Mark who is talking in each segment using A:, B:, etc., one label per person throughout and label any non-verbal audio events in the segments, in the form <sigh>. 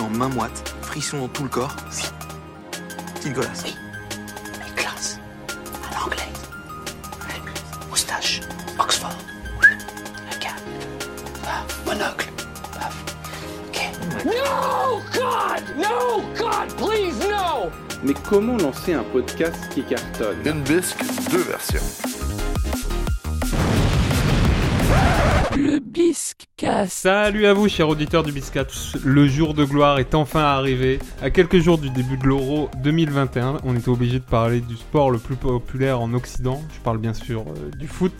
A: en main moite, frisson dans tout le corps. Oui. Petite golasse.
B: Oui. Mais classe. À l'anglais. Moustache. Oxford. Un gars. Paf. Monocle. Paf. Ok.
C: No, God! No, God, please, no!
D: Mais comment lancer un podcast qui cartonne
E: Une bisque, deux versions.
F: Le bisque casse.
G: Salut à vous, chers auditeurs du Biscat. Le jour de gloire est enfin arrivé. À quelques jours du début de l'Euro 2021, on était obligé de parler du sport le plus populaire en Occident. Je parle bien sûr euh, du foot.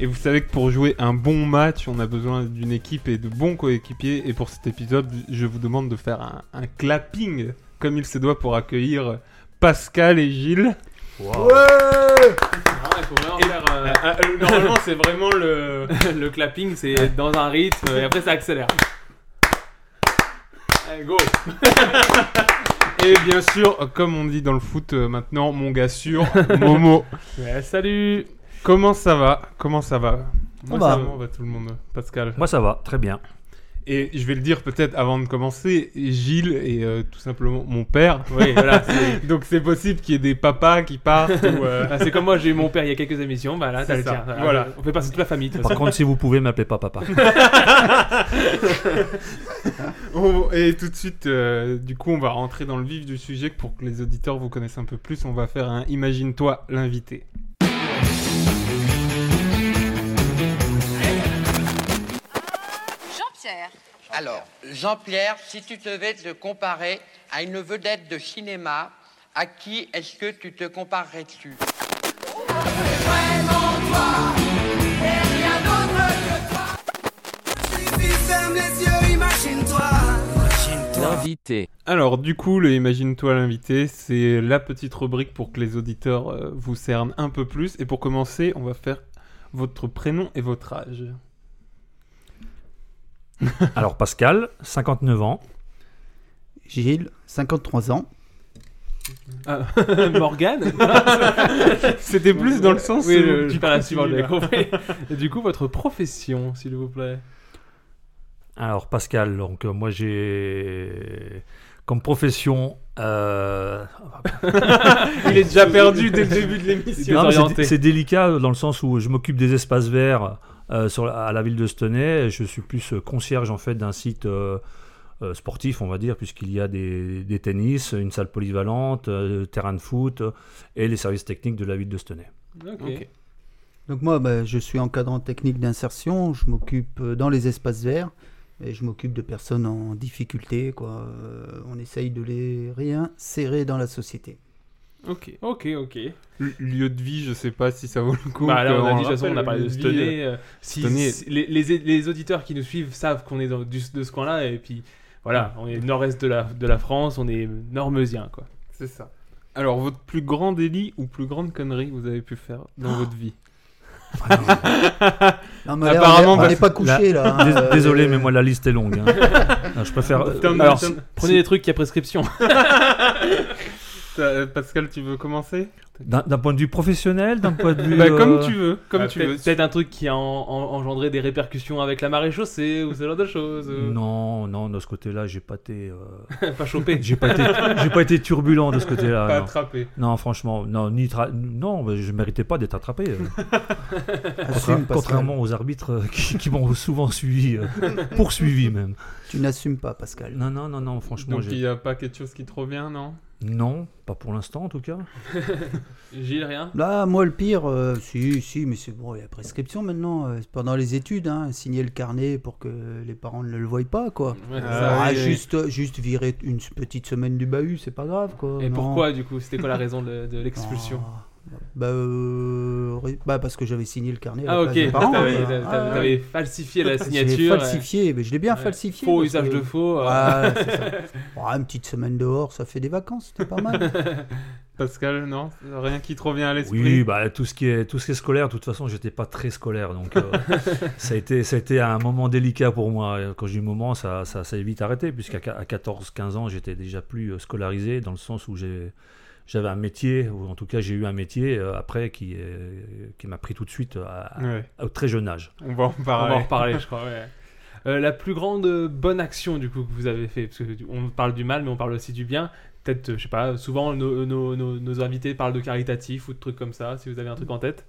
G: Et vous savez que pour jouer un bon match, on a besoin d'une équipe et de bons coéquipiers. Et pour cet épisode, je vous demande de faire un, un clapping comme il se doit pour accueillir Pascal et Gilles. Ah euh,
H: euh, normalement, c'est vraiment le, <laughs> le clapping, c'est dans un rythme et après ça accélère. Allez, go
G: Et bien sûr, comme on dit dans le foot euh, maintenant, mon gars sûr, <laughs> Momo.
H: Ouais, Salut
G: Comment ça va Comment ça va Moi
I: bah.
G: ça va, on va tout le monde, Pascal.
I: Moi ça va, très bien.
G: Et je vais le dire peut-être avant de commencer, Gilles et euh, tout simplement mon père. <laughs>
H: Oui, voilà. C'est
G: Donc c'est possible qu'il y ait des papas qui partent ou...
I: <laughs>
G: euh,
H: Ah, c'est comme moi, j'ai eu mon père il y a quelques émissions, bah là,
G: C'est
H: t'as le
G: ça.
H: tien. Ah,
G: Voilà.
H: On fait passer toute la famille, de toute
I: Par
H: façon.
I: contre, si vous pouvez, m'appelez pas papa.
G: on- Et tout de suite, euh, du coup, on va rentrer dans le vif du sujet pour que les auditeurs vous connaissent un peu plus. On va faire un Imagine-toi l'invité.
J: Jean-Pierre.
K: Alors, Jean-Pierre, si tu devais te comparer à une vedette de cinéma, à qui est-ce que tu te comparerais-tu
F: L'invité.
G: Alors, du coup, le Imagine-toi l'invité, c'est la petite rubrique pour que les auditeurs euh, vous cernent un peu plus. Et pour commencer, on va faire votre prénom et votre âge.
I: Alors Pascal, 59 ans.
B: Gilles, 53 ans.
H: <laughs> Morgane
G: C'était plus dans le sens
H: Oui,
G: où
H: le,
G: tu
H: je parle à la
G: continues,
H: suivante,
G: là.
H: j'ai compris. Et du coup, votre profession, s'il vous plaît.
I: Alors Pascal, donc euh, moi j'ai comme profession. euh,
G: Il est déjà perdu dès le début de l'émission.
I: non, mais
H: orienté.
I: c'est, c'est délicat dans le sens où je m'occupe des espaces verts euh, sur, la- à la ville de Stenay. Je suis plus euh, concierge en fait d'un site euh, euh, sportif, on va dire, puisqu'il y a des, des tennis, une salle polyvalente, euh, terrain de foot euh, et les services techniques de la ville de Stenay.
H: Ok.
G: Ok.
B: Donc moi, ben, je suis encadrant technique d'insertion. Je m'occupe euh, dans les espaces verts et je m'occupe de personnes en difficulté. Quoi. Euh, On essaye de les réinsérer dans la société.
G: Ok.
H: Ok, ok.
G: L- Lieu de vie, je sais pas si ça vaut le coup.
H: Bah, là,
G: que
H: on a dit, de toute
G: rappelle,
H: façon, on a parlé
G: lieu
H: de
G: vie,
H: Stenay. euh, si-
G: Stenay.
H: si- les, les- les auditeurs qui nous suivent savent qu'on est dans, du- de ce coin-là, et puis voilà, on est nord-est de la, de la France, on est normeusien, quoi.
G: euh, C'est ça. Alors, votre plus grand délit ou plus grande connerie que vous avez pu faire dans votre vie
B: Non, mais là, on est-
G: Apparemment,
B: on
G: bah,
B: n'est pas
I: la-
B: couché là.
I: <laughs>
B: hein.
I: Dés-
B: Euh,
I: Désolé, mais moi la liste est longue. hein. Non, je préfère. euh,
G: Tom,
I: alors,
G: Tom,
H: Prenez les trucs qui a prescription.
G: t'as- euh, Pascal, tu veux commencer
I: D'un d'un point de vue professionnel, d'un point de vue.
G: Bah,
I: euh,
G: Comme tu veux. Comme
H: <laughs> Bah,
G: tu
H: peut-être-
G: veux.
H: Peut-être un truc qui a en- en- engendré des répercussions avec la marée chaussée ou ce genre de choses. ou-
I: Non, non, de ce côté-là, j'ai pas été. euh,
H: Pas chopé.
I: j'ai pas été, j'ai pas été turbulent de ce
G: Pas
I: côté-là. Ah, non.
G: attrapé.
I: Non, franchement, non, ni tra- non, bah, je méritais pas d'être attrapé. euh. Contra-
B: Assume, Pascal.
I: contrairement aux arbitres euh, qui, qui m'ont souvent suivi, euh, poursuivi même.
B: Tu n'assumes pas, Pascal.
I: Non, non, non, non, franchement,
G: Donc,
I: j'ai-
G: il y a pas quelque chose qui te revient, non
I: non, pas pour l'instant en tout cas.
H: Gilles, rien.
B: Là, moi, le pire, euh, si, si, mais c'est bon, il y a prescription maintenant. euh, c'est pendant les études, hein, signer le carnet pour que les parents ne le voient pas, quoi.
H: Ouais,
G: Ah,
H: ça.
B: Ah,
G: oui, oui.
B: juste, juste virer une petite semaine du bahut, c'est pas grave, quoi.
H: Et
B: non.
H: pourquoi, du coup C'était quoi la raison de, de l'expulsion
B: Ah, bah, euh, ré- bah, parce que j'avais signé le carnet. à la
H: Ah, ok.
B: place des
H: T'avais
B: parents,
H: t'avais-
B: quoi.
H: t'avais-
B: Ah,
H: t'avais falsifié la
B: je l'ai
H: signature.
B: falsifié, mais je l'ai bien
H: Ouais.
B: falsifié.
H: Faux
B: parce
H: usage
B: que-
H: de faux. euh,
B: Voilà,
H: <laughs>
B: c'est ça. Ouais, une petite semaine dehors, ça fait des vacances, c'était pas mal.
G: Pascal, non Rien qui te revient à l'esprit
I: Oui, bah, tout, ce qui est, tout ce qui est scolaire, de toute façon, j'étais pas très scolaire. Donc, euh, ça, a été, ça a été un moment délicat pour moi. Et Quand j'ai eu moment, ça, ça s'est vite arrêté, puisqu'à qu- à 14-15 ans, j'étais déjà plus euh, scolarisé, dans le sens où j'ai- j'avais un métier, ou en tout cas, j'ai eu un métier euh, après qui, est- qui m'a pris tout de suite euh, à, à-
G: Ouais,
I: au très jeune âge.
G: on va en
H: On va en
G: parler.
H: <laughs> reparler, je crois. ouais. Euh, la plus grande euh, bonne action du coup que vous avez fait, parce que du- on parle du mal, mais on parle aussi du bien. Peut-être, euh, je sais pas, souvent nos, nos- nos- nos invités parlent de caritatif ou de trucs comme ça. Si vous avez un truc en tête.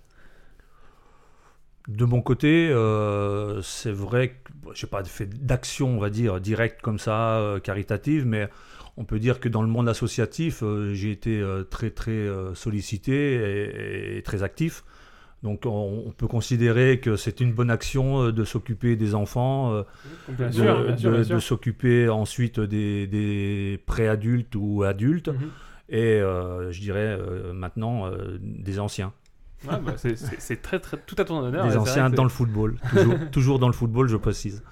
I: De mon côté, euh, c'est vrai que bon, j'ai pas fait d'action, on va dire, directe comme ça, euh, caritative, mais on peut dire que dans le monde associatif, euh, j'ai été euh, très très euh, sollicité et, et très actif. Donc on, on peut considérer que c'est une bonne action euh, de s'occuper des enfants, euh,
H: Bien
I: de,
H: sûr, bien sûr,
I: de-
H: bien sûr.
I: de s'occuper ensuite des, des pré-adultes ou adultes,
H: Mhm.
I: et euh, je dirais euh, maintenant euh, des anciens.
H: Ouais, bah, c'est- c'est c'est très, très tout à ton honneur.
I: des anciens dans le <laughs> football, toujours, toujours dans le football, je précise.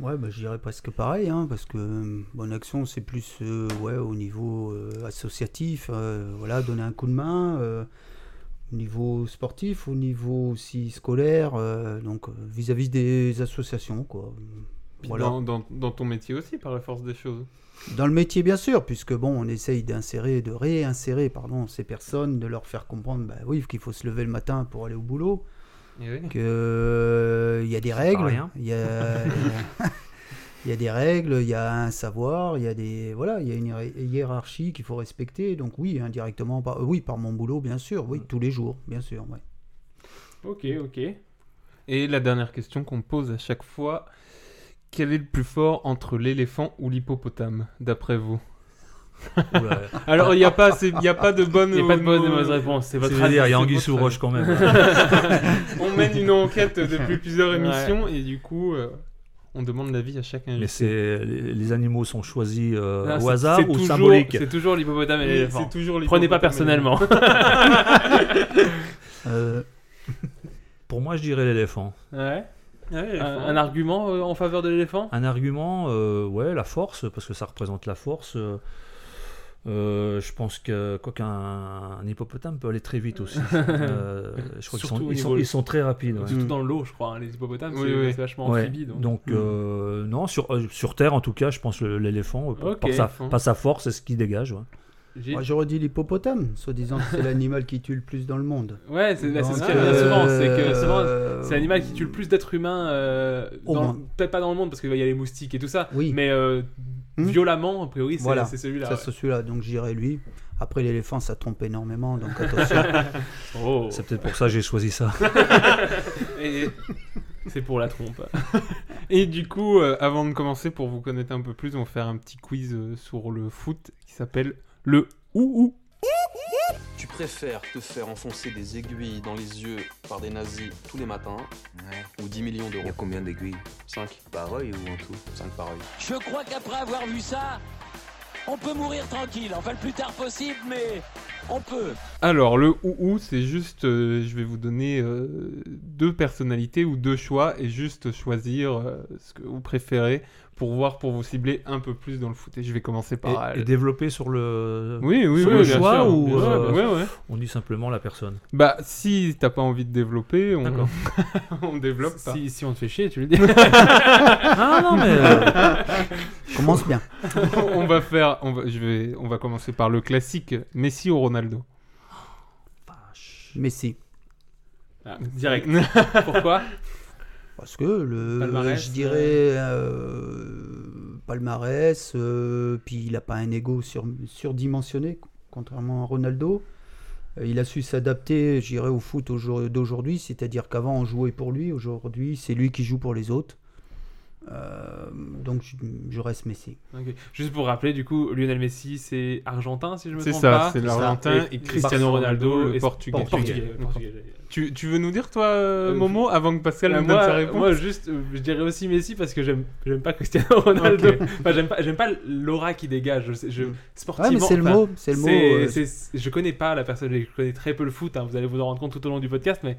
B: Ouais, bah, je dirais presque pareil, hein, parce que euh, Bonne Action, c'est plus euh, ouais, au niveau euh, associatif, euh, voilà, donner un coup de main, euh, au niveau sportif, au niveau aussi scolaire, euh, donc euh, vis-à-vis des associations, quoi.
G: Puis
B: Voilà.
G: Dans, dans- dans ton métier aussi, par la force des choses.
B: Dans le métier, bien sûr, puisque bon, on essaye d'insérer, de réinsérer, pardon, ces personnes, de leur faire comprendre, bah oui, qu'il faut se lever le matin pour aller au boulot,
G: Et oui.
B: que euh, il y a des
I: pas
B: règles,
I: rien.
B: il y a
H: <laughs>
B: il y a des règles, il y a un savoir, il y a des voilà, il y a une hiér- hiérarchie qu'il faut respecter. Donc oui, indirectement par oui, par mon boulot bien sûr, oui, tous les jours, bien sûr, ouais.
H: Ok, ok.
G: Et la dernière question qu'on pose à chaque fois quel est le plus fort entre l'éléphant ou l'hippopotame, d'après vous
I: Oula,
G: Alors, il n'y a, pas assez- il y a pas de bonne.
H: Il n'y a pas de bonne et
G: euh,
H: de mauvaise réponse. C'est
I: c'est
H: votre
I: vrai dire, il y a
H: avis,
I: Anguille
H: c'est
I: sous
H: votre
I: roche
H: <laughs>
I: quand même. hein.
G: On mène une enquête depuis plusieurs
H: Ouais.
G: émissions et du coup, euh, on demande l'avis à chacun.
I: Mais c'est les les animaux sont choisis euh,
H: Non,
I: au
H: c'est-
I: hasard
H: c'est
I: ou
H: toujours-
I: symboliques.
H: C'est toujours l'hippopotame et
G: Oui,
H: l'éléphant.
G: c'est toujours les
H: Prenez pas
G: hippopotames et
H: personnellement.
B: Euh,
I: Pour moi, je dirais l'éléphant.
H: <laughs> Ouais.
G: l'éléphant. Ouais,
H: Un,
G: l'éléphant.
H: un argument euh, en faveur de l'éléphant
I: Un argument, euh, ouais, la force, parce que ça représente la force. euh, euh, je pense que quoi qu'un un hippopotame peut aller très vite
H: <laughs>
I: aussi. Euh, je crois
H: Surtout
I: qu'ils sont,
H: au
I: ils
H: niveau-
I: sont, ils sont très rapides. ouais.
H: Surtout dans l'eau, je crois. hein, Les hippopotames,
G: Oui,
H: c'est
G: oui.
H: c'est vachement
I: Ouais.
H: amphibie. Donc. Hmm.
I: Donc euh, non, sur, euh, sur Terre en tout cas, je pense le- l'éléphant, euh,
H: Ok, Hmm.
I: par sa-
G: l'éléphant.
I: par sa force et ce qu'il dégage. ouais.
H: J'ai-
B: moi j'aurais dit l'hippopotame, soi-disant que
H: <laughs>
B: c'est l'animal qui tue le plus dans le monde.
H: Ouais, c'est bah, c'est ce
B: Donc,
H: qu'il y a bien souvent. C'est que
B: euh,
H: souvent, c'est l'animal qui tue le plus d'êtres humains. euh,
B: Au
H: dans-
B: monde.
H: Peut-être pas dans le monde parce qu'il y a les moustiques et tout ça.
B: Oui.
H: Mais euh,
B: Hmm.
H: violemment, a priori, c'est
B: Voilà.
H: c'est celui-là.
B: Ça
H: ouais.
B: c'est celui-là, donc j'irais lui. Après l'éléphant, ça trompe énormément, donc attention.
H: <laughs> Oh,
I: C'est peut-être pour ça que j'ai
G: <laughs>
I: choisi ça.
H: <laughs> et- c'est pour la trompe.
G: Et du coup, euh, avant de commencer, pour vous connaître un peu plus, on va faire un petit quiz euh, sur le foot qui s'appelle le ou ou.
A: Tu préfères te faire enfoncer des aiguilles dans les yeux par des nazis tous les matins ou 10 millions d'euros
E: combien d'aiguilles
A: 5.
E: Par œil ou en tout
A: 5 par œil.
C: Je crois qu'après avoir vu ça, on peut mourir tranquille. Enfin, le plus tard possible, mais on peut.
G: Alors, le ou ou, c'est juste, euh, je vais vous donner euh, deux personnalités ou deux choix et juste choisir euh, ce que vous préférez pour voir, pour vous cibler un peu plus dans le foot. Et je vais commencer
I: Et,
G: par.
I: et développer sur le.
G: Bah, Oui, oui,
I: sur
G: oui,
I: le
G: bien
I: choix
G: sûr,
I: ou,
G: bien sûr,
I: euh,
G: ouais, ouais.
I: On dit simplement la personne.
G: Bah, si t'as pas envie de développer, on,
H: D'accord.
G: <laughs> on développe pas.
H: Si, si on te fait chier, tu <laughs> le dis.
I: Ah non, mais.
H: euh,
B: Commence bien.
G: on va faire, on va, je vais, on va commencer par le classique Messi ou Ronaldo.
B: Messi.
H: Ah,
G: <laughs>
H: direct. <laughs> Pourquoi
B: Parce que le,
H: Palmarès,
B: je dirais euh, palmarès, euh, puis il n'a pas un ego sur, surdimensionné, contrairement à Ronaldo. Euh, Il a su s'adapter, je dirais, au foot au jour- d'aujourd'hui, c'est-à-dire qu'avant on jouait pour lui, aujourd'hui c'est lui qui joue pour les autres. Euh, donc je, je reste Messi.
H: Ok. Juste pour rappeler, du coup, Lionel Messi, c'est argentin, si je me
G: C'est
H: trompe
G: ça,
H: pas.
G: c'est l'Argentin et Cristiano Ronaldo, le
H: et-
G: Portugais.
H: Portugais. Portugais.
G: Tu, tu veux nous dire toi, euh,
H: Euh,
G: Momo, avant que Pascal
H: Euh,
G: nous donne sa
H: moi,
G: réponse
H: moi, juste, euh, je dirais aussi Messi parce que j'aime, j'aime pas Cristiano <laughs> Ronaldo.
G: Ok.
H: Enfin, j'aime pas, j'aime pas l'aura qui dégage. Je, sais- je-
B: Ouais,
H: sportivement,
B: mais c'est le
H: enfin,
B: mot, c'est le mot. euh,
H: c'est- c'est- je connais pas la personne, je connais très peu le foot. hein, vous allez vous en rendre compte tout au long du podcast, mais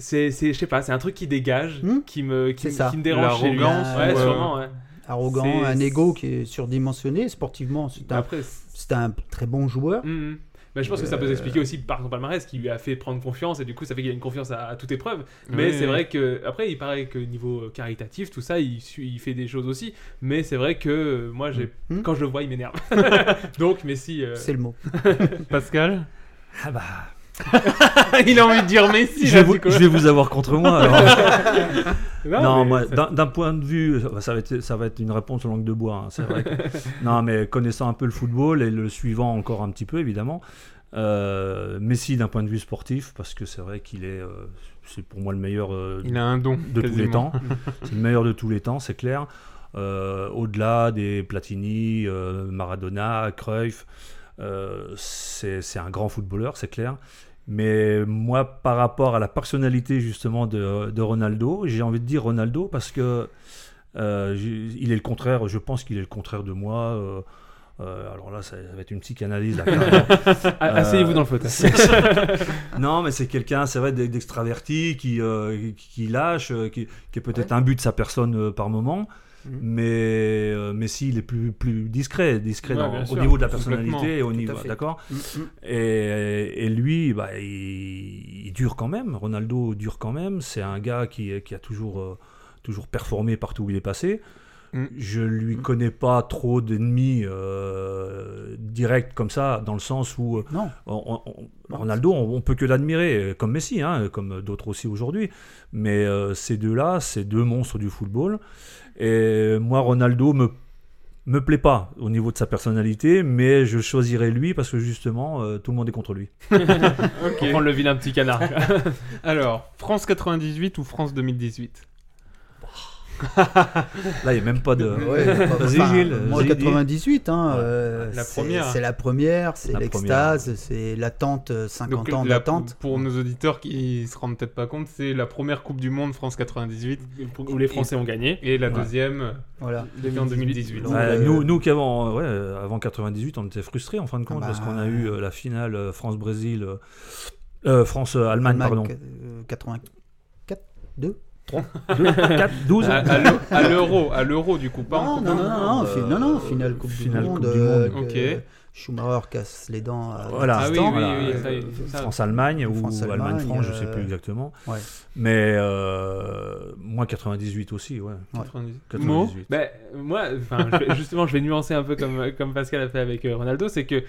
H: c'est, c'est- je sais pas, c'est un truc qui dégage,
B: Hmm
H: qui me, qui,
B: C'est
H: me-
B: ça.
H: qui me dérange chez lui. Ouais,
G: L'arrogance,
B: ouais.
H: sûrement. ouais.
B: arrogant,
H: c'est-
B: un ego qui est surdimensionné. Sportivement, c'est
G: Ah.
B: un,
H: Après, c'est-
B: c'est un très bon joueur.
H: Mhm. Bah, je pense que ça peut s'expliquer aussi par son palmarès qui lui a fait prendre confiance et du coup ça fait qu'il a une confiance à, à toute épreuve. Mais
G: Ouais.
H: c'est vrai que après il paraît que niveau euh, caritatif tout ça il, su- il fait des choses aussi. Mais c'est vrai que euh, moi j'ai
B: Mhm.
H: quand je le <laughs> vois il m'énerve. Donc Messi. euh,
B: C'est le mot.
G: Pascal
I: Ah bah.
H: Il a envie de dire Messi.
I: je, vais
H: là,
I: vous,
H: Nicolas.
I: je vais vous avoir contre moi.
G: <laughs>
I: alors.
H: Non,
I: non,
H: mais
I: moi,
H: ça-
I: d'un d'un point de vue, ça va- ça va être, ça va être une réponse aux langues de bois. hein, c'est
G: <laughs>
I: vrai. que- non, mais connaissant un peu le football et le suivant encore un petit peu, évidemment. euh, Messi d'un point de vue sportif parce que c'est vrai qu'il est euh, c'est pour moi le meilleur euh,
G: Il a un don,
I: de tous les
G: quasiment.
I: temps c'est le meilleur de tous les temps c'est clair Euh, au-delà des Platini euh, Maradona Cruyff euh, c'est c'est un grand footballeur c'est clair mais moi, par rapport à la personnalité justement de, de Ronaldo, j'ai envie de dire Ronaldo parce que euh, j'ai- il est le contraire. Je pense qu'il est le contraire de moi. euh, euh, alors là, ça va être une psychanalyse. là, carrément.
H: Ah, asseyez-vous dans le fauteuil.
I: c'est- c'est- <laughs> non, mais c'est quelqu'un, c'est vrai, d'e- d'extraverti, qui, euh, qui lâche, euh, qui, qui est peut-être un but de sa personne euh, par moment.
H: Mm.
G: Mhm.
I: Mais, euh, mais si, il est plus, plus discret, discret
H: Ouais,
I: dans-
H: bien
I: au
H: sûr,
I: niveau de la
G: complètement.
I: personnalité, et au niveau,
B: fait.
I: d'accord.
B: Mm, mm.
I: Et, et lui, bah, il, il dure quand même. Ronaldo dure quand même. C'est un gars qui, qui a toujours, euh, toujours performé partout où il est passé.
G: Mm.
I: Je lui connais pas trop d'ennemis euh, directs comme ça, dans le sens où euh,
B: Non.
I: on- on- on- Ronaldo, on, on peut que l'admirer, euh, comme Messi, hein, comme d'autres aussi aujourd'hui. Mais euh, ces deux-là, ces deux monstres du football. Et moi, Ronaldo me me plaît pas au niveau de sa personnalité, mais je choisirais lui parce que justement, euh, tout le monde est contre lui.
H: Faut prendre le vilain petit canard.
G: <laughs> Alors, France 98 ou France 2018
I: Là, il n'y a même pas de.
B: <laughs>
G: <laughs>
B: Ouais,
I: Vas-y,
B: enfin,
I: Gilles,
B: moi,
I: Gilles,
B: 98, hein,
I: Ouais.
B: euh,
G: La
B: c'est-
G: première.
B: C'est la première, c'est
I: La
B: l'extase, c'est l'attente, euh, 50 ans
G: la-
B: d'attente.
G: pour nos auditeurs qui se rendent peut-être pas compte, c'est la première Coupe du Monde France 98
H: Où les Français ont gagné.
G: et la
I: Ouais.
G: deuxième
B: Voilà.
G: en 2018.
B: Donc,
I: Ouais,
B: euh,
I: nous, nous qui avons, ouais, euh, avant 98, on était frustrés en fin de compte
B: Ah bah.
I: parce qu'on a eu euh, la finale euh, France-Brésil, euh, euh, France-Allemagne,
B: Mac,
I: pardon.
B: euh, 84.
I: 2, <laughs> 4, 12
G: À,
B: Ah.
G: à l'e- à l'euro, à l'euro du coup, pas en
B: Non,
G: Coupe
B: non,
G: du
B: non,
G: Monde.
B: non, fi- non, non,
I: euh,
B: finale Coupe
I: finale
B: du Monde.
I: Coupe du
B: euh,
G: Monde.
B: que
G: Ok.
B: Schumacher casse les dents. à
I: Voilà.
G: Ah oui,
B: Tristan.
G: oui, oui, ça y est,
I: Euh,
G: ça.
I: France-Allemagne ou
B: France-Allemagne,
I: Allemagne-France, je ne sais
B: euh,
I: plus exactement.
B: ouais.
I: Mais euh, moi, 98 aussi, ouais.
G: 98.
H: Mo,
I: 98.
H: ben, moi, enfin, je vais- justement, je vais nuancer un peu comme, comme Pascal a fait avec euh, Ronaldo, c'est que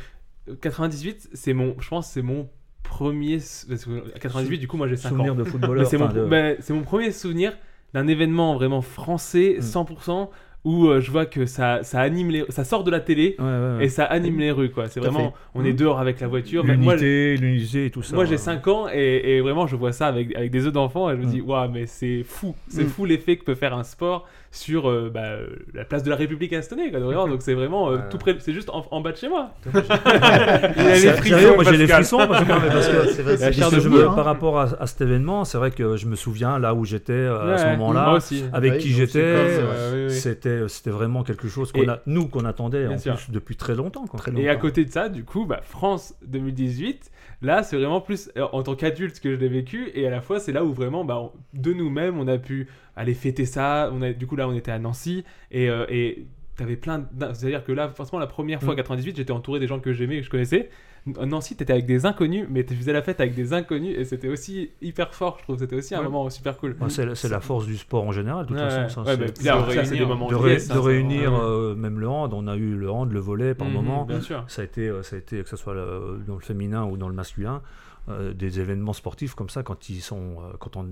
H: 98, c'est mon, je pense, que c'est mon premier, s- parce que 98, du coup, moi j'ai 5 ans.
I: Souvenir de
H: Mais
I: footballeur.
H: c'est mon,
I: enfin, de-
H: ben, c'est mon premier souvenir d'un événement vraiment français,
I: Mm.
H: 100%, où euh, je vois que ça, ça anime les, ça sort de la télé
I: Ouais, ouais, ouais.
H: et ça anime les rues, quoi. C'est
I: Tout à Mm.
H: vraiment, on est dehors avec la voiture. Ben, moi,
I: L'unité, l'unité et tout ça.
H: Moi j'ai
I: ouais.
H: 5 ans et, et vraiment je vois ça avec, avec des yeux d'enfant et je me
I: Mm.
H: dis waouh mais c'est fou, c'est fou l'effet que peut faire un sport sur euh, bah, euh, la place de la République à Astonée quoi, de Réor. donc c'est vraiment euh, tout près, c'est juste en, en bas de chez moi. <laughs>
I: Ah, c'est- sérieux, moi j'ai les frissons parce que, parce
B: <laughs>
I: que-
B: C'est vrai,
H: la
B: c'est
H: chair
I: parce
B: des
I: que je
H: de
I: me-
B: souvenirs, hein.
I: par rapport à, à cet événement, c'est vrai que je me souviens là où j'étais euh, à ce
H: Ouais, moi
I: moment-là,
H: aussi.
I: avec
B: Ouais,
I: qui
B: donc c'est
I: j'étais.
B: comme ça,
I: euh,
G: Ouais, Ah, oui, oui.
I: C'était c'était vraiment quelque chose qu'on
H: Et-
I: a nous qu'on attendait
H: Bien
I: en
H: sûr.
I: plus depuis très longtemps quoi.
B: Très
H: Et à
B: longtemps.
H: côté de ça, du coup, bah, France 2018, là, c'est vraiment plus euh, en tant qu'adulte que je l'ai vécu. Et à la fois, c'est là où vraiment, bah, on- de nous-mêmes, on a pu aller fêter ça. On a, du coup, là, on était à Nancy. Et. euh, et T'avais plein. d'in- C'est-à-dire que là, forcément, la première fois,
I: Mm.
H: 98, j'étais entouré des gens que j'aimais, et que je connaissais. N- Nancy, t'étais avec des inconnus, mais tu faisais la fête avec des inconnus, et c'était aussi hyper fort, je trouve. C'était aussi un
G: Ouais.
H: moment super cool.
I: Ouais, c'est c'est la force du sport en général de toute
H: Ouais,
I: façon.
H: ouais.
I: ça,
H: Ouais,
I: c'est-
H: bah, puis
G: de
H: là, ça, c'est
G: réunir,
H: des moments
I: de,
H: clés,
I: ré-
H: ça,
I: de
H: c'est-
I: réunir
H: ouais.
I: euh, même le hand, on a eu le hand, le volet par
H: Mhm,
I: moment.
H: Bien sûr.
I: Ça a été, euh, ça a été que ce soit euh, dans le féminin ou dans le masculin, euh, des événements sportifs comme ça quand ils sont, euh, quand on,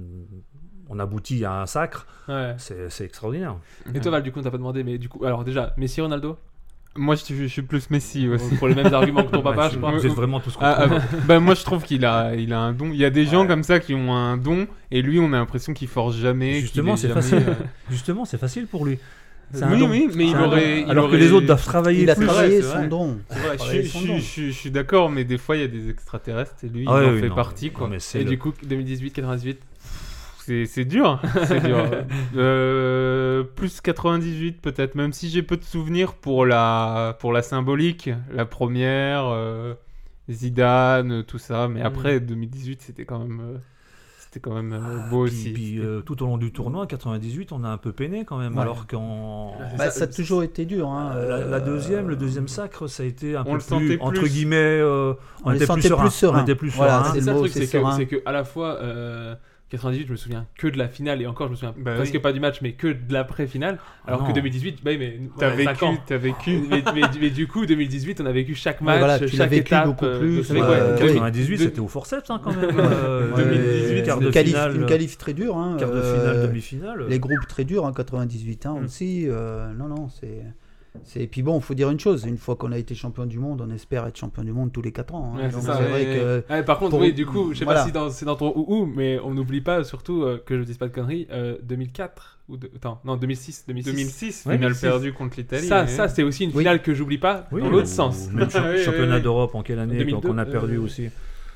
I: on aboutit à un sacre,
H: Ouais.
I: c'est c'est extraordinaire.
H: Et toi, Val, du coup, on t'a pas demandé, mais du coup, alors déjà, Messi Ronaldo
G: Moi, je, je suis plus Messi aussi. Bah,
H: Pour les mêmes arguments
G: <laughs>
H: que ton papa,
I: Ouais,
H: je
I: c'est-
H: crois.
I: Vous êtes vraiment tous contre
G: Ah, ah,
I: moi.
G: bah, moi, je trouve qu'il a, il a un don. Il y a des gens comme ça qui ont un don, et lui, on a l'impression qu'il force jamais. qu'il
I: Justement,
G: est
I: c'est
G: jamais,
I: facile.
G: euh,
I: Justement, c'est facile pour lui. C'est un
G: Oui,
I: don.
G: oui, mais
I: C'est
G: il
I: un don.
G: aurait. il
I: Alors
G: aurait-
I: que les autres doivent travailler
B: Il a
I: plus.
B: travaillé
G: c'est
B: son
G: vrai.
B: don.
G: C'est vrai,
B: travailler
G: je, je-
B: son don.
G: je- je- je suis d'accord, mais des fois, il y a des extraterrestres, et lui,
I: Ah
G: il
I: ouais,
G: en
I: oui,
G: fait
I: non,
G: partie,
I: non,
G: quoi.
I: mais c'est
H: Et
I: le-
H: du coup, 2018-98,
G: C'est c'est dur, c'est dur. <laughs> Euh, plus 98 peut-être, même si j'ai peu de souvenirs pour la, pour la symbolique, la première, euh, Zidane, tout ça. Mais après 2018, c'était quand même, euh, c'était quand même euh, beau
I: Ah, Puis-
G: aussi.
I: puis, euh, tout au long du tournoi, 98, on a un peu peiné quand même.
B: Ouais.
I: Alors qu'en.
B: Bah, ça a toujours été dur. hein,
I: Euh, La, la
B: euh,
I: deuxième, le deuxième sacre, ça a été un
G: On
I: peu
G: le
I: plus,
G: sentait
I: entre
G: plus.
I: guillemets, euh,
B: On les sentait plus
I: serein.
B: sereins.
I: On était plus
B: Voilà,
I: serein.
B: c'est
H: c'est ça
B: le
H: le
B: mot,
H: truc,
B: c'est
H: c'est que,
B: serein.
H: c'est que à la fois, euh, 98, je me souviens que de la finale, et encore, je me souviens
G: Bah
H: presque
G: oui.
H: pas du match, mais que de l'après-finale. Alors
I: Ah
H: que
I: non.
H: 2018, bah, oui, mais
G: T'as
H: ouais, cinq
G: vécu,
H: ans.
G: t'as vécu.
H: <laughs> mais, mais- mais du coup, 2018, on a vécu chaque match,
B: Ouais, voilà, tu l'as
H: chaque
B: vécu
H: étape.
B: beaucoup
H: euh,
B: plus,
H: de ce- ouais,
B: euh,
H: de-
B: oui.
I: 98,
H: de-
I: c'était au forceps hein, quand même. euh,
B: Ouais,
I: 2018, quart de
B: une qualif,
I: finale. euh,
B: Une qualif très dure. hein,
I: Quart de
B: euh,
I: finale, demi-finale.
B: les groupes très durs, hein, 98 hein,
I: Mm.
B: aussi. euh, non, non, c'est. c'est- Et puis bon, il faut dire une chose, une fois qu'on a été champion du monde, on espère être champion du monde tous les 4 ans. hein.
H: Ouais,
B: Donc,
H: c'est ça,
B: c'est
H: ouais,
B: vrai
H: ouais.
B: que
H: Ouais, par contre,
B: pour-
H: oui, du coup, je sais
B: voilà.
H: pas si dans- c'est dans ton ou ou, mais on n'oublie pas surtout euh, que je dise pas de conneries, euh, 2004 ou de- attends, non 2006, 2006.
G: 2006,
I: Ouais,
G: finale
H: 2006.
G: perdue contre l'Italie. hein.
H: ça,
G: mais-
H: ça c'est aussi une
B: Oui.
H: finale que j'oublie pas
I: Oui,
H: dans
I: ou-
H: l'autre sens.
I: ou Même cha-
G: Oui, oui,
I: championnat
G: oui.
I: d'Europe en quelle année
H: 2002,
I: qu'on a perdu
H: euh,
I: aussi.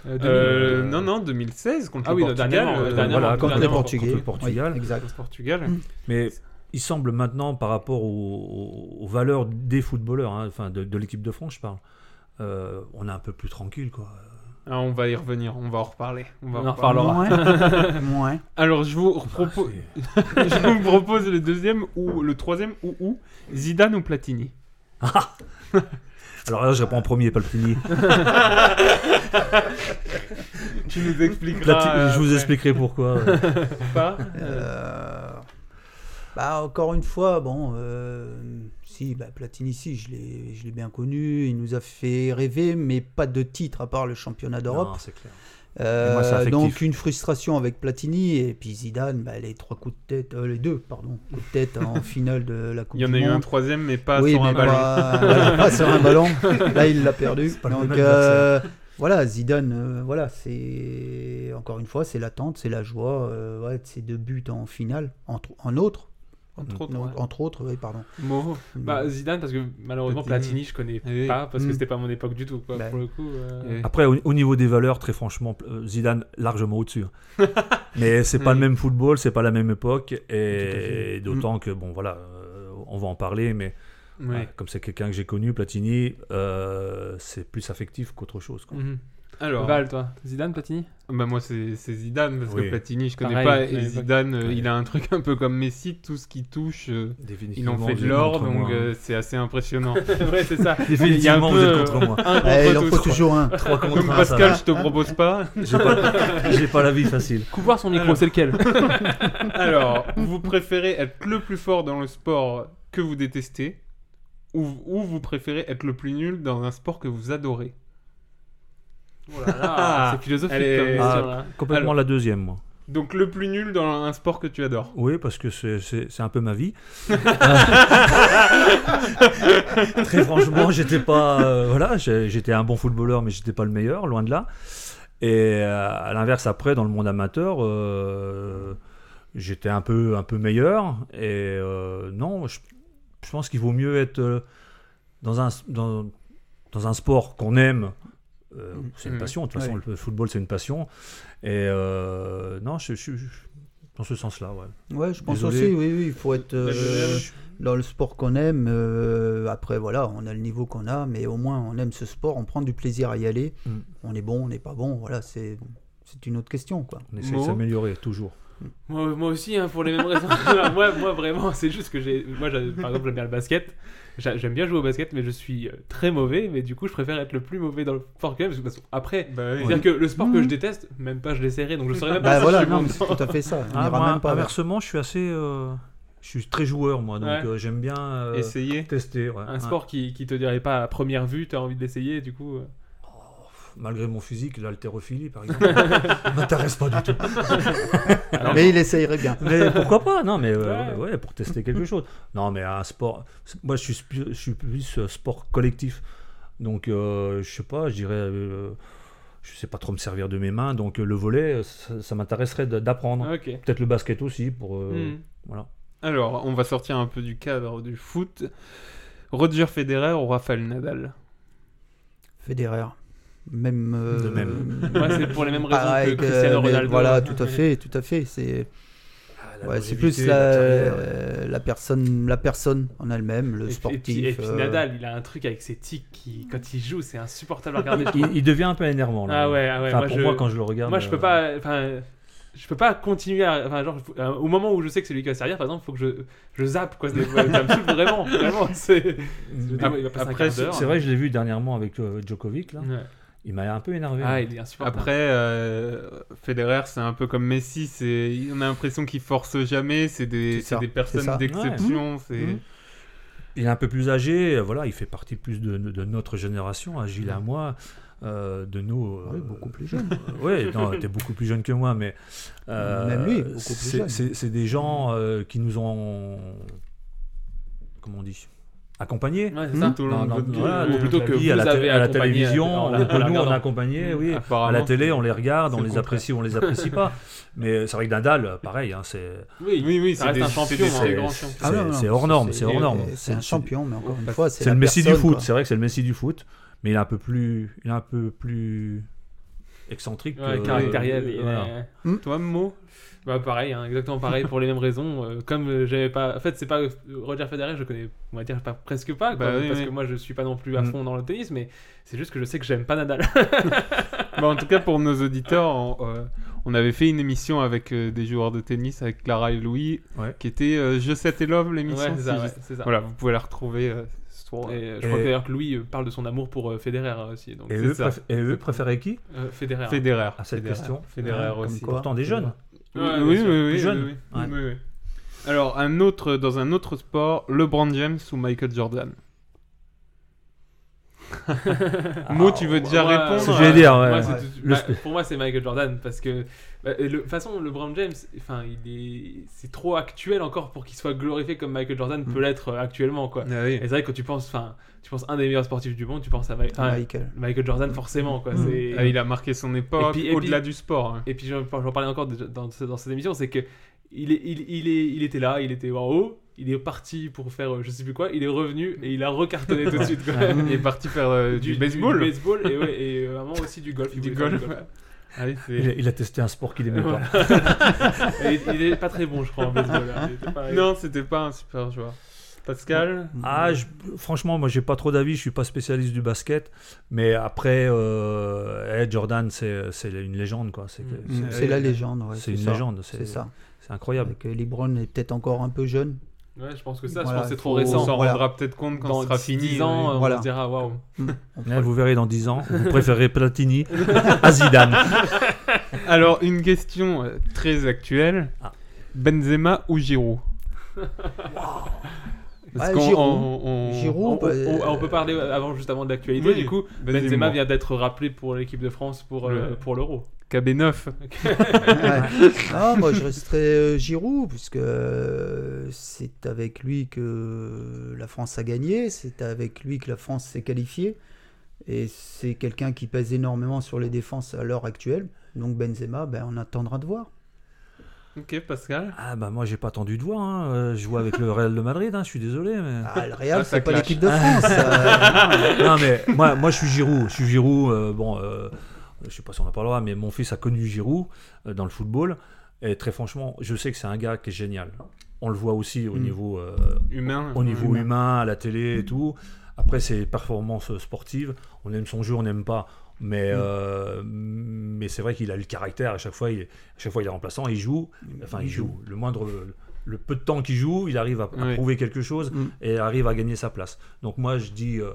H: Euh, 2000,
G: Euh,
I: Euh,
G: non, non, 2016 contre
H: Ah oui,
G: le
H: le
G: Portugal.
H: dernièrement,
G: euh,
H: le
G: voilà,
H: dernièrement,
B: contre les
H: dernièrement,
B: Portugais.
I: contre le Portugal.
B: Oui, exact.
G: contre le Portugal.
I: Mais il semble maintenant, par rapport aux, aux- aux valeurs des footballeurs, hein, enfin de, de l'équipe de France, je parle, euh, on est un peu plus tranquille. Quoi.
G: Ah, on va y revenir, on va en reparler. On va
H: On en
G: reparler.
H: reparlera. <laughs>
B: Ouais. Ouais.
G: Alors, je vous, propose,
I: C'est-
G: <laughs> je vous propose le deuxième ou le troisième ou ou Zidane ou Platini.
I: Alors là, je réponds en premier, Palpini.
G: Tu nous expliqueras.
I: Plati- je vous
G: euh,
I: expliquerai pourquoi. euh.
G: pas.
B: Euh, Bah, encore une fois, bon, euh, si, bah, Platini, si, je l'ai je l'ai bien connu, il nous a fait rêver, mais pas de titre à part le championnat d'Europe.
I: Non, c'est clair.
B: Euh,
I: moi, c'est affectif.
B: donc une frustration avec Platini et puis Zidane, bah, les trois coups de tête, euh, les deux, pardon, coups de tête en finale de la Coupe
G: Il y en
B: du
G: a eu un
B: Monde.
G: troisième, mais pas
B: oui,
G: sur un
B: mais
G: ballon.
B: Pas, voilà, <laughs> pas sur un ballon. Là, il l'a perdu.
I: C'est pas le
B: Donc
I: même
B: euh, voilà, Zidane, euh, voilà, c'est encore une fois, c'est l'attente, c'est la joie, euh, ouais, de ces deux buts en finale, entre, en autre,
G: Entre autres.
B: donc,
G: ouais.
B: entre autres, oui, pardon. Hum.
H: Mo. Bah, Zidane, parce que malheureusement,
G: Platini.
H: Platini, je connais
G: Eh Oui. Eh
H: pas, parce que
B: Mm.
H: c'était pas mon époque du tout, quoi,
B: Bah.
H: pour le coup. euh.
G: Oui.
I: Après, au, au niveau des valeurs, très franchement, euh, Zidane largement au-dessus. hein.
G: <laughs>
I: Mais c'est pas le même football, c'est pas la même époque, et, d'autant
G: Mm.
I: que bon, voilà, euh, on va en parler, mais
H: Ouais.
I: ouais, comme c'est quelqu'un que j'ai connu, Platini, euh, c'est plus affectif qu'autre
G: Mm.
I: chose. quoi.
H: Mhm.
G: Alors,
H: Val, toi, Zidane, Platini
G: bah moi c'est c'est Zidane parce que
I: Oui.
G: Platini je connais
H: Pareil,
G: pas
H: je
G: et
H: connais pas.
G: Zidane euh,
I: Ouais.
G: il a un truc un peu comme Messi, tout ce qui touche euh, il
I: Définitivement,
G: en fait
I: vous
G: de
I: êtes
G: l'or
I: contre
G: donc
I: moi. <laughs>
G: euh, c'est assez impressionnant.
H: Ouais, c'est ça.
G: il y a un
I: Définitivement, vous
G: peu,
I: êtes
G: euh,
I: contre moi.
G: Un
B: Eh, il en
G: contre
B: faut
G: tous.
B: toujours
G: <laughs>
B: un.
I: 3 contre
G: Comme
I: 1, ça va.
G: Pascal je te propose pas.
I: J'ai pas, j'ai pas la vie facile.
H: Couvoir son micro, c'est lequel
G: Alors, vous préférez être le plus fort dans le sport que vous détestez ou, ou vous préférez être le plus nul dans un sport que vous adorez <laughs>
H: Ah, C'est philosophique
G: Elle est-
H: comme question,
I: Ah,
H: là.
I: Complètement
G: Alors-
I: la deuxième, moi.
G: Donc le plus nul dans un sport que tu adores.
I: Oui, parce que c'est- c'est c'est un peu ma vie. Euh, Très franchement, j'étais pas. euh, voilà, j'ai- j'étais un bon footballeur, mais j'étais pas le meilleur, loin de là. Et euh, à l'inverse, après, dans le monde amateur, euh, j'étais un peu, un peu meilleur. Et euh, non, je, je pense qu'il vaut mieux être euh, dans un, dans, dans un sport qu'on aime. Euh, c'est une
G: Mhm.
I: passion, de toute façon,
B: Ouais.
I: le football, c'est une passion. Et euh, non, je suis dans ce sens-là, ouais.
B: Ouais, je pense
I: Désolé.
B: aussi, oui, oui, il faut être euh,
G: Désolé.
B: dans le sport qu'on aime. euh, après, voilà, on a le niveau qu'on a, mais au moins on aime ce sport, on prend du plaisir à y aller.
I: Mm.
G: Hum.
B: On est bon, on n'est pas bon, voilà, c'est c'est une autre question, quoi.
I: On essaie
H: Mo.
I: de s'améliorer toujours.
H: Moi, moi aussi, hein, pour les mêmes <laughs> raisons. moi, moi, vraiment, c'est juste que j'ai. Moi, j'ai- par exemple, j'aime bien le basket. J'a- J'aime bien jouer au basket, mais je suis euh, très mauvais. Mais du coup, je préfère être le plus mauvais dans le sport que même. Parce que, de toute façon, après,
G: Bah
H: c'est-à-dire que le sport que je déteste, même pas je l'essaierai. Donc, je saurais même
B: Bah
H: pas. si je
B: voilà,
H: suis
B: non,
H: bon
B: mais c'est
H: dedans.
B: tout à fait ça. On
I: Ah,
B: ira
I: moi,
B: même pas vers
I: inversement, je suis assez. euh, je suis très joueur, moi, donc
H: Ouais.
I: euh, j'aime bien euh,
G: Essayez.
I: tester. ouais.
H: Un
I: Ouais.
H: sport qui, qui te dirait pas à première vue, t'as envie de l'essayer, du coup. euh.
I: Malgré mon physique, l'haltérophilie, par exemple, <laughs> m'intéresse pas du tout.
B: Mais il essayerait bien.
I: Mais pourquoi pas Non, mais euh,
H: Ouais.
I: ouais, pour tester quelque chose. Non, mais un sport. c'est- Moi, je suis, spu- je suis plus euh, sport collectif. Donc, euh, je sais pas, je dirais. euh, je sais pas trop me servir de mes mains, donc euh, le volet, euh, ça, ça m'intéresserait d- d'apprendre.
H: Ok.
B: Euh,
I: Peut-être le basket aussi, pour. euh,
H: Hmm.
I: Voilà.
G: Alors, on va sortir un peu du cadre du foot. Roger Federer ou Rafael Nadal
B: Federer. Même. euh,
I: De même.
B: <laughs>
H: Moi, c'est pour les mêmes raisons
B: pareil
H: que Cristiano
B: mais
H: Ronaldo.
B: Voilà, tout à fait, tout à fait. C'est ouais, c'est plus Ah, la, euh, la personne, la personne en elle-même,
H: Et
B: le
H: puis-
B: sportif.
H: Et puis,
B: euh,
H: Nadal, il a un truc avec ses tics qui, quand il joue, c'est insupportable à regarder. je trouve.
I: Il, il devient un peu énervant. Là.
H: Ah ouais, ah ouais.
I: Enfin,
H: moi,
I: pour
H: je-
I: moi, quand je le regarde.
H: Moi, je peux pas.
I: euh,
H: Enfin, je peux pas continuer. À, enfin, genre, faut- euh, au moment où je sais que c'est lui qui va servir, par exemple, faut que je, je zappe quoi. C'est- ça me saoule vraiment, vraiment. C'est.
I: mais-
H: Ah ouais, il va passer un
G: Après,
H: quart d'heure. hein.
I: C'est vrai, je l'ai vu dernièrement avec euh, Djokovic. Là.
H: Ouais.
I: Il m'a un peu énervé.
H: Ah,
I: hein.
H: il est insupportable.
G: Après, euh, Federer, c'est un peu comme Messi, c'est on a l'impression qu'il force jamais, c'est des,
B: C'est ça,
G: c'est des
B: c'est
G: personnes
B: ça. Hmm.
G: d'exception. c'est-
I: Mhm. Il est un peu plus âgé, euh, voilà, il fait partie plus de, de notre génération, à Gilles à moi, euh, de nos.
B: Ouais, beaucoup plus jeune.
I: oui, non, t'es beaucoup plus jeune que moi, mais. euh,
B: Même lui est beaucoup plus
I: c'est-
B: jeune.
I: C'est c'est des gens euh, qui nous ont. Comment on dit Accompagnés.
H: Ouais, c'est ça.
G: Tout le
I: Dans-
G: long de
I: dans-
G: votre vie,
I: voilà,
G: ou
H: donc-
G: plutôt
H: la
G: que
H: vie,
I: à
H: vous
I: la,
H: avez
I: à la
H: accompagné,
I: télévision,
H: en la-
I: les-
H: en la
I: nous on
H: regardant.
I: a accompagné, oui. À la
G: apparemment,
I: télé, on les regarde,
G: Ah c'est
I: on
G: le
I: les
G: contraire.
I: apprécie, on les apprécie pas. Mais c'est vrai que Nadal, pareil, hein, c'est
H: Oui,
G: Oui, oui,
H: ça
G: c'est
H: reste
G: des-
H: un champion,
G: c'est
H: hein,
G: des-
H: un grand champion.
B: Ah
I: c'est- c'est hors norme, c'est hors norme.
B: <laughs> C'est un
I: C'est-
B: champion, mais encore une
G: c'est-
B: fois, c'est
I: c'est le
B: la
I: Messi du
B: personne,
I: foot.
B: quoi.
I: C'est vrai que c'est le Messi du foot, mais il est un peu plus, il est un peu plus excentrique,
H: Ouais,
I: que-
H: caractériel. il est-
I: voilà.
G: Toi, Mo
H: Bah pareil, hein, exactement pareil pour les mêmes raisons. euh, comme euh, j'avais pas, en fait c'est pas Roger Federer, je connais, on va dire pas presque pas, quoi,
G: Bah oui,
H: parce
G: oui.
H: que moi je suis pas non plus à
I: Mm.
H: fond dans le tennis, mais c'est juste que je sais que j'aime pas Nadal.
G: Bah, en tout cas, pour nos auditeurs, on, euh, on avait fait une émission avec euh, des joueurs de tennis, avec Clara et Louis,
I: Ouais.
G: qui était euh, Je 7 et Love, l'émission.
H: Ouais, c'est
G: si
H: ça.
G: je-
H: ouais, c'est ça.
G: Voilà, vous pouvez la retrouver. euh, sur-
H: Et euh, je crois
I: Et-
H: que d'ailleurs que Louis euh, parle de son amour pour euh, Federer euh, aussi. Donc
I: Et
H: c'est
I: eux,
H: ça.
I: préf- et eux préféraient qui
H: Euh, Federer.
G: Federer.
I: à cette
G: Federer.
I: question Hein,
G: Federer
B: Ouais,
G: aussi.
B: comme quoi.
I: Pourtant des jeunes.
H: Ouais,
G: oui,
H: bien
G: oui,
H: sûr.
G: oui, oui,
I: Plus jeune.
G: oui, oui.
I: Ouais.
G: Oui, oui. Alors, un autre, dans un autre sport, LeBron James ou Michael Jordan Mo, tu veux déjà
H: Ah, Ouais,
G: répondre
I: C'est ce que j'allais dire, ouais.
H: Moi, c'est tout-
I: Le
H: bah,
I: sp-
H: pour moi, c'est Michael Jordan parce que bah, et le- de toute façon, LeBron James, enfin, il est, c'est trop actuel encore pour qu'il soit glorifié comme Michael Jordan peut l'être euh, actuellement, quoi.
G: Ah oui.
H: Et c'est vrai que quand tu penses, enfin, tu penses un des meilleurs sportifs du monde, tu penses à Mi-
B: Ah,
H: à
B: Michael.
H: Michael Jordan forcément, quoi. C'est-
G: Ah, il a marqué son époque,
H: Et puis- et
G: au-delà
H: puis-
G: du sport. hein.
H: Et puis j'en j'en parlais encore déjà dans, ce- dans cette émission, c'est que il, est- il, il, est, il était là, il était en haut, il est parti pour faire euh, je sais plus quoi, il est revenu et il a recartonné tout de suite. Quoi.
G: Il est parti faire euh, du, baseball.
H: Du baseball et, ouais, et euh, vraiment aussi du golf. il
G: Du
H: voulait faire
G: golf. Ah oui, c'est-
I: Il a, il a testé un sport qu'il aimait
H: Ouais.
I: pas.
H: Et il, il est pas très bon, je
I: <laughs>
H: crois, en baseball. hein. Il était pas-
G: Non, c'était pas un super joueur. Pascal
I: Ah, je- franchement, moi, j'ai pas trop d'avis. Je suis pas spécialiste du basket, mais après, euh, eh, Jordan, c'est c'est une légende, quoi. C'est
H: Mm.
I: c'est- euh,
B: C'est la légende, ouais,
I: c'est une
B: ça.
I: légende.
B: C'est ça.
I: C'est incroyable.
B: Avec euh, LeBron est peut-être encore un peu jeune.
H: Ouais, je pense que ça,
B: Voilà,
H: je pense que c'est
B: il
H: trop
B: faut-
G: On
H: récent.
G: s'en
B: Voilà.
G: rendra peut-être compte quand
H: Dans
G: ce sera
H: 10
G: fini.
H: ans,
G: oui.
H: euh,
B: Voilà.
H: on se dira waouh.
I: Là, Hein, vous verrez dans 10 ans, <laughs> vous préférez Platini à Zidane.
G: Alors, une question euh, très actuelle.
I: Ah.
G: Benzema ou Giroud
B: Ouais,
G: qu'on-
B: Giroud.
G: on- on-
B: Giroud,
H: On,
B: bah,
I: euh,
H: on- on peut parler avant, juste avant de l'actualité.
G: Oui.
H: Du coup,
G: Benzema.
H: Benzema vient d'être rappelé pour l'équipe de France pour, euh,
G: Le-
H: pour l'Euro.
G: KB9.
B: Ouais. Ah, moi, je resterai euh, Giroud, puisque euh, c'est avec lui que la France a gagné, c'est avec lui que la France s'est qualifiée. Et c'est quelqu'un qui pèse énormément sur les défenses à l'heure actuelle. Donc Benzema, ben, on attendra de voir.
G: Ok, Pascal.
I: Ah, bah, moi, j'ai pas tendu de voir. hein. Euh, Je joue avec le Real de Madrid, hein, je suis désolé. Mais...
B: Ah, le Real,
G: Ah, ça
B: c'est pas
G: clash.
B: l'équipe de France.
I: <laughs>
B: euh,
I: non mais moi, moi je suis Giroud, je suis Giroud. euh, bon, euh, je sais pas si on en parlera, mais mon fils a connu Giroud euh, dans le football. Et très franchement, je sais que c'est un gars qui est génial. On le voit aussi au
B: Mm.
I: niveau, euh,
G: Humain.
I: au niveau humain, à la télé et tout. Après ses performances sportives, on aime son jeu, on n'aime pas. Mais, euh, mais c'est vrai qu'il a le caractère. À chaque fois, il, est- à chaque fois, il est remplaçant. Il joue. Enfin, il joue. Le moindre, le peu de temps qu'il joue, il arrive à, à
G: Oui.
I: prouver quelque chose
B: Mm.
I: et arrive à gagner sa place. Donc moi, je dis, euh,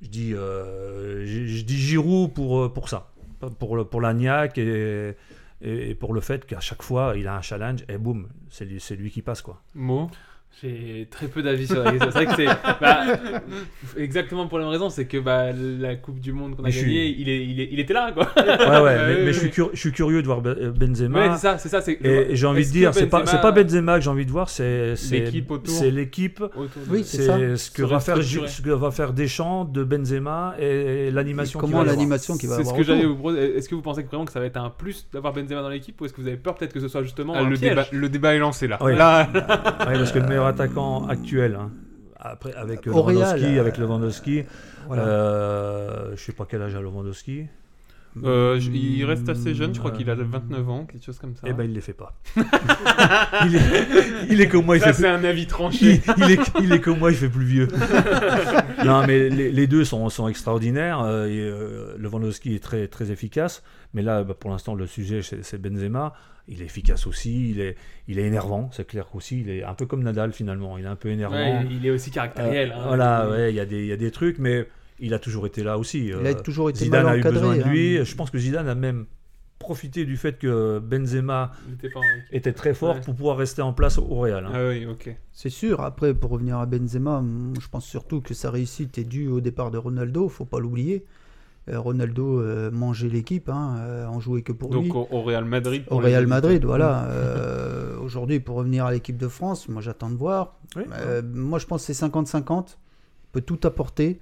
I: je dis, euh, je, je dis Giroud pour euh, pour ça, pour le, pour l'agnac et et pour le fait qu'à chaque fois il a un challenge et boum c'est lui, c'est lui qui passe quoi
G: euh, Mot.
H: J'ai très peu d'avis sur la question. C'est vrai que c'est <laughs> bah, exactement pour la même raison, c'est que bah, la Coupe du Monde qu'on a
I: Mais je suis-
H: gagnée, il, est, il, est- il était là, quoi.
I: ouais ouais mais,
G: oui,
I: mais je,
G: oui.
I: suis cur- je suis curieux de voir Be- euh, Benzema
H: Ouais, c'est ça, c'est ça. c'est-
I: et, et j'ai envie
H: Est-ce
I: de
H: que
I: dire c'est pas c'est
H: Benzema-
I: pas Benzema que j'ai envie de voir c'est c'est-
G: L'équipe autour.
I: c'est l'équipe
H: autour de-
B: Oui, c'est ça.
I: c'est ce que
H: Se
I: va faire Gi-
H: restructurer.
I: ce que va faire Deschamps de Benzema et l'animation qu'il
B: Comment
I: va y avoir.
B: l'animation qui va
H: C'est ce
B: avoir
H: que j'allais
B: autour.
H: vous proposer. Est-ce que vous pensez que vraiment que ça va être un plus d'avoir Benzema dans l'équipe ou est-ce que vous avez peur peut-être que ce soit justement
G: Ah,
H: un
G: le,
H: piège
G: débat, le débat est lancé là.
I: Oui.
G: Là,
I: Ouais, parce que le meilleur attaquant actuel, hein, après, avec
B: Au Real,
I: Lewandowski,
B: euh,
I: avec Lewandowski,
B: Voilà.
I: euh, je sais pas quel âge a Lewandowski,
G: euh, je- il reste assez jeune, je crois qu'il a 29 ans, quelque chose comme ça.
I: et ben il les fait
G: <laughs>
I: pas. il, est, il est comme moi, il
G: ça,
I: fait
G: Ah, c'est
I: plus...
G: un avis
I: Il,
G: tranché.
I: il est, il est comme moi, il fait plus vieux. non, mais les, les deux sont, sont extraordinaires. euh, et, euh, Lewandowski est très, très efficace, mais là, bah, pour l'instant, le sujet, c'est c'est Benzema. Il est efficace aussi, il est, il est énervant, c'est clair qu'aussi, il est un peu comme Nadal finalement, il est un peu énervant.
H: Ouais, il est aussi caractériel.
I: Euh,
H: hein.
I: voilà, ouais, il y, a des- il y a des trucs, mais il a toujours été là aussi. euh,
B: Il a toujours été
I: Zidane
B: mal
I: a eu
B: encadré,
I: besoin de lui.
B: hein.
I: Je pense que Zidane a même profité du fait que Benzema
H: Il était pas en équipe.
I: était très fort
H: Ouais.
I: pour pouvoir rester en place au Real. hein.
H: Ah oui, ok.
B: C'est sûr. Après, pour revenir à Benzema, mm, je pense surtout que sa réussite est due au départ de Ronaldo. Faut pas l'oublier. Euh, Ronaldo euh, mangeait l'équipe, hein, euh, en jouait que pour lui.
G: Donc au, au Real Madrid.
B: Au
G: pour les
B: Real
G: auditeurs.
B: Madrid,
H: Mmh.
B: voilà. Euh, Aujourd'hui, pour revenir à l'équipe de France, moi j'attends de voir.
I: Oui.
B: Euh, moi je pense que c'est 50-50. Il peut tout apporter,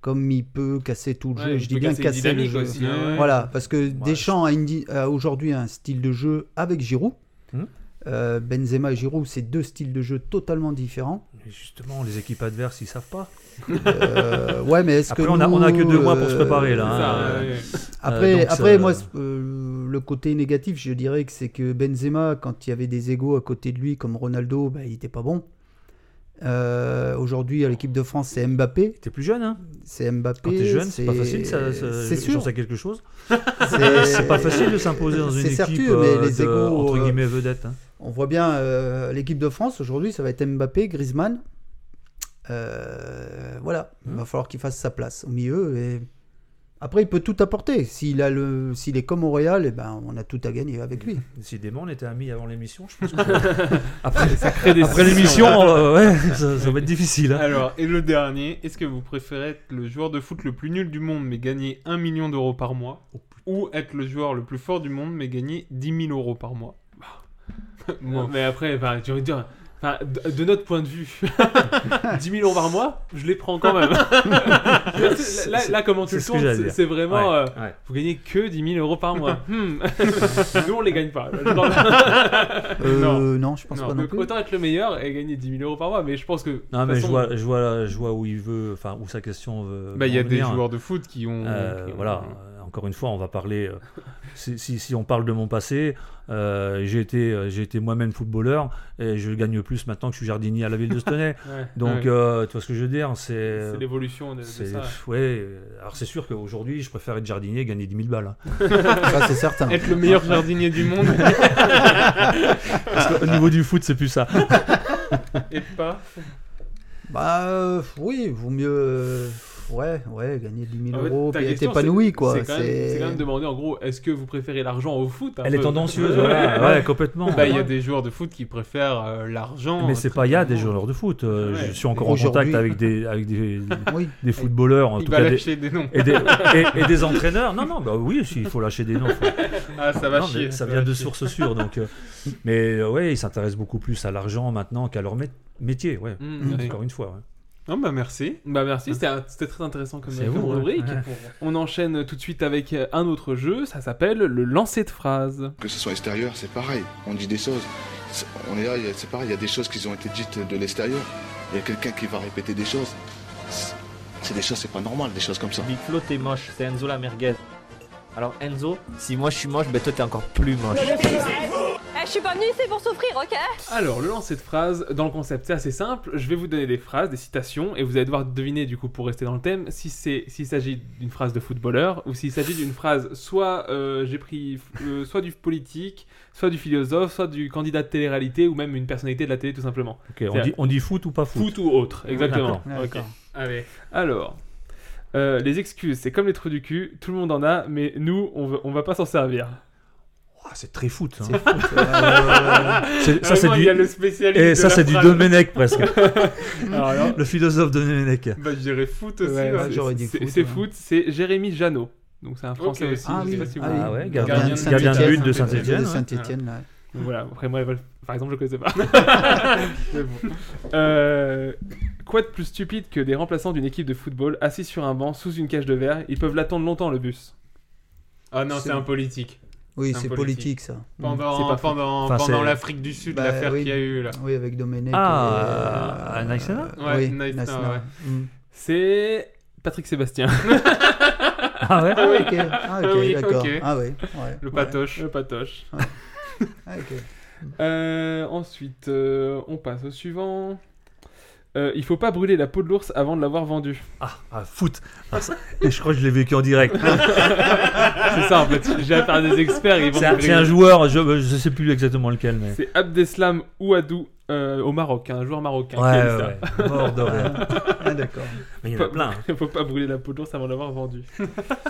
B: comme il peut casser tout le
H: Ouais,
B: jeu.
H: il
B: Je
H: peut
B: dis bien
H: casser une
B: casser le
H: dynamique
B: jeu.
H: aussi, hein, ouais.
B: Voilà, parce que
I: je-
B: Deschamps a, une di- a aujourd'hui un style de jeu avec Giroud.
H: Mmh.
I: Hum.
B: Euh, Benzema et Giroud, c'est deux styles de jeu totalement différents.
I: Mais justement, les équipes adverses, ils savent pas.
B: Euh, ouais, mais est-ce que
I: Après, on a-
B: nous,
I: on a que deux mois pour se
B: euh,
I: préparer, là,
H: C'est
I: hein.
H: ça,
G: Ah,
I: euh,
H: ouais, ouais.
B: Après,
I: Euh, donc,
B: après
I: ça-
B: moi, c'est- euh, le côté négatif, je dirais que c'est que Benzema, quand il y avait des égaux à côté de lui, comme Ronaldo, bah, il n'était pas bon. Euh, Aujourd'hui, à l'équipe de France, c'est Mbappé.
I: T'es plus jeune, hein
B: C'est Mbappé.
I: Quand t'es jeune, c'est pas facile. Ça, ça-
B: C'est
I: je
B: sûr.
I: pense à quelque chose. <laughs>
B: C'est
I: C'est pas facile de s'imposer dans une
B: C'est
I: équipe
B: certain, mais
I: euh,
B: les
I: de-
B: égaux,
I: entre
B: euh,
I: guillemets vedette. hein.
B: On voit bien euh, l'équipe de France aujourd'hui, ça va être Mbappé, Griezmann. Euh, voilà, il
H: Mmh.
B: va falloir qu'il fasse sa place au milieu. Et... Après, il peut tout apporter. S'il a le, s'il est comme au Real, eh ben, on a tout à gagner
H: <laughs>
B: avec lui.
I: Décidément, on était amis avant l'émission. Je pense que...
B: <laughs>
I: après
H: Crée des
I: après l'émission, euh, ouais, ça, ça va être difficile. hein.
G: Alors, et le dernier, est-ce que vous préférez être le joueur de foot le plus nul du monde mais gagner 1 million d'euros par mois Ou être le joueur le plus fort du monde mais gagner 10 000 euros par mois
H: Non, mais après, enfin, j'ai envie de dire, enfin, de, de notre point de vue, <laughs> 10 000 euros par mois, je les prends quand
I: <laughs>
H: même. là, là- là, comment tu
I: c'est
H: le
I: ce que j'allais
H: tournes, c'est-
I: dire.
H: c'est vraiment, euh,
I: Ouais.
H: vous gagnez que 10 000 euros par
G: <laughs>
H: mois. Hmm. <laughs> Nous, on les gagne
I: <laughs>
H: pas.
B: Euh,
H: Non.
B: non. je pense
H: Non,
B: pas non
H: donc
B: plus.
H: autant être le meilleur et gagner 10 000 euros par mois, mais je pense que. de
I: Non,
H: toute
I: mais je
H: façon,
I: vois, je, vois, je vois où il veut, enfin, où sa question veut. hein.
G: Bah, il y a
I: veut en
G: des
I: venir.
G: joueurs de foot qui ont.
I: Euh,
G: qui ont-
I: voilà, euh, encore une fois, on va parler. euh, <laughs> si, si- si on parle de mon passé, euh, j'ai été, euh, j'ai été moi-même footballeur et je gagne plus maintenant que je suis jardinier à la ville de Stenay.
H: ouais,
I: Donc,
G: <laughs> Ouais.
I: euh, tu vois ce que je veux dire euh,
H: c'est l'évolution de, de
I: C'est- <laughs>
H: ça.
I: pff, ouais, euh, alors c'est sûr qu'aujourd'hui, je préfère être jardinier et gagner 10 000 balles.
G: <laughs>
I: hein.
B: Ça,
H: <laughs>
B: c'est certain.
G: Être le meilleur jardinier du monde
I: Parce qu'au niveau du foot, c'est plus ça.
G: et pas.
B: Bah euh, oui, vaut mieux. euh, ouais, ouais, gagner
G: Ah
B: 10 000
H: En fait,
B: euros,
H: ta
B: puis être
H: question,
B: épanoui,
H: c'est-
B: quoi.
H: C'est quand, même- c'est quand même demander en gros, est-ce que vous préférez l'argent au foot un
I: Elle est
H: peu
I: tendancieuse, voilà. Ouais, complètement.
G: Bah, il y a des joueurs de foot qui préfèrent euh, l'argent.
I: Mais c'est
G: très
I: pas il y a des
G: clairement.
I: joueurs de foot. euh,
G: Ouais.
I: Je suis encore en
B: Aujourd'hui-
I: contact avec des, avec des,
H: <laughs>
B: Oui.
I: des footballeurs,
G: <laughs>
I: en
G: Il
I: tout
G: va
I: cas des,
G: lâcher des noms.
I: et des, et- et des entraîneurs. Non, non, bah oui, si, il faut lâcher des noms. faut-
G: Ah, ça va
I: non, mais
G: chier.
I: ça
G: va
I: vient de
G: chier.
I: sources sûres. Donc, euh, mais euh, ouais, ils s'intéressent beaucoup plus à l'argent maintenant qu'à leur mé- métier. Ouais.
H: Hmm, ouais.
I: Encore une fois. ouais.
G: Non, bah merci.
H: Bah merci, c'était un- c'était très intéressant comme, euh,
I: C'est
H: comme
I: vous, hein.
H: rubrique. On enchaîne tout de suite avec euh, un autre jeu, ça s'appelle le lancer de phrase.
E: Que ce soit extérieur, c'est pareil. On dit des choses. C'est- On est là, il y a- c'est pareil. Il y a des choses qui ont été dites de l'extérieur. Il y a quelqu'un qui va répéter des choses. C'est c'est des choses, c'est pas normal, des choses comme ça.
J: Big Flo, t'es moche, c'est Enzo la merguez. Alors Enzo, si moi je suis moche, ben toi t'es encore plus moche.
L: Eh, je suis pas venue ici pour souffrir, ok
H: Alors le lancer de phrase, dans le concept c'est assez simple, je vais vous donner des phrases, des citations, et vous allez devoir deviner du coup pour rester dans le thème si c'est s'il s'agit d'une phrase de footballeur ou s'il s'agit d'une phrase soit euh, j'ai pris euh, soit du politique, soit du philosophe, soit du candidat de télé-réalité ou même une personnalité de la télé tout simplement.
I: Ok, on, dit, on dit foot ou pas foot,
H: Foot ou autre, exactement.
I: D'accord.
H: Ok. Allez. Alors, euh, les excuses, c'est comme les trous du cul, tout le monde en a, mais nous, on, veut- on va pas s'en servir.
I: Ouah, C'est très foot. hein.
B: Euh,
I: C'est- Ça, c'est
H: Vraiment,
I: du,
H: Ah il y a le spécialiste.
I: et
H: de
I: ça,
H: la
I: c'est du
H: phrase.
I: Domenech presque.
H: Alors, alors,
I: Le philosophe Domenech.
G: Bah, je dirais foot aussi.
H: ouais,
G: ouais.
H: c'est-
B: j'aurais dit
H: hein. c'est-
B: foot,
H: C'est
B: ouais.
H: foot, c'est Jérémy Janot. Donc, c'est un français
G: Ok.
H: aussi.
B: Ah
H: je sais
B: oui,
H: pas <laughs> si vous-
B: ah oui.
I: Ah ouais,
B: gardien
I: gardien,
B: de
I: gardien de but de
G: Saint-Étienne.
I: Saint-Etienne.
B: de Saint-Etienne, ouais.
H: Donc Voilà, après, moi, par exemple, je le connaissais pas.
B: <laughs>
H: Mais bon. Euh, Quoi de plus stupide que des remplaçants d'une équipe de football assis sur un banc sous une cage de verre Ils peuvent l'attendre longtemps le bus.
G: Ah non, c'est un politique.
B: Oui,
G: C'est un
B: c'est
G: politique.
B: politique, ça.
H: C'est
G: Pendant,
H: pas
G: pendant,
I: Enfin,
G: pendant
I: Hmm, c'est-
G: l'Afrique du Sud,
B: Bah,
G: l'affaire
B: oui.
G: qu'il y a eu là.
B: Oui, avec Domenech. euh,
I: Ah, à Naïsena
G: Ouais,
B: oui,
G: Naïsena,
B: Naïsena,
G: ouais.
B: Mm.
H: C'est Patrick Sébastien. <laughs>
I: Ah ouais
B: Ah, ok, ah, ok,
G: oui,
B: d'accord.
G: ok.
B: Ah, oui, ouais.
G: Le
B: ouais.
G: patoche.
H: Le patoche.
B: Ah, ok.
H: Euh, ensuite, euh, on passe au suivant. euh, il faut pas brûler la peau de l'ours avant de l'avoir vendue.
I: Ah, ah foot Ah, ça- Et je crois que je l'ai vécu en direct.
H: C'est ça en fait, j'ai affaire à des experts. Ils vont
I: Ah. C'est un,
H: me
I: c'est un
H: griller.
I: joueur, je, euh, je sais plus exactement lequel, mais.
H: C'est Abdeslam Ouadou euh, au Maroc, un joueur marocain.
I: Ouais,
H: qui a dit
I: ouais,
H: ça.
I: ouais. Mort de rire. Ah, d'accord. Mais il y en a
H: Faut pas-
I: plein, hein.
H: Faut pas brûler la peau d'ours avant de l'avoir vendue.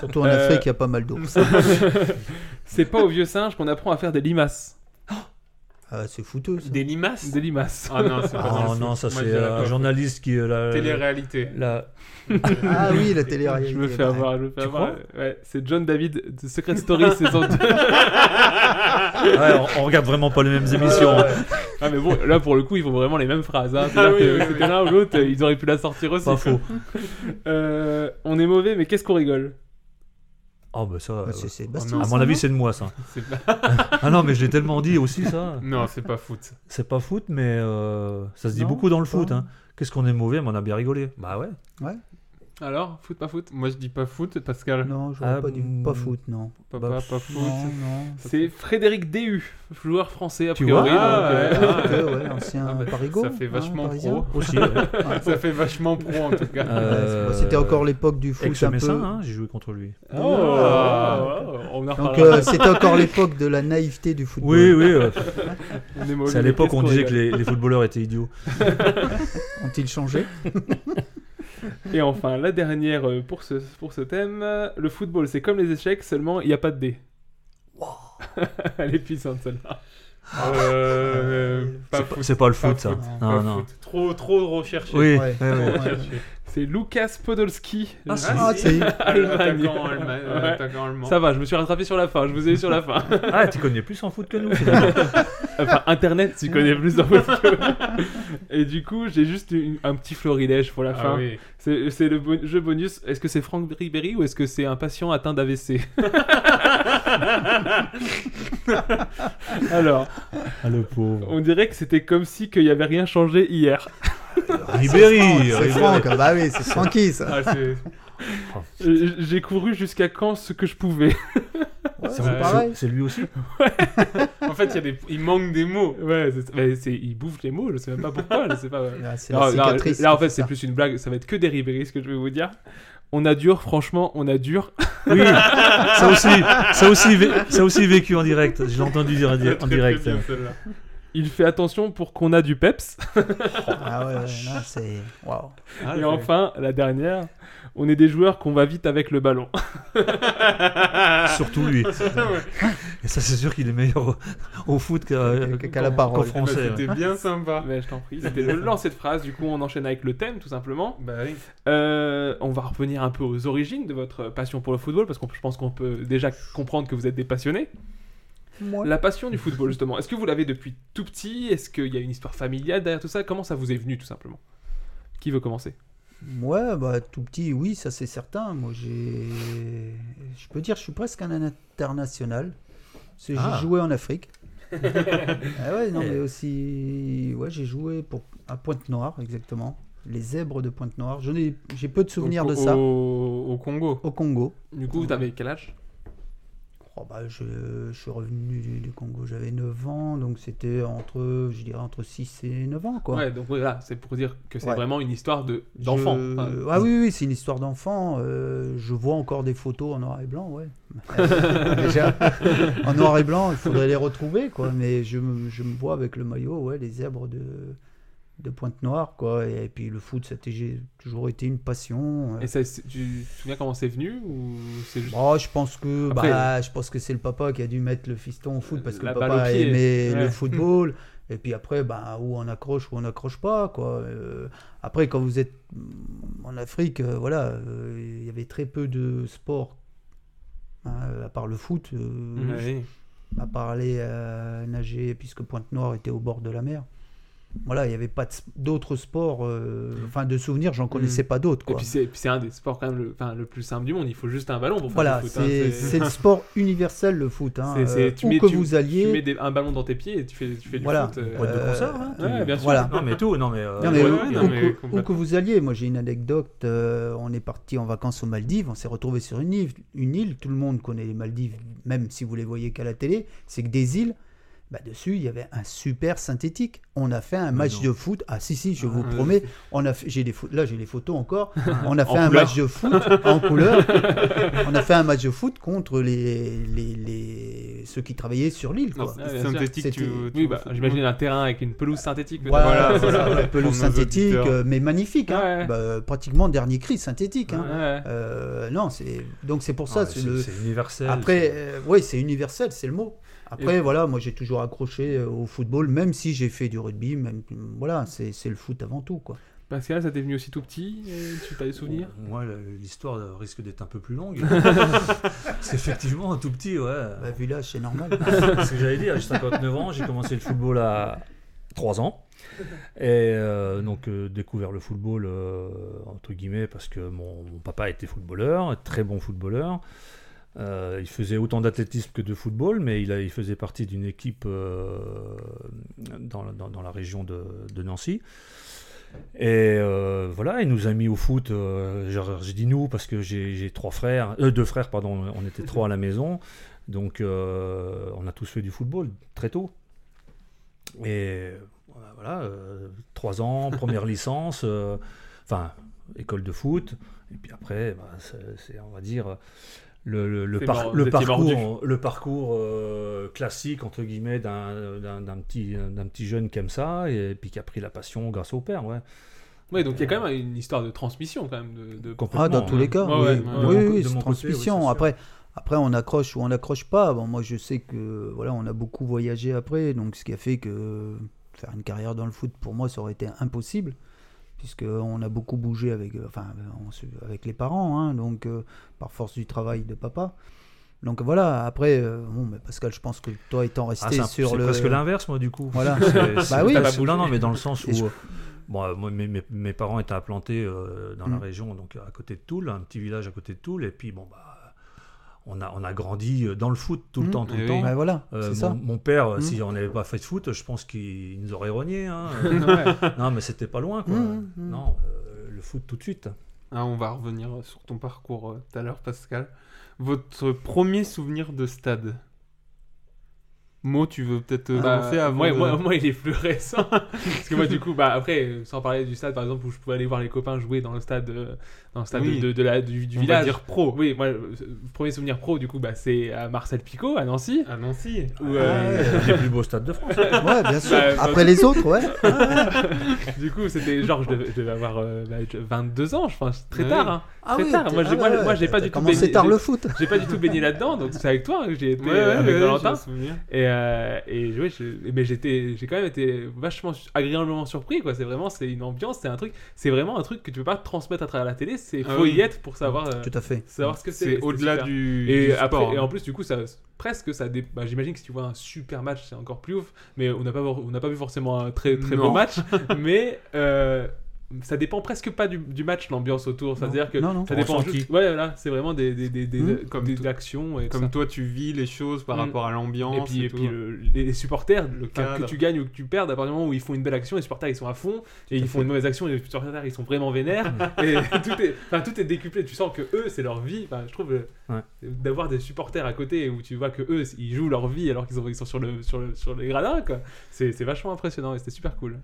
B: Surtout en
H: Euh,
B: Afrique, il y a pas mal d'ours.
H: C'est pas aux vieux singes qu'on apprend à faire des limaces.
B: Ah, c'est foutu.
G: <laughs>
H: Des limaces Des limaces.
G: Ah
H: <laughs>
G: non, c'est pas dans
I: Oh
G: le
I: non,
G: foot.
I: ça
G: Moi,
I: c'est
G: je dirais
I: euh,
G: pas.
I: un journaliste qui. euh, la-
G: Télé-réalité.
I: La...
B: Ah oui, la télé-réalité.
H: Je me fais
B: ouais.
H: avoir, je me fais
B: Tu
H: avoir.
B: crois
H: Ouais, c'est John David de Secret Story saison 2.
I: Ouais, on, on regarde vraiment pas les mêmes émissions. hein.
H: Ah, ouais. Ah, mais bon, là pour le coup, ils font vraiment les mêmes phrases. Hein.
G: Ah
H: C'est-à-dire
G: oui,
H: que
G: oui,
H: c'était l'un ou l'autre, euh, ils auraient pu la sortir aussi.
I: Pas
H: quoi.
I: faux.
H: Euh, on est mauvais, mais qu'est-ce qu'on rigole
I: Oh bah ça.
H: Ouais, c'est
I: euh,
H: Sébastien,
I: à
H: ça,
I: mon
H: non
I: avis, c'est de moi ça.
H: C'est pas-
I: ah non, mais je l'ai tellement dit aussi ça.
G: <laughs> Non, c'est pas foot.
I: C'est pas foot, mais euh, ça se dit
G: Non,
I: beaucoup dans le
G: pas.
I: foot. hein. Qu'est-ce qu'on est mauvais, mais on a bien rigolé. Bah ouais.
B: Ouais.
H: Alors, foot, pas foot
G: Moi je dis pas foot, Pascal.
B: Non, j'aurais
I: Ah,
B: pas dit pas foot, non.
G: Pas,
B: Bah,
G: pas, pas foot.
B: non, non.
H: C'est Frédéric Déhu, joueur français a
I: Tu
H: priori.
I: vois
H: donc,
I: Ah,
H: euh,
B: ouais, ouais, ouais, ancien
H: bah,
B: Parigo,
H: Ça fait
B: hein,
H: vachement
B: Parisien.
H: pro.
I: Aussi,
B: <laughs> ouais.
H: ça fait vachement pro en tout
I: <laughs>
H: cas.
I: Euh,
B: Bon, Bah, C'était encore l'époque du foot un peu.
I: Ex-Messin, hein, j'ai joué contre lui.
H: <laughs> Oh, on en
B: Donc
H: reparlera.
B: euh, c'était encore l'époque de la naïveté du football.
I: Oui, oui. euh,
H: On est mauvais,
I: C'est à
H: mais
I: l'époque
H: qu'est-ce
I: on
H: qu'on
I: disait que
H: rigole
I: les, les footballeurs étaient idiots.
B: Ont-ils changé
H: Et enfin, la dernière euh, pour ce, pour ce thème euh, le football, c'est comme les échecs, seulement il n'y a pas de dés. <laughs> Elle est puissante celle-là.
G: Euh,
I: C'est pas- c'est pas le foot, ça. Non,
G: pas
I: non.
G: foot. Trop, trop recherché.
I: Oui,
G: Trop
I: ouais, ouais.
G: recherché.
H: C'est Lukas Podolski.
G: Ah,
H: le
G: si.
H: Nazi.
G: Ah, si.
H: Allemagne.
G: Attaquant allemand- euh, attaquant allemand.
H: Ça va, je me suis rattrapé sur la fin, je vous ai eu sur la <laughs> fin.
I: Ah, tu connais plus en foot que nous, finalement.
H: enfin, Internet, tu connais plus en foot <laughs> que nous. Et du coup, j'ai juste une- un petit florilège pour la
G: Ah
H: fin.
G: oui.
H: C'est c'est le bon- jeu bonus. Est-ce que c'est Franck Ribéry ou est-ce que c'est un patient atteint <laughs> d'AVC Alors,
I: Ah, le pauvre.
H: on dirait que c'était comme si qu'il n'y avait rien changé hier.
I: Ah, Ribéry,
B: C'est Franck, ah bah oui, c'est Francky ça.
H: Ah, <laughs> c'est- Euh, J'ai couru jusqu'à quand ce que je pouvais.
I: C'est- c'est- pareil. c'est lui aussi
G: En fait, il, y a des- il manque des mots.
H: Ouais, c'est- mais c'est- il bouffe les mots, je sais même pas pourquoi, je sais pas.
B: Ah, c'est la
H: Non, non,
B: cicatrice
H: là, en
B: qui
H: fait,
B: fait
H: c'est
B: ça.
H: plus une blague, ça va être que des Ribéry, ce que je vais vous dire. On a dur, franchement, on a dur.
I: Oui, ça aussi, ça aussi, vé- ça aussi vécu en direct. Je l'ai entendu dire en, di- en direct.
H: Il fait attention pour qu'on a du peps.
B: Ah ouais, ouais, là c'est. Waouh.
G: Ah,
H: Et
G: c'est-
H: enfin, la dernière, on est des joueurs qu'on va vite avec le ballon.
I: <laughs> Surtout lui. Et ça, c'est sûr qu'il est meilleur au, au foot qu'à qu'en- qu'en français. hein. ouais.
G: Bah, bien sympa.
H: Ah, Mais je t'en prie, c'était le lance de phrase. Du coup, on enchaîne avec le thème, tout simplement.
G: Bah oui.
H: Euh, on va revenir un peu aux origines de votre passion pour le football, parce que je pense qu'on peut déjà comprendre que vous êtes des passionnés.
B: Moi.
H: La passion du football, justement, est-ce que vous l'avez depuis tout petit Est-ce qu'il y a une histoire familiale derrière tout ça Comment ça vous est venu, tout simplement Qui veut commencer
B: Ouais, bah tout petit, oui, ça c'est certain. Moi j'ai. Je peux dire, je suis presque un international. Parce que
I: Ah.
B: J'ai joué en
H: <laughs>
B: Afrique. ah ouais, non,
H: Eh.
B: mais aussi. Ouais, j'ai joué pour... à Pointe-Noire, exactement. Les zèbres de Pointe-Noire. J'en ai- J'ai peu de souvenirs
H: Au-
B: de ça.
H: Au, au Congo.
B: Au Congo.
H: Du coup, t'avais quel âge
B: Oh, bah, je, je suis revenu du, du Congo, j'avais 9 ans, donc c'était entre, je dirais, entre 6 et 9 ans, quoi.
H: Ouais, donc voilà, c'est pour dire que c'est
B: Ouais.
H: vraiment une histoire de- d'enfant.
B: Je-
H: Enfin,
B: ah oui, oui, c'est une histoire d'enfant. Euh, je vois encore des photos en noir et
H: <laughs>
B: blanc, ouais. Déjà, en noir et blanc, il faudrait les retrouver, quoi. Mais je, me- je me vois avec le maillot, ouais, les zèbres de, de Pointe-Noire, quoi. Et, puis le foot, ça a j'ai toujours été une passion. euh.
H: Et ça, c'est- tu te souviens comment c'est venu ou c'est juste...
B: Oh, je pense que
H: Après-
B: bah, je pense que c'est le papa qui a dû mettre le fiston au foot parce que
H: La
B: le
H: balle au
B: papa
H: pied.
B: aimait
H: Ouais.
B: le
H: <laughs>
B: football. Et puis après, bah, où on accroche, où on n'accroche pas. Quoi. Euh, après, quand vous êtes mm, en Afrique, euh, voilà, euh, il y avait très peu de sports, hein, à part le foot, euh,
H: Ouais.
B: à part aller euh, nager, puisque Pointe-Noire était au bord de la mer. Voilà, il n'y avait pas de s- d'autres sports, euh, enfin de souvenirs, j'en connaissais pas d'autres.
H: Mm. Et
B: quoi.
H: puis c'est puis c'est un des sports quand même le, enfin, le plus simple du monde. Il faut juste un ballon pour faire
B: Voilà,
H: du foot. hein,
B: c'est c'est le sport universel, le foot. Hein.
H: C'est- c'est-
B: Euh,
H: tu
B: où
H: mets-
B: que
H: tu-
B: vous alliez.
H: Tu mets des- un ballon dans tes pieds et tu fais, tu fais du
B: Voilà.
H: foot. euh,
I: Boîte de
B: Euh,
I: conserve, hein, tu-
H: ouais, bien sûr.
B: voilà.
I: Non, mais tout, non, mais. euh,
B: Non, mais
I: ouais,
B: où,
I: ouais, non,
B: où
I: mais
B: que-
I: complètement.
B: où que vous alliez, moi j'ai une anecdote. euh, on est parti en vacances aux Maldives, on s'est retrouvé sur une île, une île. Tout le monde connaît les Maldives, même si vous les voyez qu'à la télé. C'est que des îles. bah, dessus, il y avait un super synthétique. On a fait un match
I: non.
B: de foot. Ah si si, je vous
I: Ah,
B: promets, on a fait- j'ai des pho- là j'ai les photos encore. On
I: <laughs>
B: a
I: En
B: fait un
I: couleur.
B: match de foot en couleur. On a fait un match de foot contre les les, les- ceux qui travaillaient sur l'île quoi.
H: synthétique, tu,
B: C'était-
H: Oui, bah, j'imagine un terrain avec une pelouse synthétique. peut-être.
B: Voilà,
H: <laughs>
B: voilà, ouais, pelouse
H: Pour nos
B: synthétique,
H: auditeurs.
B: euh, mais magnifique. hein. Bah, pratiquement dernier cri synthétique. hein.
H: Ouais.
B: Euh, non, c'est donc c'est pour ça.
I: Ah, c'est-
B: le-
I: c'est universel,
B: Après,
I: c'est-
B: oui, c'est universel, c'est le mot. Après,
I: Et-
B: voilà, moi j'ai toujours accroché euh, au football, même si j'ai fait du rugby. Même voilà, c'est c'est le foot avant tout, quoi.
H: Pascal, ça t'est venu aussi tout petit euh, Tu as des souvenirs
I: Moi, la- l'histoire euh, risque d'être un peu plus longue. c'est effectivement tout petit, ouais.
B: Bah, vu l'âge, c'est normal.
I: <laughs> Ce que j'allais dire, j'ai 59 ans, j'ai commencé le football à 3 ans. Et euh, donc, euh, découvert le football, euh, entre guillemets, parce que mon, mon papa était footballeur, très bon footballeur. Euh, il faisait autant d'athlétisme que de football, mais il, a- il faisait partie d'une équipe euh, dans, la- dans- dans la région de, de Nancy. Et euh, voilà, il nous a mis au foot. euh, genre, je dis nous parce que j'ai j'ai trois frères, euh, deux frères, pardon. On était trois à la maison, donc euh, on a tous fait du football très tôt. Et voilà, voilà, euh,
H: <laughs>
I: trois ans, première licence, euh, enfin école de foot. Et puis après, bah, c'est- c'est, on va dire le, le- le
H: T'es
I: par-
H: mort-
I: le
H: t'es
I: parcours,
H: mordu.
I: le parcours euh, classique entre guillemets d'un d'un- d'un petit d'un petit jeune comme ça, et puis qui a pris la passion grâce au père, ouais.
H: Ouais, donc il y a quand même une histoire de transmission, quand même. De, de-
B: Ah, dans tous les cas,
H: Ouais,
B: oui,
H: ouais,
B: oui,
H: ouais.
I: mon co-
B: oui, oui,
I: hein. de
B: c'est
I: mon côté, oui,
B: transmission. après, après, on accroche ou on n'accroche pas. Bon, moi, je sais que voilà, on a beaucoup voyagé après, donc ce qui a fait que faire une carrière dans le foot pour moi, ça aurait été impossible, puisque on a beaucoup bougé avec, euh, enfin, on se- avec les parents, hein, donc euh, par force du travail de papa. Donc voilà, après, euh, bon, mais Pascal, je pense que toi étant
I: Ah,
B: resté
I: c'est un-
B: sur
I: c'est
B: le.
I: presque l'inverse, moi, du coup.
B: Voilà.
I: <laughs> C'est- c'est-
B: bah oui,
I: parce- non, non, mais dans le sens où.
B: Et je-
I: euh, bon, euh, moi, mes, mes- mes parents étaient implantés euh, dans la
B: Mm.
I: région, donc à côté de Toul, un petit village à côté de Toul, et puis bon, bah. On a, on a grandi euh, dans le foot tout le
B: Mm.
I: temps, tout
B: Eh
I: le
B: oui.
I: temps.
B: Bah voilà, c'est
I: mon,
B: ça.
I: mon père, euh,
B: Mm.
I: si on n'avait pas fait de foot, je pense qu'il nous aurait rogné.
B: <laughs>
I: hein.
H: Ouais.
I: non, mais c'était pas loin, quoi.
H: Mm, mm.
I: Non, euh, le foot tout de suite.
G: Ah, on va revenir sur ton parcours euh, tout à l'heure, Pascal. Votre premier souvenir de stade Mo, tu veux peut-être euh,
H: Bah,
G: lancer avant
H: moi,
G: de-
H: moi, moi, il est plus récent. <laughs> Parce que moi, du coup, bah, après, euh, sans parler du stade, par exemple, où je pouvais aller voir les copains jouer dans le stade, euh, dans le stade
G: Oui.
H: de, de la, du, du
G: On va
H: village.
G: dire pro.
H: Oui, moi, le premier souvenir pro, du coup, bah, c'est à Marcel Picot, à Nancy.
G: À Nancy.
H: Où,
I: Ouais, Euh, les plus beaux stades de France. <laughs>
B: Ouais, bien sûr.
H: bah,
B: Après les autres, ouais. Ouais, ouais.
H: <laughs> du coup, c'était genre, je devais, je devais avoir euh, bah, je- 22 ans, je pense. Très
B: Ouais.
H: tard. Hein.
B: Ah
H: très
B: oui,
H: tard.
B: t'es-
H: Moi,
B: ah
H: j'ai moi,
B: ouais,
H: moi, j'ai
B: t'as
H: pas du tout
B: commencé
H: baigné.
B: tard le
H: j'ai- <laughs>
B: foot.
H: J'ai pas du tout baigné là-dedans, donc c'est avec toi que j'ai été
G: Ouais,
H: euh,
G: ouais,
H: avec
G: ouais,
H: Valentin.
G: je me souviens.
H: Et, euh, et ouais, je- mais j'étais, j'ai quand même été vachement su- agréablement surpris quoi. C'est vraiment, c'est une ambiance, c'est un truc, c'est vraiment un truc que tu peux pas transmettre à travers la télé. C'est
G: Ah
H: faut
G: oui.
H: y être pour savoir. euh,
B: Tout à fait.
H: Savoir ce que c'est.
G: C'est
H: C'était
G: au-delà
H: super.
G: du-
H: Et
G: du
H: après,
G: sport. hein.
H: et en plus du coup ça presque ça. dé- bah, J'imagine que si tu vois un super match, c'est encore plus ouf. Mais on n'a pas on n'a pas vu forcément un très très
G: Non. <laughs>
H: beau match. mais euh, ça dépend presque pas du, du match l'ambiance autour. C'est-à-dire que
G: Non, non.
H: ça dépend.
G: Ressenti.
H: juste- Ouais voilà, c'est vraiment des des des, des,
G: Mm.
H: comme des actions et tout
G: Comme
H: ça.
G: toi, tu vis les choses par
H: Mm.
G: rapport à l'ambiance.
H: Et puis,
G: et
H: et
G: tout.
H: puis euh, le- les supporters, le- enfin, que
G: cadre.
H: tu gagnes ou que tu perds, à partir du moment où ils font une belle action, les supporters ils sont à fond, et ils font une mauvaise action, et les supporters ils sont vraiment <laughs> vénères, et tout est, enfin, tout est décuplé. Tu sens que eux c'est leur vie. Enfin, je trouve euh,
I: Ouais.
H: d'avoir des supporters à côté où tu vois que eux ils jouent leur vie alors qu'ils sont, ils sont sur, le, sur, le, sur les gradins, quoi. C'est c'est vachement impressionnant et c'était super cool.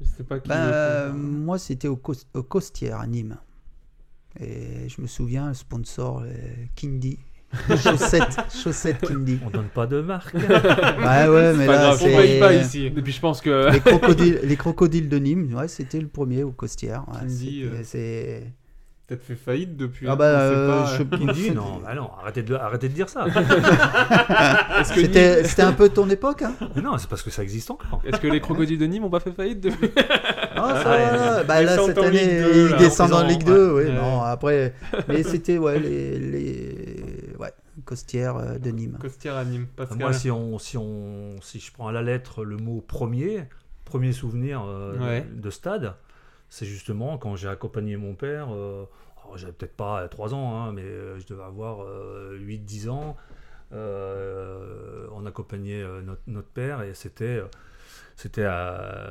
H: Je sais pas qui.
B: Ben,
H: veut
B: euh, moi, c'était au, Cos- au Costières à Nîmes. Et je me souviens, le sponsor euh, Kindy. chaussettes, chaussettes Kindy.
I: On donne pas de marque.
B: ouais, ouais, mais
H: pas
B: là,
H: grave, on
B: c'est- euh,
H: paye pas ici. Et puis, je pense que-
B: Les crocodiles, les crocodiles de Nîmes, ouais, c'était le premier au Costières. ouais,
G: Kindy,
B: c'était-
G: euh,
B: c'est.
G: Peut-être fait faillite depuis.
B: Ah
G: hein,
B: bah,
G: on sait
B: euh,
G: pas.
B: je-
I: Qui dit non, bah non, arrêtez de, arrêtez de dire
B: <laughs>
I: ça.
B: Est-ce que C'était- Nîmes- c'était un peu ton époque, hein
I: Non, c'est parce que ça existe encore.
H: Est-ce que les crocodiles de Nîmes ont pas fait faillite depuis
B: Ah, ça va, là. Bah, là, cette année, ils descendent en Ligue 2. oui, non, après. Mais c'était, ouais, les. les- Ouais, Costières euh, de Nîmes.
G: Costières à Nîmes, Pascal.
I: Euh, Moi, si, on, si, on, si je prends à la lettre le mot premier, premier souvenir euh,
G: Ouais.
I: de stade, c'est justement quand j'ai accompagné mon père. euh, oh, J'avais peut-être pas 3 ans, hein, mais euh, je devais avoir 8-10 ans. Euh, on accompagnait euh, notre, notre père et c'était euh, c'était à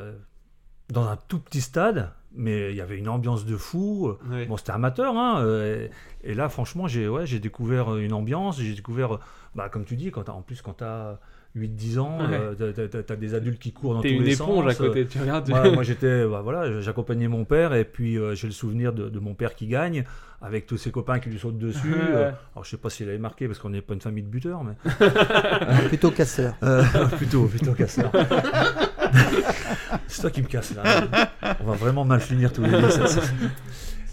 I: dans un tout petit stade, mais il y avait une ambiance de fou.
G: Ouais.
I: Bon, c'était amateur, hein, euh, et, et là, franchement, j'ai ouais, j'ai découvert euh, une ambiance, j'ai découvert, bah, comme tu dis, quand t'as- en plus, quand t'as 8-10 ans,
G: Ouais.
I: euh, t'as- t'as- t'as des adultes qui courent dans tous
G: T'es
I: les
G: une
I: sens.
G: éponge à
I: euh,
G: côté, tu regardes.
I: ouais, moi, j'étais, bah, voilà, j'accompagnais mon père, et puis euh, j'ai le souvenir de, de mon père qui gagne, avec tous ses copains qui lui sautent dessus.
G: <laughs> Ouais.
I: euh, alors, je sais pas s'il avait marqué, parce qu'on n'est pas une famille de buteurs, mais.
B: Plutôt casseur.
I: Euh, <laughs> plutôt, plutôt casseur. c'est toi qui me casse là. On va vraiment mal finir tous les deux. ça, ça.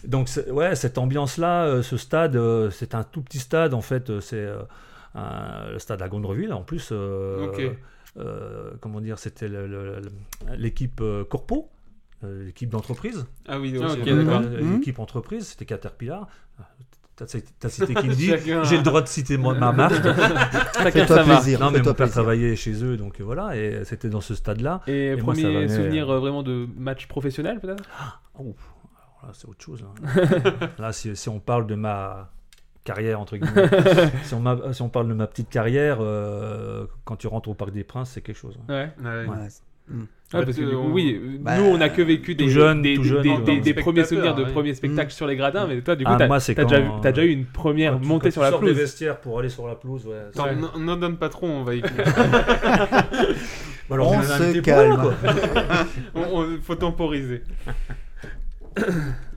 I: Donc c'est- ouais, cette ambiance-là, euh, ce stade, euh, c'est un tout petit stade en fait. euh, C'est euh, un- le stade à Gondreville en plus. euh,
G: Ok.
I: euh, comment dire, c'était le- le- le- l'équipe euh, Corpo, euh, l'équipe d'entreprise.
G: Ah oui,
I: Euh,
G: ok,
I: euh,
G: d'accord.
I: L'équipe entreprise, c'était Caterpillar. T'as
G: <laughs>
I: t'as cité Kindy,
G: Chacun-
I: j'ai le droit de citer moi- ma marque.
G: <laughs> Chacun Fais-toi sa marque. plaisir,
I: Non, mais
G: fais-toi
I: mon père
G: plaisir.
I: travaillait chez eux, donc euh, voilà, et c'était dans ce stade-là.
H: Et,
I: moi, ça
H: premier
I: venait-
H: souvenir euh, vraiment de match professionnel, peut-être
I: Oh, alors là, c'est autre
G: <laughs>
I: chose. hein. là, si, si on parle de ma carrière,
G: <laughs>
I: entre guillemets, si, on m'a- si on parle de ma petite carrière, euh, quand tu rentres au Parc des Princes, c'est quelque chose. hein.
H: Ouais.
G: Ouais.
I: Ouais.
B: Mm.
G: Ah,
H: Ouais, parce que du coup,
G: on-
H: oui, euh,
G: Bah,
H: nous on a que vécu des,
I: tout jeune,
H: des,
I: tout jeune,
H: des-
I: en
H: des-
I: tant que
H: des premiers
G: spectateur,
H: souvenirs de
G: ouais. Mm.
H: premiers spectacles sur les gradins, mais toi du coup
I: Ah,
H: t'as
I: moi, c'est
H: t'as
I: quand-
H: déjà, vu- t'as déjà eu une
G: euh,
H: première
I: Quand tu-
H: montée
I: quand
H: sur
I: tu
H: la
I: sors
H: pelouse.
I: des vestiaires pour aller sur la pelouse, ouais.
G: Attends,
I: c'est-
G: n- N'en donne pas trop, on va y.
H: <laughs>
I: Bah alors, On on a se invité pour calme. là,
G: On- on- faut
H: <laughs>
G: temporiser. <coughs>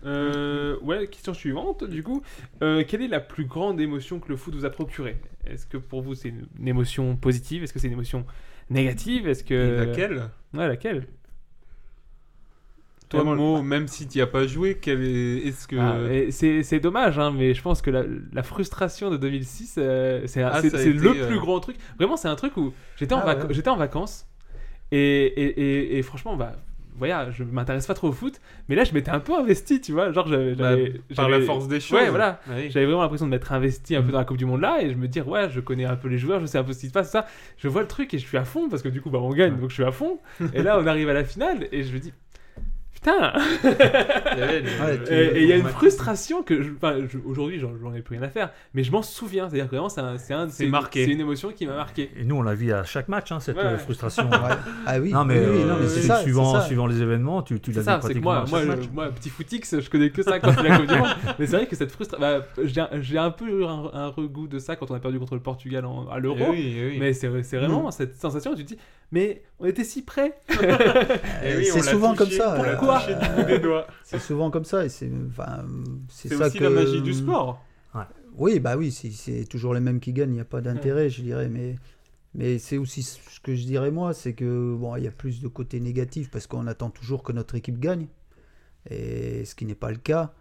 G: Euh, ouais, question suivante. Du coup, Euh, quelle est la plus grande émotion que le foot vous a procurée Est-ce que pour vous c'est une, une émotion positive Est-ce que c'est une émotion négative Est-ce que
H: Et Euh, laquelle
G: Ouais, laquelle Toi,
H: Vraiment- <laughs>
G: Mo, même si tu n'y as pas joué, quelle est- est-ce que
H: Ah, et c'est c'est dommage, hein, mais je pense que la, la frustration de 2006, euh, c'est un-
G: Ah,
H: c'est-
G: ça a
H: c'est
G: été,
H: le
G: euh,
H: plus grand truc. Vraiment, c'est un truc où j'étais en,
G: Ah,
H: vac-
G: ouais.
H: j'étais en vacances et, et- et- et franchement, bah. Voilà, je m'intéresse pas trop au foot, mais là je m'étais un peu investi, tu vois. Genre, j'avais.
G: Bah,
H: j'avais-
G: par
H: j'avais-
G: la force Mm. des choses. Ah
H: Ouais, voilà.
G: Oui.
H: <laughs> J'avais vraiment l'impression de m'être investi un peu dans la Coupe du Monde là et je me dire, ouais, je connais un peu les joueurs, je sais un peu ce qui se passe, ça. Je vois le truc et je suis à fond parce que du coup, bah, on gagne, donc je suis à fond. Et là, on arrive à la finale et je me dis, putain
G: le-
H: Et et il y a une
G: Ouais.
H: frustration que je- enfin, je- aujourd'hui j'en j'en ai plus rien à faire mais je m'en souviens c'est à dire que vraiment c'est un- c'est un- c'est une-
G: marqué.
H: c'est une émotion qui m'a marqué
I: Et nous, on la vit à chaque match, hein, cette
H: Ouais.
I: euh,
G: <laughs>
I: frustration.
H: Ouais.
B: Ah oui.
I: Non, mais,
B: Oui, oui, non, mais
I: euh,
B: c'est ça,
I: suivant,
B: c'est ça.
I: suivant les événements, tu, tu la
H: C'est
I: vis
H: ça, c'est que
I: pratiquement
H: moi,
I: à chaque
H: moi,
I: match.
H: je- moi, petit footix, je connais que ça quand c'est la Coupe du
B: <laughs>
H: Monde. Mais c'est vrai que cette frustration. j'ai un- j'ai un peu eu un, un regoût de ça quand on a perdu contre le Portugal en- à l'Euro.
G: Eh oui, eh oui.
H: Mais c'est c'est
B: Mm.
H: vraiment cette sensation où tu te dis, mais on était si près
G: <laughs> Eh oui, on
B: c'est
G: l'a
B: souvent
G: touché,
B: comme ça.
G: on l'a
B: euh,
G: touché du bout des doigts.
B: C'est souvent comme ça et c'est enfin,
G: C'est
B: ça
G: aussi
B: que-
G: la magie du sport.
B: Oui, bah oui, si c'est toujours les mêmes qui gagnent, il n'y a pas
G: Mm.
B: d'intérêt, je dirais. Mais, mais c'est aussi ce que je dirais moi, c'est que bon, il y a plus de côté négatif parce qu'on attend toujours que notre équipe gagne, et ce qui n'est pas le cas.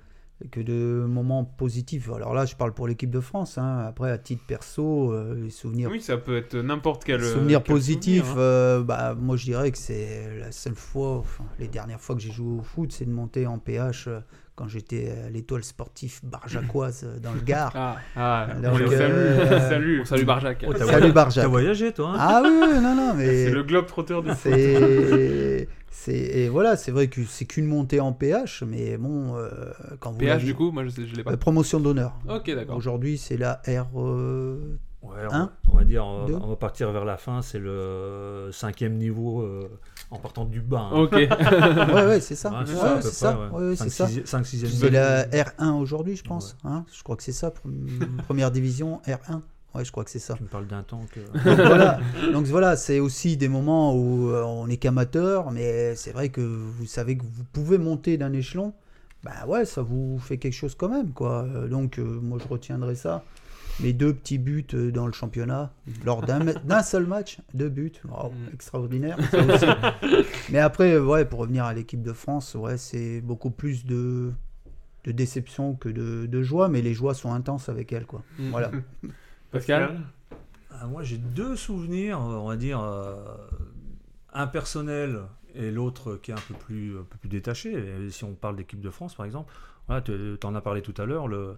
B: et Que de moments positifs. Alors là, je parle pour l'équipe de France. hein. Après, à titre perso, euh, les souvenirs
G: Oui, ça peut être n'importe quel. euh,
B: souvenir
G: quel
B: positif,
G: souvenir, hein.
B: euh, bah, moi je dirais que c'est la seule fois, enfin, les dernières fois que j'ai joué au foot, c'est de monter en PH euh, quand j'étais à l'étoile sportive barjacoise euh, dans le
G: <laughs>
B: Gard.
H: Ah, ah, on
B: Donc,
H: les salue, on les salue. On salue Barjac. Oh, t'as
B: salut
H: voyagé-
B: Barjac.
H: t'as voyagé, toi, hein.
B: Ah oui, oui, non, non, mais.
H: C'est le <laughs> globe-trotteur du foot.
B: <laughs> C'est. c'est- Et voilà, c'est vrai que c'est qu'une montée en PH, mais bon, euh, quand vous.
H: PH,
B: l'avez-
H: du coup, moi, je sais- je l'ai pas.
B: Euh, promotion d'honneur.
H: Ok, d'accord.
B: Aujourd'hui, c'est la R. euh,
I: Ouais, on,
B: un,
I: on va dire, on,
B: deux.
I: va- on va partir vers la fin, c'est le euh, cinquième niveau euh, en partant du bas. hein.
H: <laughs>
B: Ok. ouais, ouais, c'est ça.
I: Ouais,
B: Ouais,
I: à
B: ouais,
I: peu
B: c'est ça.
I: près, ouais.
B: Ouais, ouais, c'est
I: Cinq,
B: ça.
I: sixi- cinq, sixième
B: C'est
I: niveau.
B: la R1 aujourd'hui, je pense. hein. je crois que c'est ça. pr- Première division, R1. Ouais, je crois que c'est ça.
I: Tu me parles d'un temps que.
B: <laughs> Donc voilà, Donc voilà, c'est aussi des moments où euh, on n'est qu'amateur, mais c'est vrai que vous savez que vous pouvez monter d'un échelon. Bah ouais, ça vous fait quelque chose quand même, quoi. Euh, Donc euh, moi je retiendrai ça. Mes deux petits buts euh, dans le championnat, lors d'un ma- d'un seul match, deux buts, Wow, extraordinaire. ça aussi. Mais après, ouais, pour revenir à l'équipe de France, ouais, c'est beaucoup plus de, de déception que de, de joie, mais les joies sont intenses avec elle, quoi. Voilà.
I: Ah, Moi, j'ai deux souvenirs, euh, on va dire, euh, un personnel et l'autre qui est un peu plus, un peu plus détaché. Et si on parle d'équipe de France, par exemple, voilà, tu en as parlé tout à l'heure. le-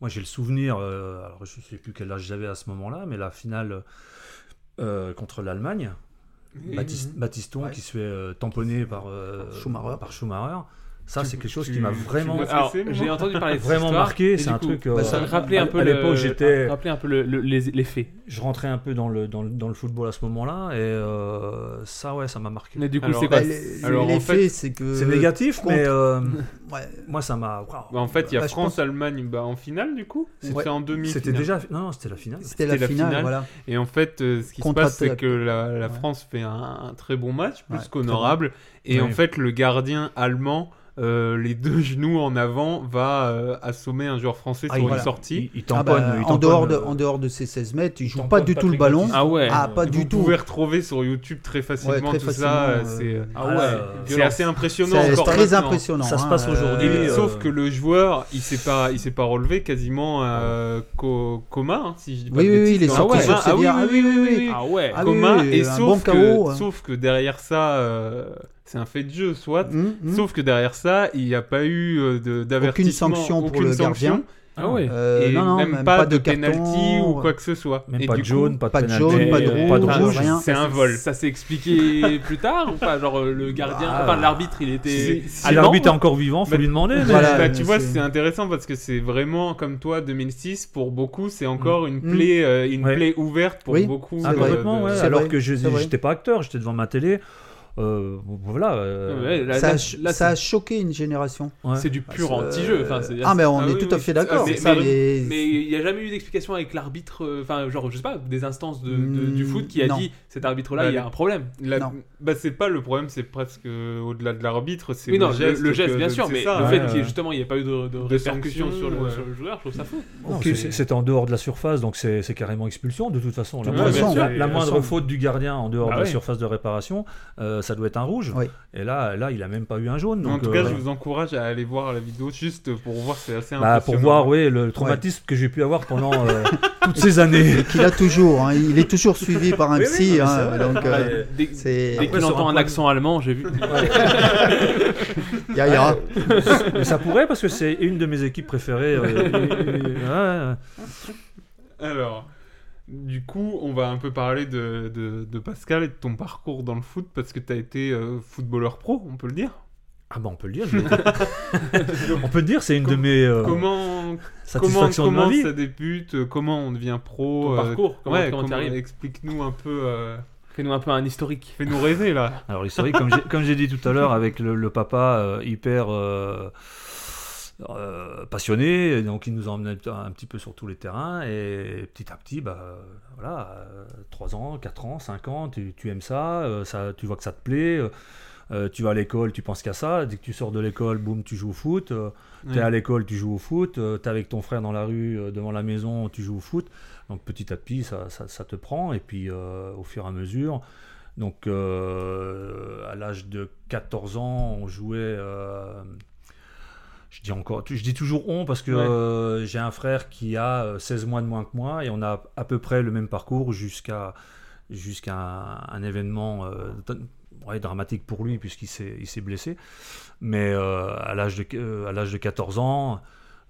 I: Moi, j'ai le souvenir, euh, alors je ne sais plus quel âge j'avais à ce moment-là, mais la finale euh, contre l'Allemagne.
G: Oui.
I: Batis-
B: Bah,
G: Mhm.
I: Batiston
G: Ouais.
I: qui se fait euh, tamponner par, euh,
B: Schumacher.
I: par Schumacher. Ça, c'est quelque chose
H: tu-
I: qui m'a
H: tu
I: vraiment.
H: vois ce que c'est, moi J'ai entendu parler de cette
I: Vraiment
H: histoire, et
I: marqué.
H: du
I: C'est un
H: coup,
I: truc.
H: bah, ça me rappelait
I: à-
H: un peu
I: À
H: le-
I: l'époque, j'étais.
H: rappelait un peu les, faits.
I: Je rentrais un peu dans le, dans le, dans le football à ce moment-là, et euh, ça, ouais, ça m'a marqué.
H: Mais du coup, Alors, c'est quoi bah,
B: les- les faits, c'est que-
I: C'est négatif, mais
B: contre-
I: euh,
B: Ouais.
I: moi, ça m'a. waouh.
G: Bah, en fait, il y a
I: Bah, je pense-
G: France-Allemagne bah, en finale, du coup C'était
I: Ouais.
G: en demi
I: C'était déjà- non, non, c'était la finale.
B: C'était la finale, voilà.
G: Et en fait, euh, ce qui se
B: Contre
G: passe, c'est
B: attaque.
G: que la, la
B: Ouais.
G: France fait un, un très bon match, plus
B: Ouais, très
G: qu'honorable.
B: bon.
G: Et
B: Oui.
G: en fait, le gardien allemand. euh, les deux <laughs> genoux en avant va euh, assommer un joueur français
B: Ah,
G: sur
B: il-
G: une sortie.
I: il euh,
B: Ah bah, en, dehors de, en dehors de ces 16 mètres, il joue pas du tout le ballon.
G: Ah ouais.
B: pas
G: Vous
B: du tout.
G: pouvez retrouver sur YouTube très facilement
B: Ouais, très
G: tout
B: facilement,
G: ça.
B: euh,
G: c'est
B: Ah
G: c'est-
B: ouais,
G: c'est
B: violence.
G: assez impressionnant.
B: C'est
G: encore
B: très
G: maintenant.
B: impressionnant, Ça se hein, passe euh, aujourd'hui,
G: Et
B: euh,
G: Sauf que le joueur, il s'est pas, il s'est pas relevé quasiment euh, qu'au coma, hein, si je dis pas
B: Oui,
G: de
B: oui, oui,
G: bêtises,
B: il est
G: dans-
B: sorti
G: ah ouais,
B: sur
G: ah
B: ses
G: oui,
B: bières.
G: oui,
B: Ah
G: oui, oui, oui,
B: oui.
G: Ah ouais.
B: Ah oui,
G: coma.
B: oui,
G: et
B: un
G: sauf
B: bon
G: que,
B: KO, hein.
G: sauf que derrière ça. euh, c'est un fait de jeu, soit.
B: mm.
G: Sauf que derrière ça, il n'y a pas eu euh, de- d'avertissement,
B: sanction pour
G: aucune
B: le
G: sanction.
B: gardien.
G: Ah ouais.
B: Euh,
G: et
B: non, non,
G: même,
B: même
G: pas,
B: pas
G: de,
B: de
G: penalty
B: carton, euh,
G: ou quoi que ce soit.
I: Même
G: Et
I: pas
G: du
I: de jaune,
G: coup-
I: pas de Pas de pénalty, jaune, pas de euh, rouge, pas de
G: Enfin,
I: rien.
G: C'est un vol.
H: Ça s'est
B: <laughs>
H: expliqué plus tard ou pas Genre euh, le gardien,
G: Bah,
H: enfin l'arbitre, il était.
G: Si- si
H: allemand
I: l'arbitre est encore vivant, faut
G: Bah,
I: lui demander, mais-
G: voilà, bah,
I: Voilà,
G: tu
I: mais
G: vois,
I: c'est-
G: c'est intéressant parce que c'est vraiment comme toi, 2006, pour beaucoup, c'est encore une
B: Hmm.
I: Mm.
G: plaie, euh, une
I: Ouais.
G: plaie ouverte pour
I: Oui.
G: beaucoup.
I: Ah,
G: de-
I: complètement,
G: de-
I: ouais.
G: de-
I: Alors que je
G: bah, C'est vrai.
I: n'étais pas acteur, j'étais devant ma télé. Euh, voilà. euh,
B: ça, a, ch- ça a choqué une génération.
I: Ouais.
H: C'est du pur
B: Parce, euh,
H: anti-jeu. enfin, c'est-
B: ah, mais on est
H: oui,
B: tout à
H: oui.
B: fait d'accord.
H: Mais-
B: Ça,
H: mais-
B: les-
H: Mais il n'y a jamais eu d'explication avec l'arbitre, euh, enfin, genre, je sais pas, des instances de, de- du
G: Hmm,
H: foot qui a
G: non.
H: dit cet arbitre-là,
G: Bah,
H: il y a
G: le-
H: un problème.
G: la- Bah, c'est pas le problème, c'est presque euh, au-delà de l'arbitre. c'est
H: Oui, non, le le geste,
G: geste que-
H: bien
G: de-
H: sûr,
G: c'est
H: mais
G: ça,
H: le
G: ouais.
H: fait qu'il y ait justement, il n'y ait pas eu de, de
G: De
H: répercussion
G: sanctions,
H: sur, le,
G: ouais.
H: sur le joueur, je trouve ça fou.
I: Non, c'est- C'était en dehors de la surface, donc c'est c'est carrément expulsion de toute façon. La
H: Ouais,
I: moindre,
H: bien sûr.
I: la- la
H: Bien
I: moindre
H: sûr.
I: faute du gardien en dehors
G: Ah
H: Bah
I: de la
H: oui.
I: surface de réparation, euh, ça doit être un rouge.
B: Oui.
I: Et là, là, il a même pas eu un jaune.
G: en
I: donc,
G: tout cas,
I: euh,
G: je vous encourage à aller voir la vidéo juste pour voir, c'est assez
I: bah,
G: impressionnant.
I: pour voir ouais, le traumatisme que j'ai pu avoir pendant euh, toutes ces années.
B: Et Qu'il a toujours, hein, il est toujours suivi par un
I: Oui, oui,
B: psy.
I: non, mais
B: hein,
I: c'est vrai.
B: donc, euh,
H: Dès,
B: c'est-
H: dès qu'il entend un accent allemand, j'ai vu.
B: Ya, ya.
I: Ouais, mais ça pourrait parce que c'est une de mes équipes préférées.
G: <laughs>
I: euh, euh, ouais.
G: Alors, du coup, on va un peu parler de, de- de Pascal et de ton parcours dans le foot parce que tu as été euh, footballeur pro, on peut le
I: <laughs>
G: dire.
I: Ah bah on peut le dire. je
G: <laughs>
I: l'ai- on peut le dire, c'est une de mes euh,
G: comment comment,
I: satisfactions de ma
G: comment
I: vie.
G: ça débute euh, Comment on devient pro euh,
H: Ton parcours, comment-
G: ouais,
H: comment t'y arrives
G: Explique-nous un peu. euh,
H: Fais-nous un peu un historique.
G: Fais-nous rêver là.
I: <laughs> Alors les souris, comme j'ai- comme j'ai dit tout à l'heure, avec le, le papa euh, hyper euh, euh, passionné, et donc il nous emmenait un un petit peu sur tous les terrains, et petit à petit, bah, voilà, euh, 3 ans, 4 ans, 5 ans, tu, tu aimes ça, euh, ça, tu vois que ça te plaît. euh, euh, tu vas à l'école, tu penses qu'à ça. Dès que tu sors de l'école, boum, tu joues au foot. euh, T'es
G: Ouais.
I: à l'école, tu joues au foot. euh, T'es avec ton frère dans la rue, euh, devant la maison, tu joues au foot. Donc petit à petit, ça, ça- ça te prend. Et puis euh, au fur et à mesure, donc euh, à l'âge de 14 ans, on jouait. euh, je dis encore, je dis toujours on parce que
G: Ouais.
I: euh, j'ai un frère qui a euh, 16 mois de moins que moi et on a à peu près le même parcours jusqu'à jusqu'à un, un événement euh, d- ouais, dramatique pour lui puisqu'il s'est il s'est blessé. Mais euh, à l'âge de euh, à l'âge de 14 ans,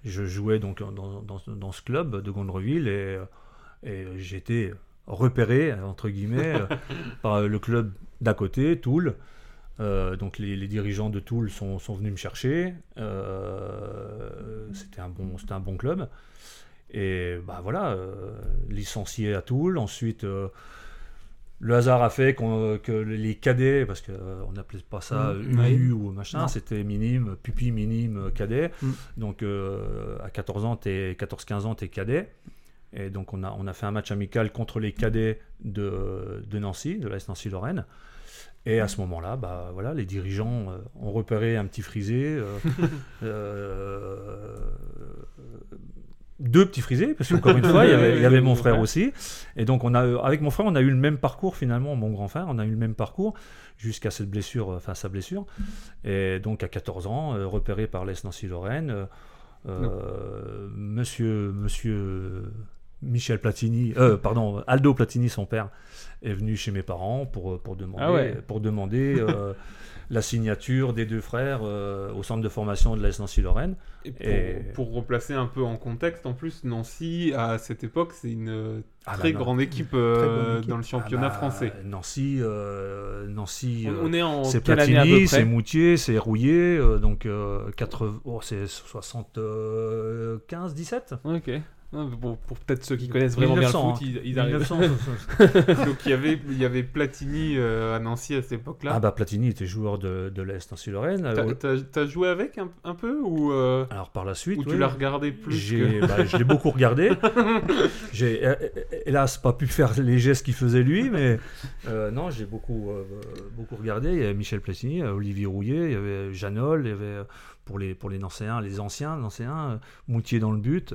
I: je jouais donc dans, dans- dans ce club de Gondreville et, et j'étais repéré entre guillemets euh, par le club d'à côté, Toul. Euh, donc les, les dirigeants de Toul sont, sont venus me chercher. Euh, c'était un bon c'était un bon club. Et bah voilà, euh, licencié à Toul. Ensuite, euh, le hasard a fait qu'on- que les cadets, parce qu'on n'appelait pas ça
G: Mhm.
I: euh,
G: Oui.
I: UU ou machin,
G: Non.
I: c'était minime, pupille minime, euh, cadet.
G: Mm.
I: Donc euh, à 14 ans, t'es 14-15 ans, t'es cadet. Et donc on a, on a fait un match amical contre les cadets de, de Nancy, de l'AS Nancy-Lorraine. Et à ce moment-là, bah, voilà, les dirigeants euh, ont repéré un petit frisé, euh, euh, deux petits frisés, parce qu'encore une fois, il y avait, il y avait mon frère aussi. Et donc, on a, euh, avec mon frère, on a eu le même parcours finalement, mon grand frère, on a eu le même parcours jusqu'à cette blessure, euh, enfin sa blessure. Et donc, à 14 ans, euh, repéré par l'Est Nancy Lorraine, euh, euh, monsieur, monsieur Michel Platini, euh, pardon, Aldo Platini, son père, est venu chez mes parents pour, pour demander,
H: Ah ouais.
I: pour demander
G: <laughs>
I: euh, la signature des deux frères euh, au centre de formation de l'AS Nancy-Lorraine.
G: Et pour, pour replacer un peu en contexte, en plus, Nancy, à cette époque, c'est une euh,
I: Ah,
G: très
I: bah,
G: grande
I: non.
G: équipe
I: Très
G: euh,
I: bonne équipe.
G: dans le championnat
I: Ah bah,
G: français.
I: Nancy, euh, Nancy
G: On-
I: euh,
G: on est en
I: c'est
G: quelle année à peu
I: Platini,
G: près
I: c'est Moutier, c'est Rouillé, euh, donc euh, 80, oh, c'est 75, 17
G: Ok. Pour, pour peut-être <laughs> ceux qui connaissent vraiment bien le foot, ils, ils arrivent. <laughs> Donc il y avait, il y avait Platini euh, à Nancy à cette époque-là.
I: Ah bah Platini était joueur de, de l'Est Nancy-Lorraine.
G: T'as-
I: Euh,
G: T'as t'as joué avec un, un peu ou euh,
I: Alors par la suite,
G: ou tu
I: oui.
G: l'as regardé plus
I: J'ai-
G: que-
I: bah, je l'ai beaucoup
G: <laughs>
I: regardé. J'ai euh, euh, hélas pas pu faire les gestes qu'il faisait lui, mais euh, non, j'ai beaucoup euh, beaucoup regardé. Il y avait Michel Platini, euh, Olivier Rouillet, il y avait Janol, il y avait euh, pour les pour les Nancéens, les anciens Nancéens, euh, Moutier dans le but.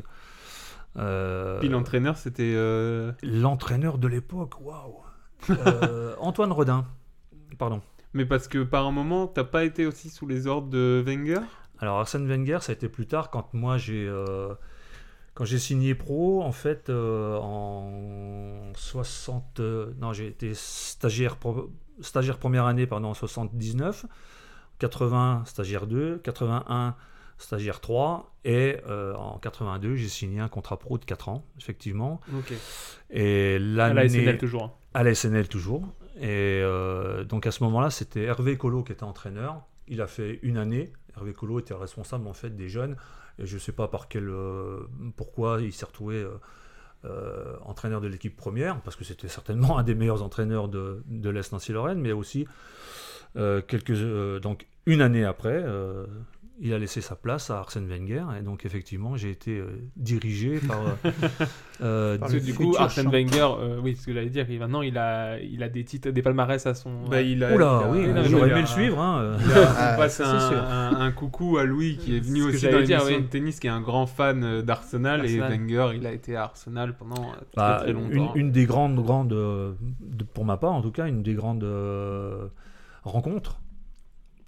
I: Euh,
G: Puis l'entraîneur, c'était. euh,
I: L'entraîneur de l'époque, waouh, Euh, Antoine Redin, pardon.
G: Mais parce que par un moment, t'as pas été aussi sous les ordres de Wenger
I: Alors Arsène Wenger, ça a été plus tard quand moi j'ai euh, quand j'ai signé pro en fait euh, en 60 euh, non j'ai été stagiaire pro- stagiaire première année pardon en 79 80 stagiaire 2 81 stagiaire 3 et euh, en 82 j'ai signé un contrat pro de 4 ans effectivement
G: Ok. Ah,
I: et l'année
H: la SNL toujours, hein.
I: à la SNL toujours. Et euh, donc à ce moment-là, c'était Hervé Collot qui était entraîneur. Il a fait une année. Hervé Collot était responsable en fait des jeunes. Et je ne sais pas par quel, euh, pourquoi il s'est retrouvé euh, euh, entraîneur de l'équipe première, parce que c'était certainement <laughs> un des meilleurs entraîneurs de, de l'Est Nancy-Lorraine, mais aussi euh, quelques euh, donc une année après, euh, il a laissé sa place à Arsène Wenger. Et donc effectivement, j'ai été euh, dirigé par. euh, euh,
H: Parce que du coup, Arsène Wenger, euh, oui, ce que j'allais dire, il- maintenant il a, il a des titres, des palmarès à son.
G: Bah, il a-
I: Oula,
G: il a-
I: oui,
G: il a-
I: j'aurais
G: il
I: aimé
G: a-
I: le suivre, hein.
G: Il a-
I: Ah,
G: on passe
I: c'est
G: un,
I: sûr.
G: un- un coucou à Louis qui est
H: C'est
G: venu
H: ce que
G: aussi
H: j'allais
G: dans
H: dire,
G: l'émission
H: oui.
G: de tennis, qui est un grand fan euh, d'Arsenal. Et
H: Arsenal.
G: Wenger, il a été à Arsenal pendant euh, très,
I: Bah,
G: très
I: une,
G: longtemps.
I: une des grandes, grandes euh, de- pour ma part en tout cas, une des grandes euh, rencontres.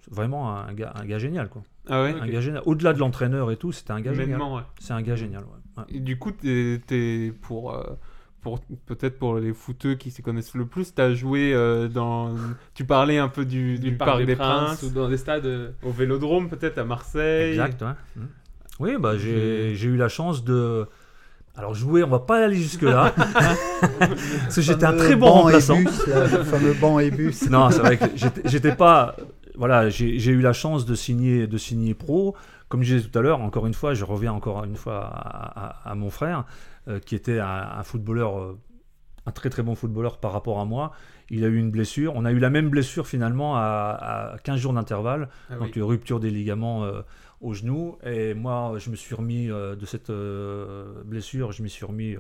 I: C'est Vraiment un gars, un gars génial, quoi.
G: Ah ouais
I: un
G: Ok.
I: gars génial. Au-delà de l'entraîneur et tout, c'était un gars
G: Humainement,
I: génial.
G: ouais.
I: C'est un gars génial, ouais.
G: Et du coup, t'es, t'es pour, euh, pour peut-être pour les footeux qui s'y connaissent le plus, t'as joué euh, dans. Tu parlais un peu du, du Parc, des, Princes,
H: ou dans des stades. euh,
G: au Vélodrome peut-être à Marseille.
I: Exact, ouais. Mm. Oui, bah, j'ai j'ai eu la chance de. Alors, jouer, on va pas
G: <laughs>
I: aller jusque-là. hein. Parce que j'étais un
B: fameux
I: très bon
B: banc et
I: remplaçant.
B: bus, là, le fameux banc et bus.
I: Non, c'est vrai que j'étais- j'étais pas. Voilà, j'ai j'ai eu la chance de signer, de signer pro. Comme je disais tout à l'heure, encore une fois, je reviens encore une fois à, à- à mon frère, euh, qui était un, un footballeur, euh, un très très bon footballeur par rapport à moi. Il a eu une blessure. On a eu la même blessure finalement à, à 15 jours d'intervalle.
G: Ah
I: donc,
G: oui.
I: euh, rupture des ligaments euh, au genou. Et moi, je me suis remis euh, de cette euh, blessure, je m'y suis remis euh,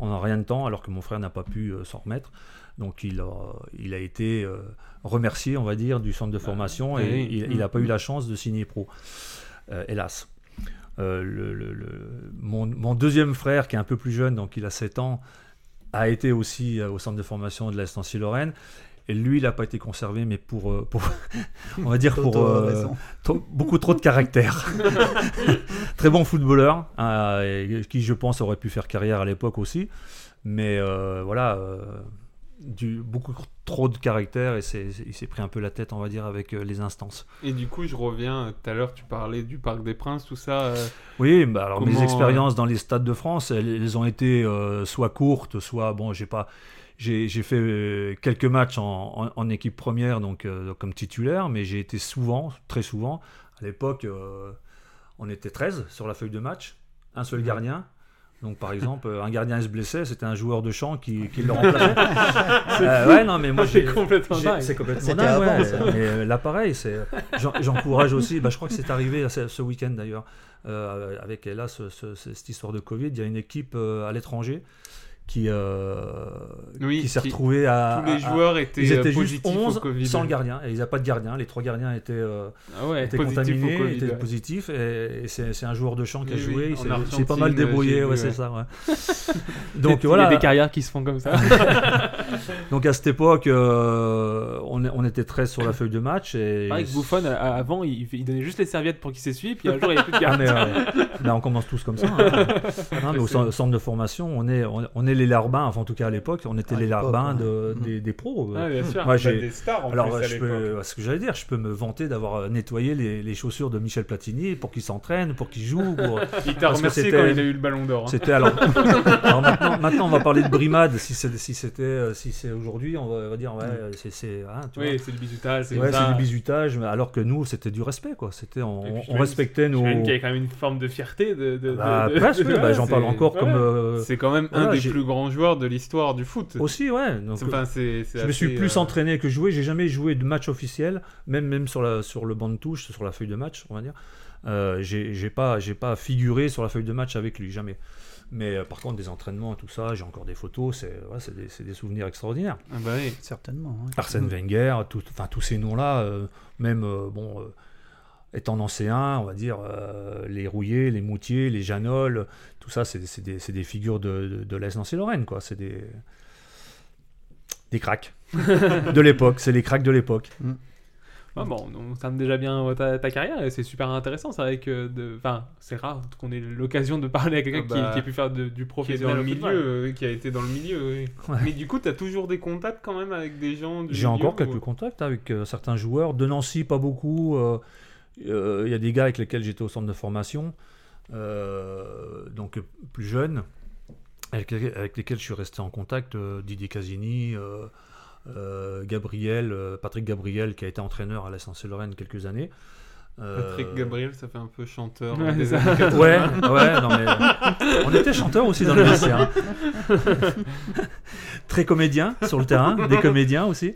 I: en rien de temps, alors que mon frère n'a pas pu euh, s'en remettre. Donc, il a, il a été euh, remercié, on va dire, du centre de formation et
G: Bah, oui.
I: il- il n'a
G: Mm.
I: pas eu la chance de signer pro, Euh, hélas. Euh, le- le- le- mon, mon deuxième frère, qui est un peu plus jeune, donc il a 7 ans, a été aussi euh, au centre de formation de l'Est Nancy-Lorraine. Et lui, il n'a pas été conservé, mais pour, euh, pour <laughs> on va dire pour
B: Toto a
I: euh,
B: raison.
I: trop- beaucoup trop de caractère. Très bon footballeur, hein, et qui je pense aurait pu faire carrière à l'époque aussi, mais euh, voilà, euh, du, beaucoup trop de caractère et c'est- il s'est pris un peu la tête, on va dire, avec euh, les instances.
G: Et du coup, je reviens. euh, Tout à l'heure, tu parlais du Parc des Princes, tout ça. euh,
I: Oui, bah alors
G: comment,
I: mes
H: euh,
I: expériences dans les stades de France, elles, elles ont été euh, soit courtes, soit bon, j'ai pas, j'ai j'ai fait euh, quelques matchs en, en- en équipe première, donc euh, comme titulaire, mais j'ai été souvent, très souvent. À l'époque, euh, on était 13 sur la feuille de match, un seul gardien. Donc
H: <laughs>
I: par exemple, euh, un gardien se blessait, c'était un joueur de champ qui, qui le remplaçait.
H: C'est
I: Euh,
H: fou.
I: ouais, non, mais moi
H: <laughs> C'est
I: j'ai-
H: complètement
I: j'ai-
H: dingue.
I: C'est complètement
H: C'était
I: dingue. ouais.
H: avant, ça.
I: Mais, euh, là, pareil, c'est j'en- j'encourage aussi. bah, je crois que c'est arrivé ce, ce week-end d'ailleurs euh, avec là ce- ce- ce- cette histoire de Covid. Il y a une équipe euh, à l'étranger qui euh,
G: Oui,
I: qui s'est
G: qui-
I: retrouvée à
G: tous les
I: à- à-
G: joueurs étaient,
I: Ah, ils
G: euh,
I: étaient juste
G: positifs au
I: 11
G: Covid.
I: sans le gardien. Et ils n'avaient pas de gardien. Les trois gardiens étaient euh,
G: Ah ouais,
I: étaient
G: positifs au
I: contaminés,
G: Covid,
I: étaient
G: ouais.
I: positifs. Et, et c'est c'est un joueur de champ qui a
G: Oui, oui,
I: joué. il
G: en
I: s'est- il
G: Argentine,
I: s'est pas mal débrouillé.
G: j'ai <laughs>
I: ouais,
G: vu,
I: c'est
G: ouais.
I: ça. ouais.
H: Il y a des carrières qui se font comme ça.
I: Donc à cette époque, euh, on, on était très sur la feuille de match. Et
H: Pareil que Buffon, à- à- avant, il, il donnait juste les serviettes pour qu'il s'essuie, puis un jour, il n'y avait plus de
I: Ah,
H: cartes.
I: mais, euh, ben, on commence tous comme ça.
H: <laughs>
I: hein. Hein, mais au centre, centre de formation, on est, on, on est les larbins, enfin en tout cas à l'époque, Mm-hmm. on était les larbins de, des, des pros. euh.
H: Ah, bien sûr.
I: Moi,
H: Bah,
I: j'ai-
H: des stars, en
I: Alors,
H: plus, à
I: je peux-
H: l'époque.
I: ce que j'allais dire, je peux me vanter d'avoir euh, nettoyé les, les chaussures de Michel Platini pour qu'il s'entraîne, pour qu'il joue.
H: <laughs>
I: pour-
H: Il t'a
I: parce que
H: remercié
I: c'était-
H: quand il a eu le ballon d'or, hein.
I: C'était alors. alors maintenant, maintenant, on va parler de brimade. Si c'est si c'était euh, si c'est aujourd'hui, on va, on va dire ouais, euh, c'est c'est hein, tu
H: Mm. Oui,
I: vois.
H: c'est du bisutage, c'est
I: Ouais,
H: comme ça.
I: du bisutage, mais alors que nous, c'était du respect quoi. C'était on,
H: Et puis,
I: on
H: j'imagine-
I: respectait nos.
H: j'imagine qu'il y a quand même une forme de fierté de. de- de-
I: Bah,
H: de-
I: presque,
G: <laughs>
H: de-
I: bah,
H: ouais, <laughs>
I: j'en parle
H: c'est-
I: encore comme,
H: ouais.
I: euh,
H: C'est quand même un
I: voilà,
H: des
I: j'ai-
H: plus grands joueurs de l'histoire du foot.
I: <laughs> Aussi, ouais. Donc, euh,
H: C'est- enfin, c'est- c'est
I: je me suis
H: assez,
I: plus
H: euh,
I: entraîné que joué. J'ai jamais joué de match officiel, même même sur la sur le banc de touche, sur la feuille de match, on va dire. Euh, j'ai j'ai pas j'ai pas figuré sur la feuille de match avec lui jamais. Mais euh, par contre, des entraînements, tout ça, j'ai encore des photos. C'est ouais, c'est des, c'est des souvenirs extraordinaires.
H: Ah bah oui.
B: Certainement, hein. ouais.
I: Arsène Wenger, tout- enfin tous ces noms-là, euh, même euh, bon. euh, Étant nancéen, on va dire euh, les Rouillés, les Moutiers, les Janol, tout ça, c'est c'est des, c'est des figures de, de, de l'Est Nancy-Lorraine, quoi. C'est des, des cracks de l'époque. C'est les cracks de l'époque.
H: Ah bon, on termine déjà bien euh, ta, ta carrière et c'est super intéressant. C'est vrai que de- enfin, c'est rare qu'on ait l'occasion de parler à quelqu'un
G: Ah bah,
H: qui, qui a pu faire de- du
G: Qui est
H: professionnel
G: dans le
H: au
G: milieu,
H: football.
G: euh, qui a été dans le milieu. oui.
I: Ouais.
G: Mais du coup, t'as toujours des contacts quand même avec des gens. du
I: J'ai
G: milieu
I: encore
G: ou-
I: quelques contacts avec euh, certains joueurs. De Nancy, pas beaucoup. euh, euh, Il y a des gars avec lesquels j'étais au centre de formation, euh, donc euh, plus jeunes, avec, avec lesquels je suis resté en contact. euh, Didier Casini, euh, euh, Gabriel, euh, Patrick Gabriel, qui a été entraîneur à la Lorraine quelques années. Euh,
G: Patrick Gabriel, ça fait un peu chanteur.
I: Ouais,
G: des
I: ça-
G: années 80.
I: Ouais, ouais, non, mais, euh, on était chanteurs aussi dans le
G: <laughs>
I: lycée, hein. Très comédien sur le terrain, des comédiens aussi.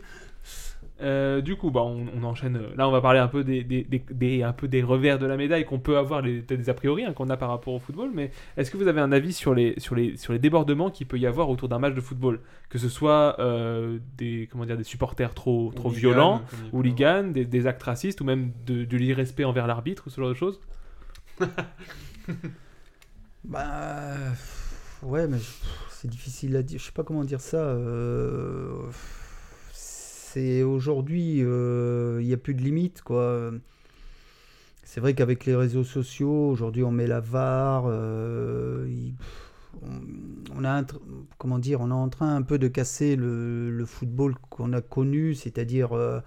H: Euh, du coup, bah, on, on enchaîne. Là, on va parler un peu des, des- des- des- un peu des revers de la médaille qu'on peut avoir, les- peut-être des a priori hein, qu'on a par rapport au football. Mais est-ce que vous avez un avis sur les, sur les, sur les débordements qu'il peut y avoir autour d'un match de football Que ce soit euh, des, comment dire, des supporters trop, trop
G: Hooligans,
H: violents,
G: comme il peut
H: hooligans, des, des actes racistes ou même de, de l'irrespect envers l'arbitre ou ce genre de choses
B: Bah pff, ouais, mais je- pff, c'est difficile à dire. Je sais pas comment dire ça. euh, pff, c'est aujourd'hui, euh, il n'y a plus de limite, quoi. C'est vrai qu'avec les réseaux sociaux, aujourd'hui, on met la VAR. euh, il- pff, on, on a un tr- comment dire, on est en train un peu de casser le, le football qu'on a connu, c'est-à-dire. euh,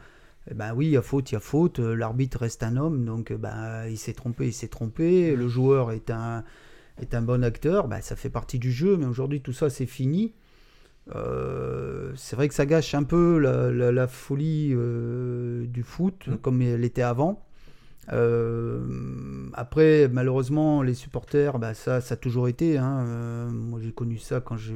B: eh ben oui, il y a faute, il y a faute. euh, L'arbitre reste un homme, donc euh, ben, il s'est trompé, il s'est trompé. Le joueur est un, est un bon acteur, ben, ça fait partie du jeu, mais aujourd'hui tout ça c'est fini. Euh, c'est vrai que ça gâche un peu la, la- la folie euh, du foot comme elle était avant. Euh, après, malheureusement, les supporters, bah, ça, ça a toujours été. hein. Euh, moi, j'ai connu ça quand je,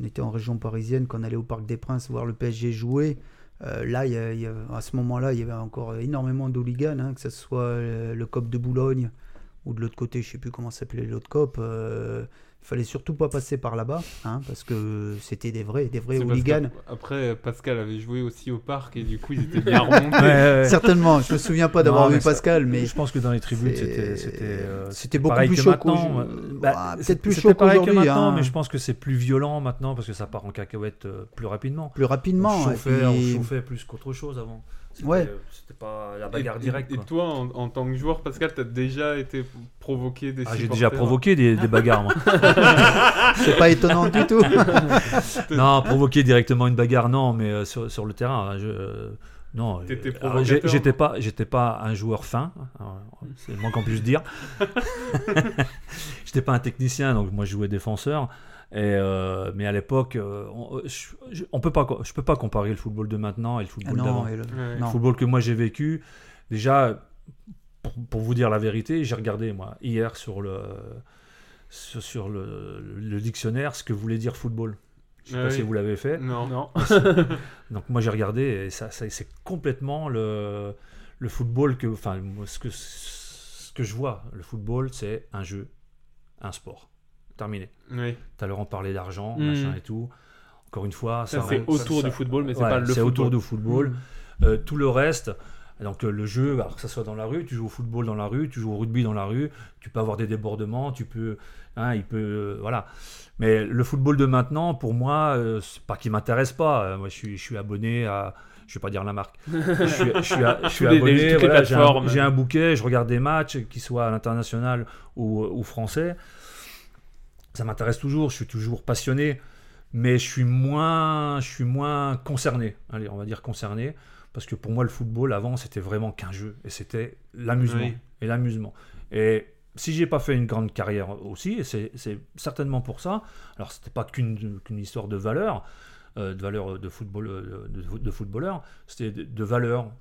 B: on était en région parisienne, quand on allait au Parc des Princes voir le PSG jouer. Euh, là, il y a- il y a- à ce moment-là, il y avait encore énormément d'hooligans, hein, que ce soit euh, le COP de Boulogne ou de l'autre côté, je sais plus comment s'appelait l'autre COP. euh, il fallait surtout pas passer par là-bas, hein, parce que c'était des vrais, des vrais
G: C'est parce
B: hooligans.
G: qu'ap- Après, Pascal avait joué aussi au parc et du coup, ils étaient bien remontés.
B: Certainement, je me souviens pas d'avoir
I: Non,
B: vu
I: mais ça-
B: Pascal, mais
I: je pense que dans les tribunes,
B: c'est-
I: c'était c'était, euh,
B: c'était beaucoup
I: pareil
B: plus
I: que
B: chaud
I: maintenant.
B: qu'au-
I: Euh,
B: bah,
I: bah,
B: peut-être
I: c'est-
B: plus
I: c'était
B: chaud
I: pareil que
B: qu'aujourd'hui,
I: maintenant,
B: hein.
I: mais je pense que c'est plus violent maintenant parce que ça part en cacahuète euh, plus rapidement. hein,
B: Plus rapidement,
I: On
B: et
I: chauffait, on
B: puis-
I: <laughs> chauffait plus qu'autre chose avant. C'était- euh,
B: Ouais.
I: C'était pas la
G: Et-
I: bagarre
G: et-
I: directe.
G: Et,
I: quoi.
G: toi, en, en tant que joueur, Pascal, t'as déjà été provoqué des
I: Ah, j'ai
G: supporters
I: déjà provoqué des, des bagarres. moi.
B: C'est pas étonnant du <laughs> tout.
I: non, provoquer directement une bagarre, non, mais euh, sur, sur le terrain, hein, je. euh, non,
G: T'étais
I: euh, alors, j'ai-
G: provocateur,
I: j'étais
G: non
I: pas, j'étais pas un joueur fin, hein, c'est le moins qu'on puisse
G: <laughs>
I: dire. j'étais pas un technicien, donc moi je jouais défenseur. Et euh, mais à l'époque, euh, on, je, je- on peut pas, co- je peux pas comparer le football de maintenant et le football
B: Ah non,
I: d'avant.
B: et le- Ouais. non.
I: football que moi j'ai vécu, déjà, pour, pour vous dire la vérité, j'ai regardé moi hier sur le sur, sur le, le dictionnaire ce que voulait dire football. Je sais
G: Ah
I: pas
G: oui.
I: si vous l'avez fait.
H: Mm.
G: Non. Non.
I: Donc moi j'ai regardé et ça, ça- c'est complètement le, le football que enfin moi, ce que ce que je vois. Le football c'est un jeu, un sport. Terminé.
G: Oui.
I: Tout à l'heure on parlait d'argent,
G: Mm.
I: machin et tout. Encore une fois,
H: Ça, c'est autour du football, mais c'est pas le
I: c'est autour
H: football.
I: du football.
H: Mm.
I: Euh, tout le reste, Donc euh, le jeu, alors que ça soit dans la rue, tu joues au football dans la rue, tu joues au rugby dans la rue, tu peux avoir des débordements, tu peux, hein, il peut, euh, voilà. Mais le football de maintenant, pour moi, euh, c'est pas qu'il m'intéresse pas. Euh, moi, je suis, je suis abonné à, je vais pas dire la marque. Je suis, je suis a- je suis
H: <laughs> Tous les- les- toutes les
I: abonné. voilà, j'ai, un,
H: plateformes.
I: j'ai un bouquet, je regarde des matchs, qu'ils soient à l'international ou, ou français. Ça m'intéresse toujours. Je suis toujours passionné, mais je suis moins, je suis moins concerné. Allez, on va dire concerné, parce que pour moi, le football avant, c'était vraiment qu'un jeu, et c'était l'amusement
G: Oui.
I: et l'amusement. Et si j'ai pas fait une grande carrière aussi, et c'est c'est certainement pour ça. Alors c'était pas qu'une qu'une histoire de valeur, euh, de valeur de football, euh, de, de footballeur, c'était de, de valeur,